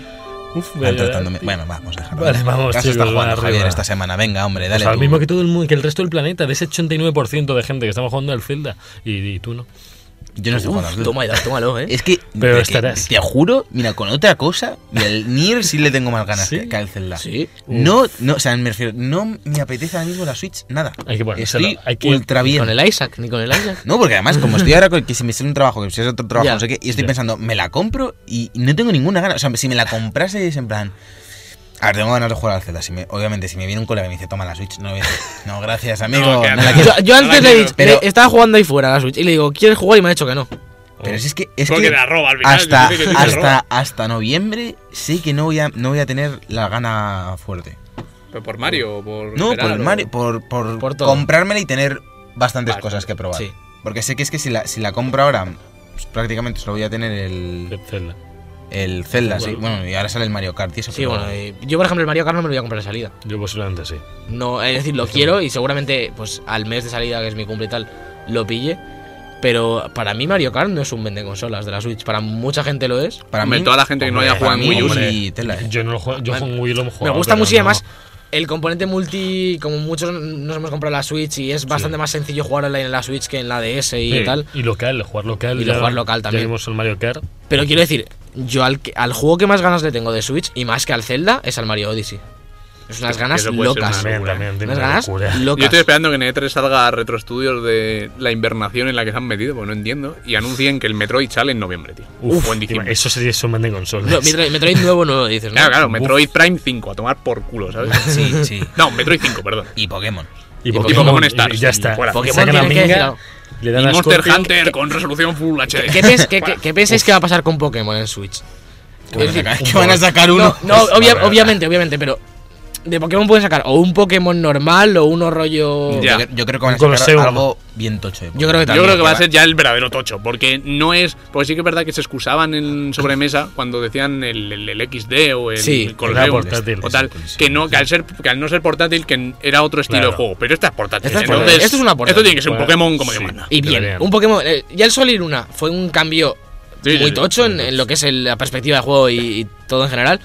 [SPEAKER 1] Uf, eh. me-
[SPEAKER 3] maltratándome. Bueno, vamos, déjalo.
[SPEAKER 1] Vale, vamos,
[SPEAKER 3] Caso está
[SPEAKER 1] chicos, va
[SPEAKER 3] jugando Javier
[SPEAKER 1] arriba.
[SPEAKER 3] esta semana. Venga, hombre,
[SPEAKER 1] O
[SPEAKER 3] dale
[SPEAKER 1] sea,
[SPEAKER 3] tú.
[SPEAKER 1] al mismo que todo el mundo, que el resto del planeta, de ese 89% de gente que estamos jugando al Zelda. Y, y tú no.
[SPEAKER 3] Yo no estoy jugando. al
[SPEAKER 2] Uf,
[SPEAKER 3] Zelda.
[SPEAKER 2] toma, tómalo, eh.
[SPEAKER 3] Es que,
[SPEAKER 1] Pero
[SPEAKER 3] de que
[SPEAKER 1] estarás.
[SPEAKER 3] te juro, mira, con otra cosa, y al Nier sí le tengo más ganas
[SPEAKER 1] ¿Sí?
[SPEAKER 3] que- que al Zelda.
[SPEAKER 2] Sí.
[SPEAKER 3] No, no, o sea, me refiero, no me apetece ahora mismo la Switch, nada.
[SPEAKER 1] Hay que ponérselo,
[SPEAKER 3] estoy
[SPEAKER 1] hay que-
[SPEAKER 3] ultra
[SPEAKER 2] Ni
[SPEAKER 3] bien.
[SPEAKER 2] con el Isaac, ni con el Isaac.
[SPEAKER 3] No, porque además, como estoy ahora con que si me sale un trabajo, que si es otro trabajo,
[SPEAKER 2] Ya.
[SPEAKER 3] no sé qué, y estoy
[SPEAKER 1] Ya.
[SPEAKER 3] pensando, me la compro y no tengo ninguna gana. O sea, si me la comprase es en plan. A ver, tengo ganas de jugar al Zelda. Si me, obviamente, si me viene un colega y me dice, toma la Switch, no, voy a decir, no gracias, amigo.
[SPEAKER 4] No,
[SPEAKER 3] No,
[SPEAKER 4] que
[SPEAKER 3] la
[SPEAKER 4] no.
[SPEAKER 3] quiero".
[SPEAKER 2] Yo, yo
[SPEAKER 4] Ahora
[SPEAKER 2] antes le he
[SPEAKER 4] quiero-
[SPEAKER 2] dicho,
[SPEAKER 3] Pero- Pues
[SPEAKER 2] le- estaba jugando ahí fuera a la Switch y le digo, ¿quieres jugar? Y me ha dicho que no.
[SPEAKER 3] Pero si es que. Es
[SPEAKER 4] Porque
[SPEAKER 3] que
[SPEAKER 4] te la roba al final,
[SPEAKER 3] hasta,
[SPEAKER 4] dice que te la roba.
[SPEAKER 3] hasta, hasta noviembre sé que no voy, a, no voy a tener la gana fuerte.
[SPEAKER 4] ¿Pero por Mario o por.
[SPEAKER 3] No, por
[SPEAKER 4] Gerard
[SPEAKER 3] el
[SPEAKER 4] o-
[SPEAKER 3] Mario, por, por,
[SPEAKER 2] Por todo.
[SPEAKER 3] comprármela y tener bastantes
[SPEAKER 4] Bastante,
[SPEAKER 3] cosas que probar.
[SPEAKER 2] sí.
[SPEAKER 3] Porque sé que es que si la, si la compro ahora, pues, prácticamente solo voy a tener el,
[SPEAKER 1] El Zelda.
[SPEAKER 3] el Zelda, sí. Bueno, y ahora sale el Mario Kart y eso.
[SPEAKER 2] Sí,
[SPEAKER 3] pero-
[SPEAKER 2] bueno, y yo por ejemplo el Mario Kart no me lo voy a comprar de salida.
[SPEAKER 1] Yo posiblemente sí.
[SPEAKER 2] No, es decir, lo quiero y seguramente pues al mes de salida, que es mi cumple y tal, lo pille. Pero para mí Mario Kart no es un vende consolas de la Switch. Para mucha gente lo es.
[SPEAKER 3] para
[SPEAKER 4] Hombre,
[SPEAKER 3] mí,
[SPEAKER 4] toda la gente que no
[SPEAKER 1] hombre,
[SPEAKER 4] haya jugado en
[SPEAKER 3] para
[SPEAKER 4] Wii
[SPEAKER 3] mí,
[SPEAKER 4] U.
[SPEAKER 1] hombre.
[SPEAKER 3] sí, tela, eh.
[SPEAKER 1] Yo no lo juego, yo con Wii lo hemos
[SPEAKER 2] Me
[SPEAKER 1] jugado.
[SPEAKER 2] gusta
[SPEAKER 1] pero
[SPEAKER 2] mucho y
[SPEAKER 1] no-
[SPEAKER 2] además el componente multi, como muchos nos hemos comprado la Switch y es bastante más sencillo jugar online en la Switch que en la DS y
[SPEAKER 1] Sí,
[SPEAKER 2] tal.
[SPEAKER 1] Y local, jugar local.
[SPEAKER 2] Y jugar local también.
[SPEAKER 1] Ya vimos el Mario Kart.
[SPEAKER 2] Pero quiero decir, yo al, que- al juego que más ganas le tengo de Switch y más que al Zelda es al Mario Odyssey. Es unas ganas
[SPEAKER 4] eso puede ser
[SPEAKER 2] locas.
[SPEAKER 4] una
[SPEAKER 1] También,
[SPEAKER 4] locura.
[SPEAKER 1] también. tiene
[SPEAKER 2] unas
[SPEAKER 1] una
[SPEAKER 2] ganas
[SPEAKER 1] locura.
[SPEAKER 2] locas.
[SPEAKER 4] Yo estoy esperando que en E3 salga Retro Studios de la invernación en la que se han metido, porque no entiendo. Y anuncien que el Metroid sale en noviembre, tío.
[SPEAKER 1] Uf,
[SPEAKER 4] o en diciembre.
[SPEAKER 1] eso sería eso mande consolas.
[SPEAKER 2] No, Metroid, Metroid nuevo no dices, ¿no?
[SPEAKER 4] Claro, claro, Metroid Prime 5, a tomar por culo, ¿sabes?
[SPEAKER 3] Sí, sí.
[SPEAKER 4] No, Metroid 5, perdón.
[SPEAKER 3] Y Pokémon.
[SPEAKER 1] y,
[SPEAKER 4] Pokémon Stars,
[SPEAKER 1] y ya
[SPEAKER 4] y
[SPEAKER 1] está.
[SPEAKER 4] fuera.
[SPEAKER 2] Pokémon
[SPEAKER 1] Sacan la
[SPEAKER 2] tiene que
[SPEAKER 1] minga,
[SPEAKER 2] decir algo.
[SPEAKER 1] le
[SPEAKER 4] Y
[SPEAKER 1] dan a
[SPEAKER 4] Monster
[SPEAKER 1] Scorpion.
[SPEAKER 4] Hunter con resolución Full HD.
[SPEAKER 2] ¿Qué, pens- qué-
[SPEAKER 4] Buah,
[SPEAKER 2] qué- qué pensáis que va a pasar con Pokémon en Switch?
[SPEAKER 3] Que van a
[SPEAKER 2] decir,
[SPEAKER 3] sacar-
[SPEAKER 1] un
[SPEAKER 3] que van a sacar uno. Pues,
[SPEAKER 2] No, no, obvia-
[SPEAKER 1] Vale, vale.
[SPEAKER 2] obviamente, obviamente, pero de Pokémon pueden sacar o un Pokémon normal o uno rollo.
[SPEAKER 4] Ya.
[SPEAKER 3] Yo, cre- yo creo que van a
[SPEAKER 1] Con
[SPEAKER 3] sacar
[SPEAKER 1] Seumo.
[SPEAKER 3] algo bien tocho. de
[SPEAKER 2] Yo creo que
[SPEAKER 4] Yo
[SPEAKER 2] también.
[SPEAKER 4] creo que va a ser ya el verdadero tocho, porque no es. Porque sí que es verdad que se excusaban en sobremesa cuando decían el, el- el XD o el,
[SPEAKER 2] Sí,
[SPEAKER 4] el Colosseum
[SPEAKER 1] era portátil.
[SPEAKER 4] o tal. Que no, que al, ser, que al no ser portátil, que era otro estilo
[SPEAKER 1] Claro.
[SPEAKER 4] de juego. Pero esta es portátil.
[SPEAKER 2] Esta es
[SPEAKER 4] Entonces,
[SPEAKER 2] portátil. Esto es una portátil.
[SPEAKER 4] tiene que ser un
[SPEAKER 1] Bueno,
[SPEAKER 4] Pokémon como
[SPEAKER 1] sí.
[SPEAKER 4] de manda.
[SPEAKER 2] Y bien,
[SPEAKER 1] Deberían.
[SPEAKER 2] un Pokémon. eh, ya el Sol y Luna fue un cambio
[SPEAKER 4] Sí, sí,
[SPEAKER 2] muy
[SPEAKER 4] sí.
[SPEAKER 2] tocho en, en lo que es el- la perspectiva de juego y, y todo en general.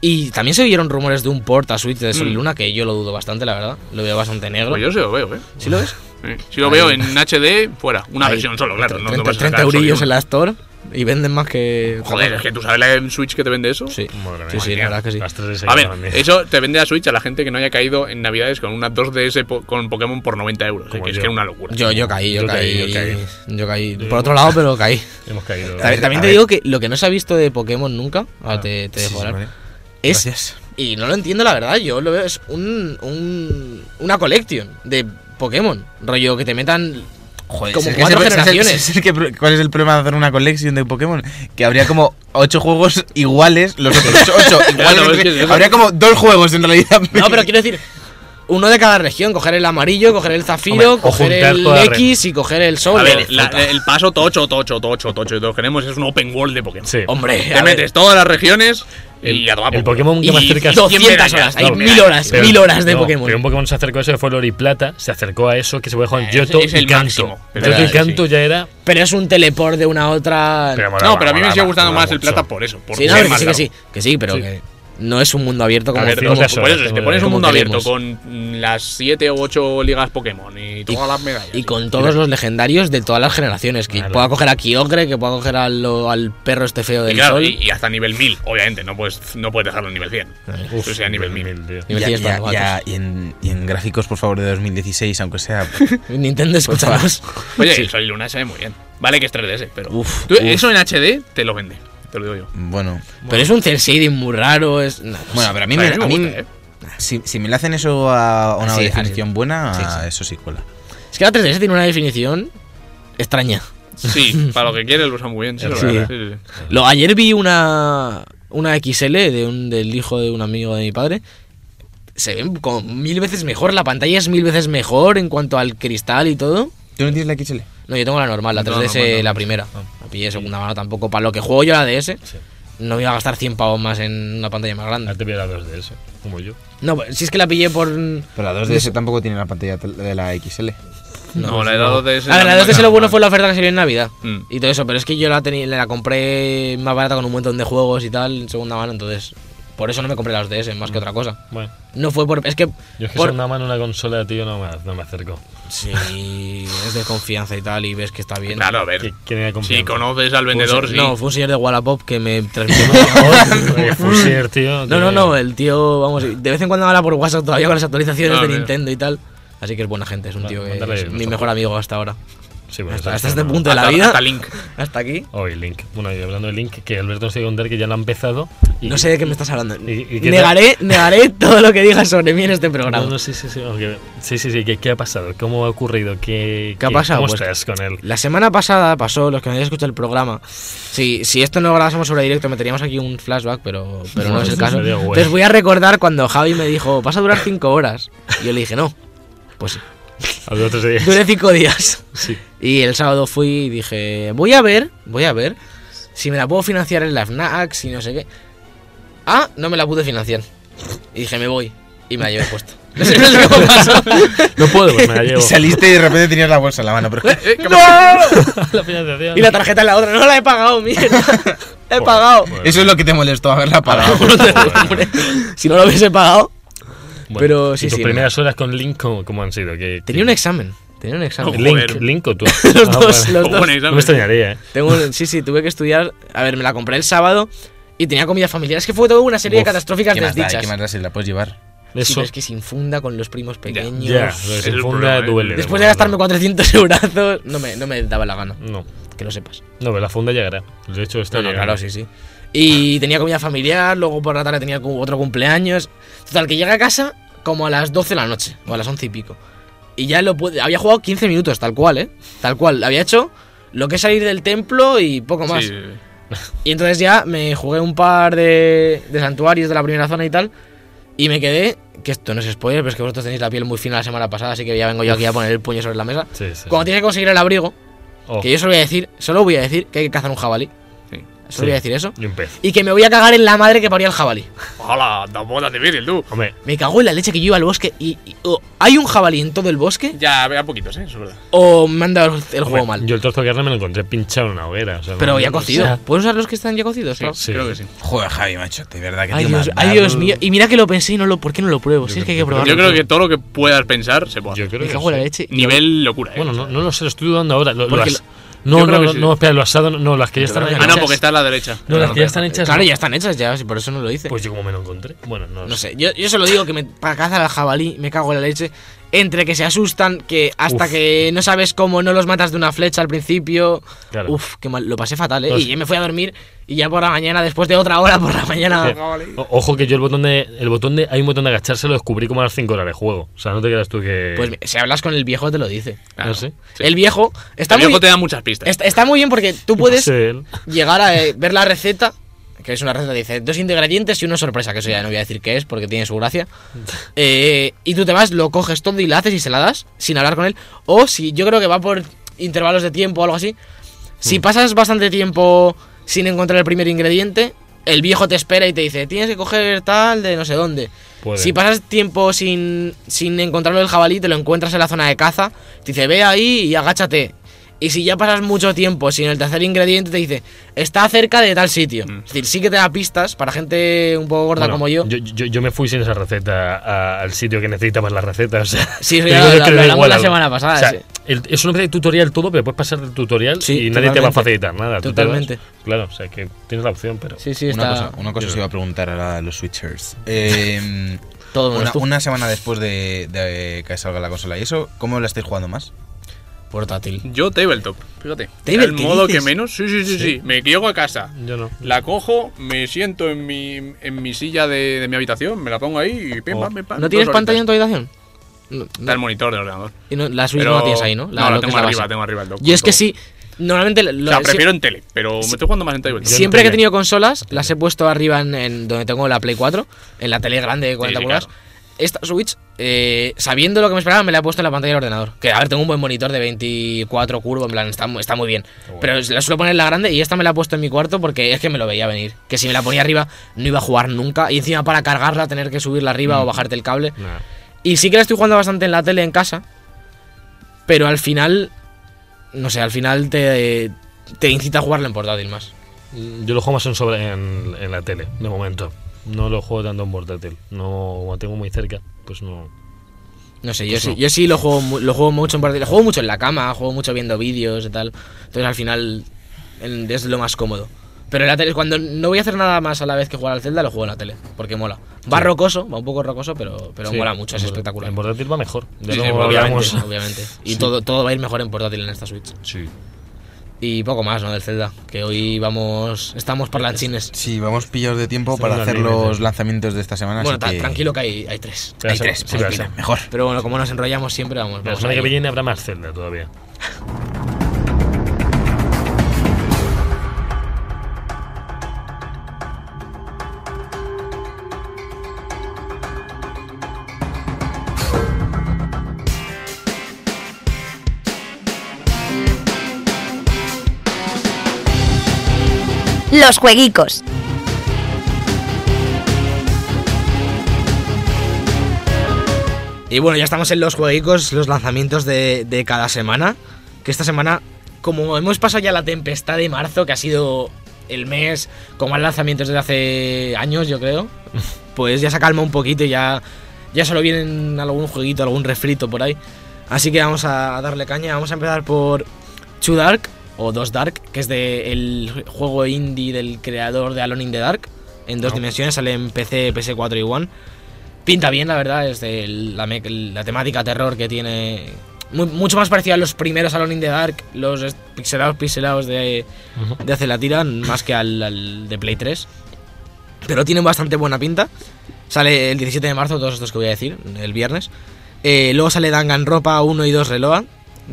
[SPEAKER 2] Y también se vieron rumores de un port a Switch de Sol y
[SPEAKER 4] Mm.
[SPEAKER 2] Luna, que yo lo dudo bastante, la verdad. Lo veo bastante negro.
[SPEAKER 4] Pues yo sí lo veo, ¿eh?
[SPEAKER 2] ¿Sí lo ves?
[SPEAKER 4] Sí. Si lo veo en HD, fuera. Una
[SPEAKER 2] Ahí.
[SPEAKER 4] versión solo, claro. no te
[SPEAKER 2] 30,
[SPEAKER 4] vas a sacar
[SPEAKER 2] 30 eurillos
[SPEAKER 4] solo
[SPEAKER 2] en la Store y venden más que.
[SPEAKER 4] una. Joder, es que tú sabes la en Switch que te vende eso.
[SPEAKER 2] Sí,
[SPEAKER 1] Madre
[SPEAKER 2] sí,
[SPEAKER 1] mía.
[SPEAKER 2] sí, la verdad que sí.
[SPEAKER 1] Las tres de
[SPEAKER 4] A ver,
[SPEAKER 1] Sega también.
[SPEAKER 4] eso te vende a Switch a la gente que no haya caído en Navidades con una 2DS po- con Pokémon por 90 euros.
[SPEAKER 1] Como
[SPEAKER 4] que es
[SPEAKER 1] yo.
[SPEAKER 4] que era una locura.
[SPEAKER 2] Yo, yo caí, yo,
[SPEAKER 1] Yo
[SPEAKER 2] caí,
[SPEAKER 1] caí, yo caí.
[SPEAKER 2] Yo caí. Por otro lado, pero caí.
[SPEAKER 1] Hemos caído.
[SPEAKER 3] A ver,
[SPEAKER 2] También
[SPEAKER 3] a
[SPEAKER 2] te
[SPEAKER 3] ver.
[SPEAKER 2] digo que lo que no se ha visto de Pokémon nunca, ahora te, te
[SPEAKER 3] Sí,
[SPEAKER 2] dejo
[SPEAKER 3] sí, vale.
[SPEAKER 2] hablar, es.
[SPEAKER 3] Gracias.
[SPEAKER 2] Y no lo entiendo, la verdad. Yo lo veo, es un, un- una collection de Pokémon. Rollo que te metan.
[SPEAKER 3] Joder,
[SPEAKER 2] Como
[SPEAKER 3] si es
[SPEAKER 2] cuatro
[SPEAKER 3] que se- se- se-
[SPEAKER 2] generaciones.
[SPEAKER 3] se- se- que pro- ¿Cuál es el problema de hacer una colección de Pokémon? Que habría como ocho juegos iguales, los otros ocho iguales.
[SPEAKER 4] no, es que-
[SPEAKER 3] habría como dos juegos en realidad.
[SPEAKER 2] No, pero quiero decir. Uno de cada región, coger el amarillo, coger el zafiro,
[SPEAKER 1] Hombre, o
[SPEAKER 2] coger
[SPEAKER 1] juntar
[SPEAKER 2] el
[SPEAKER 1] toda la red.
[SPEAKER 2] X y coger el sol.
[SPEAKER 4] A ver,
[SPEAKER 2] o-
[SPEAKER 4] la- el paso tocho, tocho, tocho, tocho, y todo lo que queremos es un open world de Pokémon.
[SPEAKER 1] Sí.
[SPEAKER 2] Hombre,
[SPEAKER 4] Te
[SPEAKER 2] a ver,
[SPEAKER 4] metes todas las regiones Y a tomar
[SPEAKER 1] el
[SPEAKER 4] por culo.
[SPEAKER 1] Pokémon que más
[SPEAKER 2] Y
[SPEAKER 1] cerca
[SPEAKER 2] 200 horas, hay
[SPEAKER 4] Claro,
[SPEAKER 2] mil horas,
[SPEAKER 1] Pero-
[SPEAKER 2] mil horas de
[SPEAKER 1] no,
[SPEAKER 2] Pokémon.
[SPEAKER 1] Pero un Pokémon se acercó a eso de Fue Oro y Plata, se acercó a eso que se puede jugar en
[SPEAKER 4] Eh,
[SPEAKER 1] Yoto
[SPEAKER 4] es el
[SPEAKER 1] y Kanto.
[SPEAKER 4] máximo, pero
[SPEAKER 1] Yoto y
[SPEAKER 4] sí,
[SPEAKER 1] Kanto ya era.
[SPEAKER 2] Pero es un teleport de una a otra.
[SPEAKER 1] Pero
[SPEAKER 4] No, pero a mí me sigue
[SPEAKER 1] molaba,
[SPEAKER 4] gustando
[SPEAKER 1] molaba
[SPEAKER 4] más el
[SPEAKER 1] mucho.
[SPEAKER 4] plata por eso. Por
[SPEAKER 2] sí, no,
[SPEAKER 4] ser
[SPEAKER 2] que
[SPEAKER 4] más
[SPEAKER 2] sí, que sí,
[SPEAKER 4] largo.
[SPEAKER 2] que sí, pero
[SPEAKER 1] Sí.
[SPEAKER 2] que no es un mundo abierto como
[SPEAKER 4] A ver,
[SPEAKER 1] Como
[SPEAKER 4] como-
[SPEAKER 1] ciertas
[SPEAKER 4] por eso,
[SPEAKER 1] horas,
[SPEAKER 4] si te
[SPEAKER 1] como
[SPEAKER 4] pones un
[SPEAKER 2] como
[SPEAKER 4] mundo abierto
[SPEAKER 2] queremos.
[SPEAKER 4] con mm, las 7 u 8 ligas Pokémon y todas las medallas.
[SPEAKER 2] Y con todos los legendarios de todas las generaciones. Que
[SPEAKER 1] Claro.
[SPEAKER 2] pueda coger a Kyogre, que pueda coger al, al perro este feo
[SPEAKER 4] Y
[SPEAKER 2] del
[SPEAKER 4] claro,
[SPEAKER 2] sol.
[SPEAKER 4] y, y hasta nivel 1000, obviamente, no puedes, no puedes dejarlo en nivel 100.
[SPEAKER 1] Uf,
[SPEAKER 4] Eso sea nivel 1000.
[SPEAKER 1] mil, tío.
[SPEAKER 2] Y me
[SPEAKER 3] Ya-
[SPEAKER 2] decías,
[SPEAKER 3] ya-
[SPEAKER 2] "Vamos,
[SPEAKER 3] ya- y, en, y en gráficos, por favor, de 2016, aunque sea.
[SPEAKER 2] Nintendo,
[SPEAKER 4] Pues
[SPEAKER 2] escuchamos.
[SPEAKER 4] Oye,
[SPEAKER 2] Sí.
[SPEAKER 4] el Sol y Luna se ve muy bien. Vale que es 3DS, pero.
[SPEAKER 2] Uf,
[SPEAKER 4] tú-
[SPEAKER 2] uf.
[SPEAKER 4] Eso en HD te lo vende, te lo digo yo.
[SPEAKER 3] Bueno.
[SPEAKER 2] Pero es un cel shading muy raro. Es... no,
[SPEAKER 3] Bueno, pero a mí,
[SPEAKER 4] A
[SPEAKER 3] me,
[SPEAKER 4] mí me
[SPEAKER 3] a mí-
[SPEAKER 4] gusta, ¿eh?
[SPEAKER 3] si, si me le hacen eso a una
[SPEAKER 2] Sí,
[SPEAKER 3] definición buena,
[SPEAKER 2] Sí, sí.
[SPEAKER 3] eso sí cuela.
[SPEAKER 2] Es que la 3DS tiene una definición extraña.
[SPEAKER 4] Sí, para lo que quieres lo usa muy bien. Sí, la
[SPEAKER 1] Sí.
[SPEAKER 4] verdad, sí, sí.
[SPEAKER 2] Lo, ayer vi una, una XL de un, del hijo de un amigo de mi padre. Se ve como mil veces mejor, la pantalla es mil veces mejor en cuanto al cristal y todo.
[SPEAKER 3] ¿Tú no tienes la XL?
[SPEAKER 2] No, yo tengo la normal, la
[SPEAKER 4] No,
[SPEAKER 2] 3DS,
[SPEAKER 4] normal, Ah. normal.
[SPEAKER 2] la primera. La pillé de segunda mano tampoco. Para lo que juego yo la DS, no me iba a gastar 100 pavos más en una pantalla más grande.
[SPEAKER 4] Ah.
[SPEAKER 1] Ahora te pillará dos de eso, como yo.
[SPEAKER 2] No, pues, si es que la pillé por.
[SPEAKER 3] Pero la 2DS tampoco tiene la pantalla tel- de la XL.
[SPEAKER 4] No, la de la 2DS.
[SPEAKER 2] A ver, la
[SPEAKER 4] no
[SPEAKER 2] 2DS
[SPEAKER 4] me
[SPEAKER 2] lo bueno
[SPEAKER 4] encanta.
[SPEAKER 2] fue la oferta que se vio en Navidad
[SPEAKER 4] Mm.
[SPEAKER 2] y todo eso, pero es que yo la, tenía, la compré más barata con un montón de juegos y tal en segunda mano, entonces por eso no me compré la 2DS más que
[SPEAKER 4] Mm.
[SPEAKER 2] otra cosa.
[SPEAKER 1] Bueno,
[SPEAKER 2] No fue por. Es que.
[SPEAKER 1] yo es que
[SPEAKER 2] por-
[SPEAKER 1] segunda mano una consola, tío, no me, no me acerco.
[SPEAKER 2] Sí, es de confianza y tal, y ves que está bien.
[SPEAKER 4] Claro, a
[SPEAKER 1] ¿Qui-
[SPEAKER 4] ver.
[SPEAKER 1] ¿Quién era
[SPEAKER 4] Si
[SPEAKER 1] confianza?
[SPEAKER 4] conoces al
[SPEAKER 2] Fue un
[SPEAKER 4] vendedor,
[SPEAKER 2] se-
[SPEAKER 4] sí.
[SPEAKER 2] No, fue un señor de Wallapop que me transmitió. mucho amor.
[SPEAKER 1] Oye, Fusier, tío.
[SPEAKER 2] no,
[SPEAKER 1] que-
[SPEAKER 2] no, no, el tío, vamos, de vez en cuando habla por WhatsApp todavía con las actualizaciones
[SPEAKER 4] Ah,
[SPEAKER 2] de
[SPEAKER 4] mira.
[SPEAKER 2] Nintendo y tal. Así que es buena gente, es un
[SPEAKER 1] Ma-
[SPEAKER 2] tío que
[SPEAKER 1] mándale
[SPEAKER 2] es
[SPEAKER 1] el
[SPEAKER 2] mi
[SPEAKER 1] mensaje.
[SPEAKER 2] mejor amigo hasta ahora.
[SPEAKER 1] Sí, bueno,
[SPEAKER 2] Hasta,
[SPEAKER 1] eso está
[SPEAKER 2] hasta este
[SPEAKER 1] mal.
[SPEAKER 2] punto de la
[SPEAKER 4] Hasta-
[SPEAKER 2] vida.
[SPEAKER 4] hasta Link.
[SPEAKER 2] Hasta aquí.
[SPEAKER 1] Hoy Link. Bueno, y hablando de Link, que Alberto nos tiene que contar que ya lo ha empezado. y-
[SPEAKER 2] No sé de qué me estás hablando.
[SPEAKER 1] ¿Y- y qué
[SPEAKER 2] negaré, negaré todo lo que digas sobre mí en este
[SPEAKER 1] No,
[SPEAKER 2] programa.
[SPEAKER 1] no, sí, sí, sí. aunque- sí, sí, sí, ¿Qué, qué ha pasado? ¿Cómo ha ocurrido? ¿Qué,
[SPEAKER 2] ¿Qué ha pasado?
[SPEAKER 1] ¿Cómo
[SPEAKER 2] Pues-
[SPEAKER 1] estás con él?
[SPEAKER 2] La semana pasada pasó, los que no hayáis escuchado el programa, si, si esto no lo grabásemos sobre directo, meteríamos aquí un flashback, pero, pero no es el caso.
[SPEAKER 1] Sería bueno.
[SPEAKER 2] Entonces voy a recordar cuando Javi me dijo, vas a durar 5 horas. Y yo le dije, no. Pues sí,
[SPEAKER 1] A los otros días.
[SPEAKER 2] duré 5 días.
[SPEAKER 1] Sí.
[SPEAKER 2] Y el sábado fui y dije, voy a ver, voy a ver si me la puedo financiar en la FNAC, si no sé qué. Ah, no me la pude financiar. Y dije, me voy. Y me la llevé puesta. No sé, no sé cómo
[SPEAKER 4] Eh,
[SPEAKER 2] pasó.
[SPEAKER 1] No puedo, pues me la llevo.
[SPEAKER 3] Y saliste y de repente tenías la bolsa en la mano. Pero es que-
[SPEAKER 4] Eh, ¿qué
[SPEAKER 2] ¡No!
[SPEAKER 1] la financiación.
[SPEAKER 2] Y la tarjeta en la otra. No la he pagado, mierda. La he pagado.
[SPEAKER 1] Bueno,
[SPEAKER 3] eso es lo que te molestó, haberla parado.
[SPEAKER 1] bueno,
[SPEAKER 2] Si no lo hubiese pagado.
[SPEAKER 1] bueno.
[SPEAKER 2] Pero sí,
[SPEAKER 1] ¿Y tus
[SPEAKER 2] sí,
[SPEAKER 1] primeras horas con Link cómo, cómo han sido? ¿Qué,
[SPEAKER 2] Tenía un examen. Tenía un examen.
[SPEAKER 1] Link,
[SPEAKER 4] Joder.
[SPEAKER 1] Link o tú.
[SPEAKER 2] Los
[SPEAKER 1] Ah,
[SPEAKER 2] dos,
[SPEAKER 1] vale.
[SPEAKER 2] los
[SPEAKER 4] Oh,
[SPEAKER 2] dos.
[SPEAKER 4] bueno, y-
[SPEAKER 1] No me extrañaría, ¿eh?
[SPEAKER 2] Tengo un- sí, sí, tuve que estudiar. A ver, me la compré el sábado y tenía comida familiar. Es que fue toda una serie de
[SPEAKER 1] Uf,
[SPEAKER 2] catastróficas
[SPEAKER 3] ¿Qué más da?
[SPEAKER 2] desdichas.
[SPEAKER 3] ¿Qué más da si la puedes llevar?
[SPEAKER 2] Sí,
[SPEAKER 1] Eso.
[SPEAKER 2] pero es que sin funda con los primos pequeños.
[SPEAKER 1] Ya,
[SPEAKER 4] Ese
[SPEAKER 1] lo que
[SPEAKER 4] es
[SPEAKER 1] se
[SPEAKER 4] el
[SPEAKER 1] funda
[SPEAKER 4] problema, ¿eh?
[SPEAKER 1] duele.
[SPEAKER 2] Después de gastarme 400 eurazos, no me, no me daba la gana,
[SPEAKER 1] No,
[SPEAKER 2] que lo sepas.
[SPEAKER 1] no, pero la funda llegará. De hecho, está
[SPEAKER 2] No, no,
[SPEAKER 1] llegando.
[SPEAKER 2] claro, sí, sí. Y tenía comida familiar, luego por la tarde tenía cu- otro cumpleaños. Total, que llegué a casa como a las 12 de la noche, o a las 11 y pico. Y ya lo pude. Había jugado 15 minutos, tal cual, ¿eh? Tal cual. Había hecho lo que es salir del templo y poco más.
[SPEAKER 4] Sí.
[SPEAKER 2] Y entonces ya me jugué un par de, de santuarios de la primera zona y tal. Y me quedé. Que esto no es spoiler, pero es que vosotros tenéis la piel muy fina la semana pasada, así que ya vengo yo aquí a poner el puño sobre la mesa.
[SPEAKER 1] Sí, sí.
[SPEAKER 2] Cuando tienes que conseguir el abrigo,
[SPEAKER 1] Oh,
[SPEAKER 2] que yo solo voy a decir, solo voy a decir que hay que cazar un jabalí.
[SPEAKER 4] Sí.
[SPEAKER 2] Solo
[SPEAKER 1] Sí.
[SPEAKER 2] voy a decir eso.
[SPEAKER 1] Y un pez.
[SPEAKER 2] Y que me voy a cagar en la madre que paría el jabalí.
[SPEAKER 4] Hola, tampoco tan difícil, tú.
[SPEAKER 1] Hombre,
[SPEAKER 2] Me cago en la leche que yo iba al bosque y. y- o ¿Hay un jabalí en todo el bosque?
[SPEAKER 4] Ya, a poquitos, ¿eh? Eso es verdad.
[SPEAKER 2] ¿O me han dado el, el juego
[SPEAKER 1] hombre,
[SPEAKER 2] mal?
[SPEAKER 1] Yo el trozo de carne me lo encontré pinchado en una hoguera. o sea,
[SPEAKER 2] Pero
[SPEAKER 1] no-
[SPEAKER 2] ya
[SPEAKER 1] no
[SPEAKER 2] cocido.
[SPEAKER 1] sé.
[SPEAKER 2] ¿Puedes usar los que están ya cocidos?
[SPEAKER 4] Sí,
[SPEAKER 2] claro?
[SPEAKER 1] Sí.
[SPEAKER 4] creo que sí.
[SPEAKER 3] Joder, Javi, macho, de verdad que
[SPEAKER 2] Ay
[SPEAKER 3] tío
[SPEAKER 2] Dios,
[SPEAKER 3] más
[SPEAKER 2] ay,
[SPEAKER 3] da,
[SPEAKER 2] Dios
[SPEAKER 3] tú.
[SPEAKER 2] mío. Y mira que lo pensé y no lo. ¿Por qué no lo pruebo? Si es que hay que probarlo.
[SPEAKER 4] Yo creo que todo lo que puedas pensar se puede
[SPEAKER 1] Yo
[SPEAKER 4] hacer.
[SPEAKER 1] creo
[SPEAKER 2] Me
[SPEAKER 1] que
[SPEAKER 2] cago en la
[SPEAKER 1] sí.
[SPEAKER 2] leche.
[SPEAKER 4] Nivel locura, ¿eh?
[SPEAKER 1] Bueno, no, no lo sé, lo estoy dudando ahora. Lo- lo
[SPEAKER 2] Porque
[SPEAKER 1] as-
[SPEAKER 4] lo-
[SPEAKER 1] No,
[SPEAKER 4] yo creo
[SPEAKER 1] no,
[SPEAKER 4] que
[SPEAKER 1] no,
[SPEAKER 4] sí.
[SPEAKER 1] no, espera, lo asado, no, no, las que ya están
[SPEAKER 2] creo que
[SPEAKER 4] Ah,
[SPEAKER 1] hechas.
[SPEAKER 4] no, porque está a la derecha.
[SPEAKER 1] No, las que ya están hechas.
[SPEAKER 2] Claro,
[SPEAKER 1] no.
[SPEAKER 2] ya están hechas, ya, sí, por eso no lo hice.
[SPEAKER 1] Pues yo como me lo encontré. Bueno, no,
[SPEAKER 2] no sé, yo, yo se lo digo que me, para cazar al jabalí me cago en la leche. Entre que se asustan, que hasta
[SPEAKER 1] Uf.
[SPEAKER 2] que no sabes cómo no los matas de una flecha al principio.
[SPEAKER 1] Claro.
[SPEAKER 2] Uf, qué mal, lo pasé fatal, ¿eh?
[SPEAKER 1] Pues-
[SPEAKER 2] y yo me fui a dormir y ya por la mañana, después de otra hora por la
[SPEAKER 4] Ah,
[SPEAKER 2] mañana.
[SPEAKER 1] O- Ojo que yo el botón de. El botón de. Hay un botón de agacharse, lo descubrí como a las 5 horas de juego. O sea, no te creas tú que. ¿Ah,
[SPEAKER 2] Pues si hablas con el viejo te lo dice.
[SPEAKER 4] Claro.
[SPEAKER 1] No sé.
[SPEAKER 4] Sí.
[SPEAKER 2] El viejo está
[SPEAKER 4] el viejo
[SPEAKER 2] muy
[SPEAKER 4] te da muchas pistas.
[SPEAKER 2] está, está muy bien porque tú
[SPEAKER 1] No
[SPEAKER 2] puedes
[SPEAKER 1] sé, él.
[SPEAKER 2] llegar a eh, ver la receta, que es una receta, dice dos ingredientes y una sorpresa, que eso ya no voy a decir qué es porque tiene su gracia. Eh, y tú te vas, lo coges todo y la haces y se la das sin hablar con él. O si yo creo que va por intervalos de tiempo o algo así. Si pasas bastante tiempo sin encontrar el primer ingrediente, el viejo te espera y te dice, tienes que coger tal de no sé dónde.
[SPEAKER 1] Puede.
[SPEAKER 2] Si pasas tiempo sin, sin encontrarlo el jabalí, te lo encuentras en la zona de caza, te dice, ve ahí y agáchate. Y si ya pasas mucho tiempo sin el tercer ingrediente, te dice, está cerca de tal sitio.
[SPEAKER 4] Mm.
[SPEAKER 2] Es decir, sí que te da pistas para gente un poco gorda
[SPEAKER 1] Bueno,
[SPEAKER 2] como yo.
[SPEAKER 1] Yo, yo- yo me fui sin esa receta a- al sitio que necesitaba la receta. O sea,
[SPEAKER 2] Sí,
[SPEAKER 1] te
[SPEAKER 2] sí,
[SPEAKER 1] digo
[SPEAKER 2] lo-
[SPEAKER 1] que le
[SPEAKER 2] lo
[SPEAKER 1] da
[SPEAKER 2] hablamos
[SPEAKER 1] igual
[SPEAKER 2] la
[SPEAKER 1] algo.
[SPEAKER 2] semana pasada,
[SPEAKER 1] O sea,
[SPEAKER 2] sí.
[SPEAKER 1] el- es una especie de tutorial todo, pero puedes pasar del tutorial
[SPEAKER 2] Sí,
[SPEAKER 1] y nadie te va a
[SPEAKER 2] totalmente.
[SPEAKER 1] facilitar nada. Tú te vas-
[SPEAKER 2] Totalmente.
[SPEAKER 1] claro, o sea que tienes la opción, pero.
[SPEAKER 2] Sí, sí,
[SPEAKER 3] Una
[SPEAKER 2] está
[SPEAKER 3] cosa, una cosa os iba a preguntar ahora a los Switchers. Eh,
[SPEAKER 2] todo menos
[SPEAKER 3] una,
[SPEAKER 2] tú.
[SPEAKER 3] una semana después de, de que salga la consola. ¿Y eso cómo la estáis jugando más?
[SPEAKER 2] portátil.
[SPEAKER 4] Yo tabletop, fíjate.
[SPEAKER 2] Table,
[SPEAKER 4] el
[SPEAKER 2] ¿qué
[SPEAKER 4] modo
[SPEAKER 2] dices?
[SPEAKER 4] que menos. Sí, sí, sí, sí. Me llego a casa.
[SPEAKER 1] Yo no.
[SPEAKER 4] La cojo, me siento en mi, en mi silla de, de mi habitación, me la pongo ahí y pim,
[SPEAKER 1] Oh.
[SPEAKER 4] pam, pim, pam.
[SPEAKER 2] ¿No
[SPEAKER 4] dos
[SPEAKER 2] tienes
[SPEAKER 4] horitas.
[SPEAKER 2] pantalla en tu habitación? No,
[SPEAKER 4] Está
[SPEAKER 2] no.
[SPEAKER 4] el monitor del ordenador.
[SPEAKER 2] Y no- la Switch
[SPEAKER 4] Pero-
[SPEAKER 2] no la tienes ahí, ¿no?
[SPEAKER 4] no, la
[SPEAKER 2] lo que es
[SPEAKER 4] tengo
[SPEAKER 2] la
[SPEAKER 4] arriba,
[SPEAKER 2] base.
[SPEAKER 4] tengo arriba el dock.
[SPEAKER 2] Yo es que
[SPEAKER 4] Todo.
[SPEAKER 2] sí, normalmente... lo-
[SPEAKER 4] O sea,
[SPEAKER 2] sí-
[SPEAKER 4] prefiero en tele, pero me estoy jugando más en tabletop.
[SPEAKER 1] Yo en
[SPEAKER 2] Siempre que he
[SPEAKER 1] tele.
[SPEAKER 2] tenido consolas, las he puesto arriba en, en donde tengo la Play 4, en la tele grande de 40
[SPEAKER 4] sí,
[SPEAKER 2] pulgadas.
[SPEAKER 4] claro.
[SPEAKER 2] Esta Switch, eh, sabiendo lo que me esperaba, me la he puesto en la pantalla del ordenador. Que, a ver, tengo un buen monitor de 24 curvos, en plan, está, mu- está muy bien. Pero la suelo poner en la grande y esta me la he puesto en mi cuarto porque es que me lo veía venir. Que si me la ponía arriba, no iba a jugar nunca. Y encima, para cargarla, tener que subirla arriba o bajarte el cable.
[SPEAKER 1] Nah.
[SPEAKER 2] Y sí que la estoy jugando bastante en la tele en casa. Pero al final. No sé, al final te, te incita a jugarlo en portátil más.
[SPEAKER 1] Yo lo juego más en, sobre, en, en la tele, de momento. No lo juego tanto en portátil. No, como tengo muy cerca, pues no.
[SPEAKER 2] No sé, yo,
[SPEAKER 1] Pues
[SPEAKER 2] sí,
[SPEAKER 1] no.
[SPEAKER 2] yo sí lo juego, mu- lo juego mucho en portátil. Lo juego mucho en la cama, juego mucho viendo vídeos y tal. Entonces al final en- es lo más cómodo. Pero en la tele, cuando no voy a hacer nada más a la vez que jugar al Zelda, lo juego en la tele. Porque mola. Va rocoso, va un poco rocoso, pero, pero
[SPEAKER 1] Sí,
[SPEAKER 2] mola mucho, es
[SPEAKER 1] en por-
[SPEAKER 2] espectacular.
[SPEAKER 1] En portátil va mejor. Ya
[SPEAKER 2] Sí,
[SPEAKER 1] lo
[SPEAKER 2] sí, obviamente,
[SPEAKER 1] hablamos.
[SPEAKER 2] obviamente. Y todo, todo va a ir mejor en portátil en esta Switch.
[SPEAKER 1] Sí.
[SPEAKER 2] Y poco más, ¿no? Del Zelda. Que hoy vamos. Estamos parlanchines.
[SPEAKER 3] Sí, vamos pillados de tiempo
[SPEAKER 1] Estamos
[SPEAKER 3] para hacer
[SPEAKER 1] al límite.
[SPEAKER 3] los lanzamientos de esta semana.
[SPEAKER 2] Bueno,
[SPEAKER 3] así
[SPEAKER 2] ta-
[SPEAKER 3] que-
[SPEAKER 2] tranquilo que hay, hay tres.
[SPEAKER 3] Hay tres,
[SPEAKER 1] Sí,
[SPEAKER 3] pues
[SPEAKER 1] pero
[SPEAKER 3] mira,
[SPEAKER 1] sí.
[SPEAKER 3] mejor.
[SPEAKER 2] Pero bueno, como nos enrollamos siempre, vamos.
[SPEAKER 1] La
[SPEAKER 2] vamos
[SPEAKER 1] semana
[SPEAKER 2] a
[SPEAKER 1] que
[SPEAKER 2] ello.
[SPEAKER 1] viene habrá más Zelda todavía.
[SPEAKER 5] Los jueguicos.
[SPEAKER 2] Y bueno, ya estamos en los jueguicos, los lanzamientos de, de cada semana. Que esta semana, como hemos pasado ya la tempestad de marzo, que ha sido el mes con más lanzamientos desde hace años, yo creo, pues ya se calma un poquito y ya, ya solo vienen algún jueguito, algún refrito por ahí. Así que vamos a darle caña. Vamos a empezar por Two Dark o 2 Dark, que es de el juego indie del creador de Alone in the Dark. En dos
[SPEAKER 1] No.
[SPEAKER 2] dimensiones, sale en PC, PS4 y One. Pinta bien, la verdad, es de la, me- la temática terror que tiene. mu- mucho más parecida a los primeros Alone in the Dark, los est- pixelados, pixelados de,
[SPEAKER 1] Ujú.
[SPEAKER 2] de hace la tira, más que al, al de Play 3. Pero tienen bastante buena pinta. Sale el 17 de marzo, todos estos que voy a decir, el viernes. Eh, luego sale Danganronpa 1 y 2 Reloa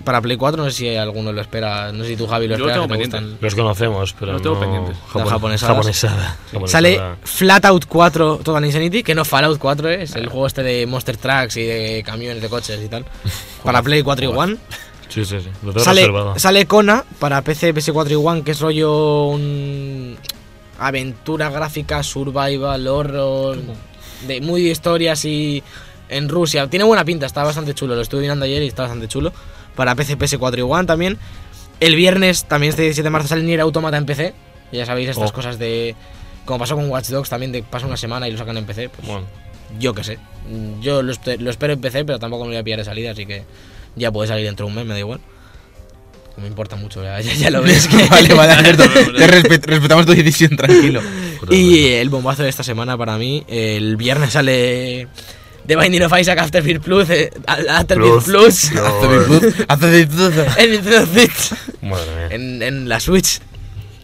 [SPEAKER 2] para Play 4. No sé si alguno lo espera, no sé si tú, Javi, lo
[SPEAKER 4] Yo lo
[SPEAKER 2] esperas. que
[SPEAKER 4] tengo
[SPEAKER 2] te
[SPEAKER 4] pendiente.
[SPEAKER 2] gustan.
[SPEAKER 1] Los conocemos, pero.
[SPEAKER 4] Los tengo
[SPEAKER 1] no
[SPEAKER 4] pendientes.
[SPEAKER 1] japone-
[SPEAKER 2] Las japonesadas.
[SPEAKER 1] japonesada. Japonesada.
[SPEAKER 2] Sale Flatout 4 Total Insanity, que no Fallout 4, ¿eh? es el juego este de Monster Trucks y de camiones, de coches y tal. para Play 4 y One.
[SPEAKER 1] Sí, sí, sí. Lo tengo
[SPEAKER 2] Sale,
[SPEAKER 1] reservado.
[SPEAKER 2] sale Kona para PC, PS4 y One, que es rollo un... Aventura gráfica, survival, horror... De muy historias y... En Rusia. Tiene buena pinta, está bastante chulo. Lo estuve mirando ayer y está bastante chulo. Para PC, PS4 y One también. El viernes, también este 17 de marzo, sale Nier Automata en PC. Ya sabéis estas
[SPEAKER 1] Oh.
[SPEAKER 2] cosas de... Como pasó con Watch Dogs, también de pasa una semana y lo sacan en PC. Pues,
[SPEAKER 1] Bueno,
[SPEAKER 2] yo qué sé. Yo lo, espe- lo espero en PC, pero tampoco me lo voy a pillar de salida, así que ya puede salir dentro de un mes, me da igual. No me importa mucho, ya, ya- ya lo ves. que-
[SPEAKER 3] vale, vale, Alberto. te respet- respetamos tu decisión, tranquilo.
[SPEAKER 2] Y el bombazo de esta semana para mí, el viernes sale The Binding of Isaac Afterbirth Plus, eh, a- Afterbirth
[SPEAKER 1] Plus.
[SPEAKER 2] Plus,
[SPEAKER 3] Haz de virtud, haz de virtud.
[SPEAKER 2] en, Nintendo Switch,
[SPEAKER 1] Madre mía.
[SPEAKER 2] en, en la Switch.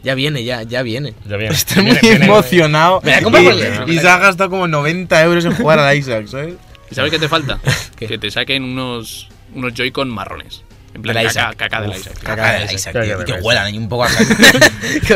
[SPEAKER 2] Ya viene, ya, ya viene.
[SPEAKER 1] Ya bien.
[SPEAKER 3] Estoy muy emocionado.
[SPEAKER 2] Me la compro
[SPEAKER 3] Y-
[SPEAKER 2] por dentro, me
[SPEAKER 3] Y
[SPEAKER 2] la
[SPEAKER 3] se ha gastado como 90 euros en jugar al Isaac, ¿sabes?
[SPEAKER 4] ¿Y sabes qué te falta?
[SPEAKER 2] ¿Qué?
[SPEAKER 4] Que te saquen unos, unos Joy-Con marrones. En plan,
[SPEAKER 2] Del
[SPEAKER 4] caca,
[SPEAKER 2] Isaac.
[SPEAKER 4] caca del
[SPEAKER 1] Uf,
[SPEAKER 4] Isaac.
[SPEAKER 3] Caca
[SPEAKER 2] del
[SPEAKER 3] del Ah,
[SPEAKER 2] Isaac,
[SPEAKER 3] Isaac,
[SPEAKER 1] caca
[SPEAKER 3] tío,
[SPEAKER 1] del
[SPEAKER 3] y Que
[SPEAKER 1] Isaac.
[SPEAKER 3] huelan ahí un poco a caca.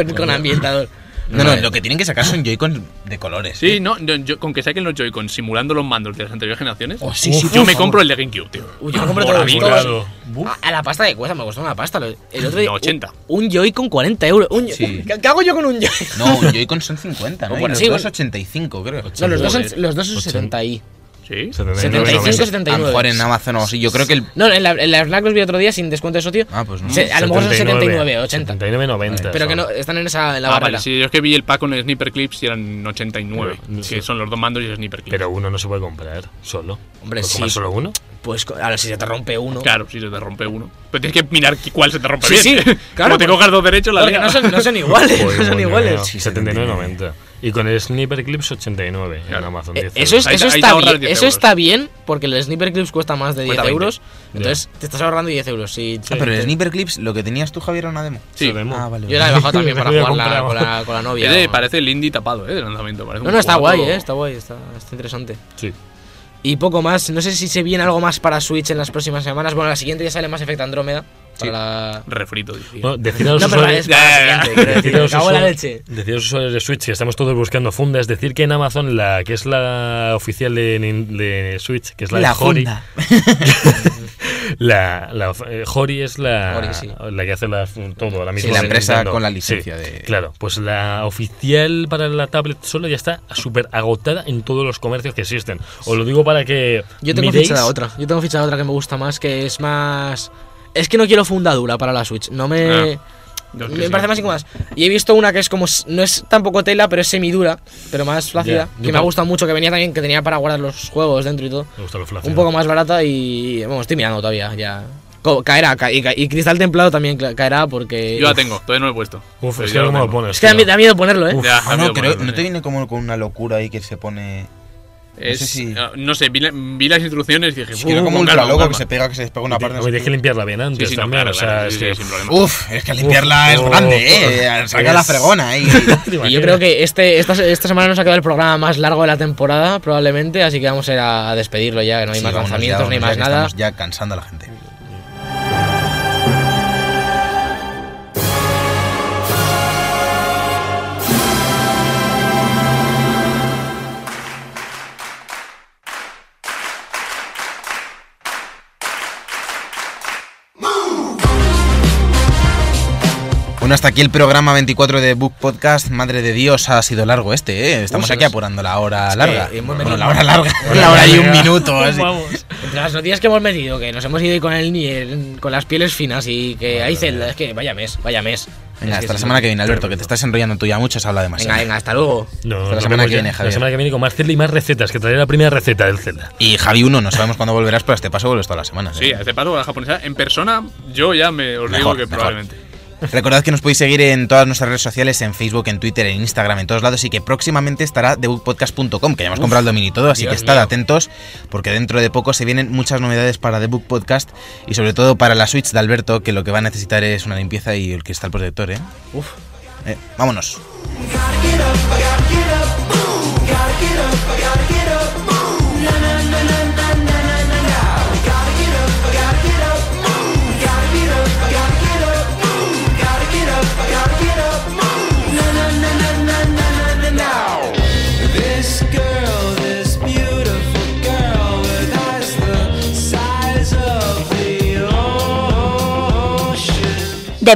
[SPEAKER 2] con, con ambientador.
[SPEAKER 3] No, no, lo que tienen que sacar son Joy-Con de colores.
[SPEAKER 4] Sí, no, yo- yo- con que saquen los Joy-Con simulando los mandos de las anteriores generaciones,
[SPEAKER 2] Oh, sí, sí,
[SPEAKER 4] yo
[SPEAKER 2] por
[SPEAKER 4] me
[SPEAKER 2] favor.
[SPEAKER 4] compro el de GameCube, tío.
[SPEAKER 2] Uy, yo compro
[SPEAKER 4] Mola
[SPEAKER 2] todos,
[SPEAKER 4] bien,
[SPEAKER 2] todos.
[SPEAKER 1] claro.
[SPEAKER 2] A, Ah, a la pasta que cuesta, me costó una pasta. lo- El otro día.
[SPEAKER 4] No, 80.
[SPEAKER 2] Un, un Joy con 40 euros. Un Joy-
[SPEAKER 3] Sí.
[SPEAKER 2] ¿Qué, qué hago yo con un Joy?
[SPEAKER 3] No, un Joy-Con son 50, ¿no?
[SPEAKER 2] Oh,
[SPEAKER 3] Y
[SPEAKER 2] bueno,
[SPEAKER 3] los
[SPEAKER 2] sí,
[SPEAKER 3] dos
[SPEAKER 2] bueno.
[SPEAKER 3] 85, creo. Pues,
[SPEAKER 2] No, los dos, son,
[SPEAKER 4] Joder.
[SPEAKER 2] los dos son
[SPEAKER 1] 80.
[SPEAKER 2] 70 y.
[SPEAKER 4] Sí.
[SPEAKER 2] 75,
[SPEAKER 3] A lo
[SPEAKER 2] 79.
[SPEAKER 3] mejor en Amazon o así. Yo creo que el.
[SPEAKER 2] No, en la, en la Black los vi otro día sin descuento de eso, tío.
[SPEAKER 3] Ah, pues no.
[SPEAKER 2] Se- a lo mejor son 79, 80.
[SPEAKER 1] 79, 90.
[SPEAKER 2] Pero que no, están en esa en la
[SPEAKER 4] Ah,
[SPEAKER 2] barrera.
[SPEAKER 4] vale, sí, yo es que vi el pack con el Sniper Clips y eran 89,
[SPEAKER 1] Pero, no sé.
[SPEAKER 4] que son los dos mandos y el Sniper Clips.
[SPEAKER 1] Pero uno no se puede comprar solo.
[SPEAKER 2] Hombre,
[SPEAKER 1] ¿Puedes comprar
[SPEAKER 2] sí.
[SPEAKER 1] solo uno?
[SPEAKER 2] Pues co- ahora si se te rompe uno.
[SPEAKER 4] Claro, si se te rompe uno. Pero tienes que mirar que- cuál se te rompe
[SPEAKER 2] Sí, sí,
[SPEAKER 4] bien.
[SPEAKER 2] claro,
[SPEAKER 4] Como te
[SPEAKER 2] porque-
[SPEAKER 4] cojas dos derechos, la Pues,
[SPEAKER 2] Porque
[SPEAKER 4] lea.
[SPEAKER 2] no son, no son iguales, no
[SPEAKER 1] Joder,
[SPEAKER 2] son
[SPEAKER 1] coño,
[SPEAKER 2] iguales.
[SPEAKER 1] Pues no. 79, 90. Y con el Sniper Clips 89 en
[SPEAKER 4] Claro.
[SPEAKER 1] Amazon.
[SPEAKER 2] Eh,
[SPEAKER 1] 10
[SPEAKER 2] Eso, es-
[SPEAKER 4] Ahí
[SPEAKER 2] eso
[SPEAKER 4] te- ahí te
[SPEAKER 2] está
[SPEAKER 4] ahorras
[SPEAKER 2] bien,
[SPEAKER 4] 10
[SPEAKER 2] eso
[SPEAKER 4] euros.
[SPEAKER 2] está bien, porque el Sniper Clips cuesta más de 10
[SPEAKER 4] Cuesta 20.
[SPEAKER 2] euros. Entonces te estás ahorrando 10 euros. Si,
[SPEAKER 3] Ah, pero el Sniper Clips, lo que tenías tú, Javier, era una demo.
[SPEAKER 4] Sí.
[SPEAKER 1] Sabemos.
[SPEAKER 3] Ah, vale.
[SPEAKER 2] Yo la he bajado también para
[SPEAKER 1] Me voy a
[SPEAKER 2] jugarla
[SPEAKER 1] comprar
[SPEAKER 2] con
[SPEAKER 1] ahora.
[SPEAKER 2] la, con la novia.
[SPEAKER 4] Ese
[SPEAKER 2] o-
[SPEAKER 4] parece el indie tapado, ¿eh? De lanzamiento. Parece
[SPEAKER 2] No,
[SPEAKER 4] un
[SPEAKER 2] no, está
[SPEAKER 4] juego
[SPEAKER 2] guay,
[SPEAKER 4] todo-
[SPEAKER 2] eh, está guay, está, está interesante.
[SPEAKER 1] Sí.
[SPEAKER 2] Y poco más, no sé si se viene algo más para Switch en las próximas semanas. Bueno, la siguiente ya sale más Effect Andrómeda. Para la...
[SPEAKER 4] Refrito, decía.
[SPEAKER 1] Bueno, decir a los
[SPEAKER 2] No, pero
[SPEAKER 1] usuarios-
[SPEAKER 2] es para la siguiente. quiero decir,
[SPEAKER 1] Decir a
[SPEAKER 2] me
[SPEAKER 1] los
[SPEAKER 2] cago en la
[SPEAKER 1] usuarios-
[SPEAKER 2] leche.
[SPEAKER 1] decir a los usuarios de Switch que estamos todos buscando funda, es decir, que en Amazon, la que es la oficial de, Nin- de Switch, que es la, de Hori,
[SPEAKER 3] Ah,
[SPEAKER 1] la, la of- eh, Hori es la,
[SPEAKER 2] Hori, sí.
[SPEAKER 1] la que hace la, todo, la misma.
[SPEAKER 3] la
[SPEAKER 1] de
[SPEAKER 3] empresa
[SPEAKER 1] Nintendo.
[SPEAKER 3] con la licencia de-
[SPEAKER 1] Claro, pues la oficial para la tablet solo ya está súper agotada en todos los comercios que existen. Os lo digo para que.
[SPEAKER 2] Yo tengo
[SPEAKER 1] miréis-
[SPEAKER 2] fichada otra. Yo tengo fichada otra que me gusta más, que es más. Es que no quiero fundadura para la Switch. No me.
[SPEAKER 4] Ah, Yo es que
[SPEAKER 2] me
[SPEAKER 4] sí.
[SPEAKER 2] parece más incómoda. Y he visto una que es como. s- No es tampoco tela, pero es semidura, pero más flácida.
[SPEAKER 1] yo
[SPEAKER 2] Que me ha
[SPEAKER 1] tam-
[SPEAKER 2] gustado mucho, que venía también, que tenía para guardar los juegos dentro y todo.
[SPEAKER 1] Me gusta lo flácido.
[SPEAKER 2] Un poco más barata y. Vamos, estoy mirando todavía, ya. Co- Caerá, ca- y, ca- y cristal templado también cla- caerá porque.
[SPEAKER 4] Yo la tengo, todavía no la he puesto.
[SPEAKER 1] Uf,
[SPEAKER 4] Pero
[SPEAKER 1] es que
[SPEAKER 4] ya la
[SPEAKER 1] no me lo
[SPEAKER 4] Pues tengo.
[SPEAKER 1] pones.
[SPEAKER 2] Es que da
[SPEAKER 1] tío.
[SPEAKER 2] mie- da miedo ponerlo, eh.
[SPEAKER 1] Uf.
[SPEAKER 4] Ya,
[SPEAKER 3] Ah,
[SPEAKER 4] rápido,
[SPEAKER 3] no, creo,
[SPEAKER 4] bueno,
[SPEAKER 3] ¿no te
[SPEAKER 4] sí.
[SPEAKER 3] viene como con una locura ahí que se pone.
[SPEAKER 4] Es,
[SPEAKER 3] sé si-
[SPEAKER 4] ah, no sé, vi, la- vi las instrucciones y dije,
[SPEAKER 3] Es
[SPEAKER 4] "Uh,
[SPEAKER 3] que era como
[SPEAKER 4] con
[SPEAKER 3] un
[SPEAKER 4] calma,
[SPEAKER 3] loco
[SPEAKER 4] con
[SPEAKER 3] que se
[SPEAKER 4] calma".
[SPEAKER 3] pega, que se despega una
[SPEAKER 1] Hombre,
[SPEAKER 3] parte. no sé
[SPEAKER 1] tienes
[SPEAKER 3] qué.
[SPEAKER 1] que limpiarla bien
[SPEAKER 4] Sí,
[SPEAKER 1] antes
[SPEAKER 4] sí, no,
[SPEAKER 1] también.
[SPEAKER 4] claro,
[SPEAKER 1] o sea,
[SPEAKER 4] claro,
[SPEAKER 1] es
[SPEAKER 4] sí,
[SPEAKER 1] que-
[SPEAKER 4] sí, sin problema.
[SPEAKER 3] Uf, es que limpiarla es
[SPEAKER 1] Uf.
[SPEAKER 3] grande, eh. Saca la
[SPEAKER 1] Es-
[SPEAKER 3] fregona ahí.
[SPEAKER 1] ¿Te
[SPEAKER 2] Y yo
[SPEAKER 1] imaginas?
[SPEAKER 2] creo que este, esta, esta semana nos ha quedado el programa más largo de la temporada, probablemente, así que vamos a ir a despedirlo ya, que no hay
[SPEAKER 3] Sí,
[SPEAKER 2] más
[SPEAKER 3] vámonos ya,
[SPEAKER 2] lanzamientos ni
[SPEAKER 3] vámonos ya,
[SPEAKER 2] más
[SPEAKER 3] que
[SPEAKER 2] nada.
[SPEAKER 3] Estamos ya cansando a la gente. Bueno, hasta aquí el programa 24 de Book Podcast. Madre de Dios, ha sido largo este, ¿eh? Estamos
[SPEAKER 2] Uf,
[SPEAKER 3] aquí apurando la hora larga.
[SPEAKER 2] hemos
[SPEAKER 3] Bueno,
[SPEAKER 2] venido-
[SPEAKER 3] la hora larga. La hora y un minuto, así.
[SPEAKER 1] Vamos.
[SPEAKER 2] Entre las noticias que hemos metido, que nos hemos ido ahí con el Nier, con las pieles finas y que hay celda, es que vaya mes, vaya mes.
[SPEAKER 3] Venga,
[SPEAKER 2] Es
[SPEAKER 3] hasta la
[SPEAKER 2] sí.
[SPEAKER 3] semana que viene, Alberto, que te estás enrollando tú ya mucho, se habla ¿eh? demasiado.
[SPEAKER 2] Venga, venga, hasta luego.
[SPEAKER 1] No,
[SPEAKER 3] Hasta la
[SPEAKER 1] nos
[SPEAKER 3] semana
[SPEAKER 1] vemos
[SPEAKER 3] que
[SPEAKER 1] ya.
[SPEAKER 3] viene, Javier.
[SPEAKER 1] La semana que viene con más Zelda y más recetas, que traeré la primera receta del Zelda.
[SPEAKER 3] Y Javi 1, no sabemos cuándo volverás, pero a este paso vuelves todas las semanas.
[SPEAKER 4] Sí,
[SPEAKER 3] ¿eh?
[SPEAKER 4] a este paso a la japonesa, en persona, yo ya me os
[SPEAKER 3] Mejor,
[SPEAKER 4] digo que
[SPEAKER 3] mejor.
[SPEAKER 4] probablemente.
[SPEAKER 3] Recordad que nos podéis seguir en todas nuestras redes sociales, en Facebook, en Twitter, en Instagram, en todos lados, y que próximamente estará debugpodcast.com, que ya hemos comprado el dominio y todo, así
[SPEAKER 2] Dios
[SPEAKER 3] que estad
[SPEAKER 2] mío.
[SPEAKER 3] atentos, porque dentro de poco se vienen muchas novedades para The Book Podcast y sobre todo para la Switch de Alberto, que lo que va a necesitar es una limpieza y el cristal protector, ¿eh?
[SPEAKER 2] Uf.
[SPEAKER 3] Eh, vámonos.
[SPEAKER 6] This girl, this beautiful girl with eyes the size of the ocean.
[SPEAKER 5] The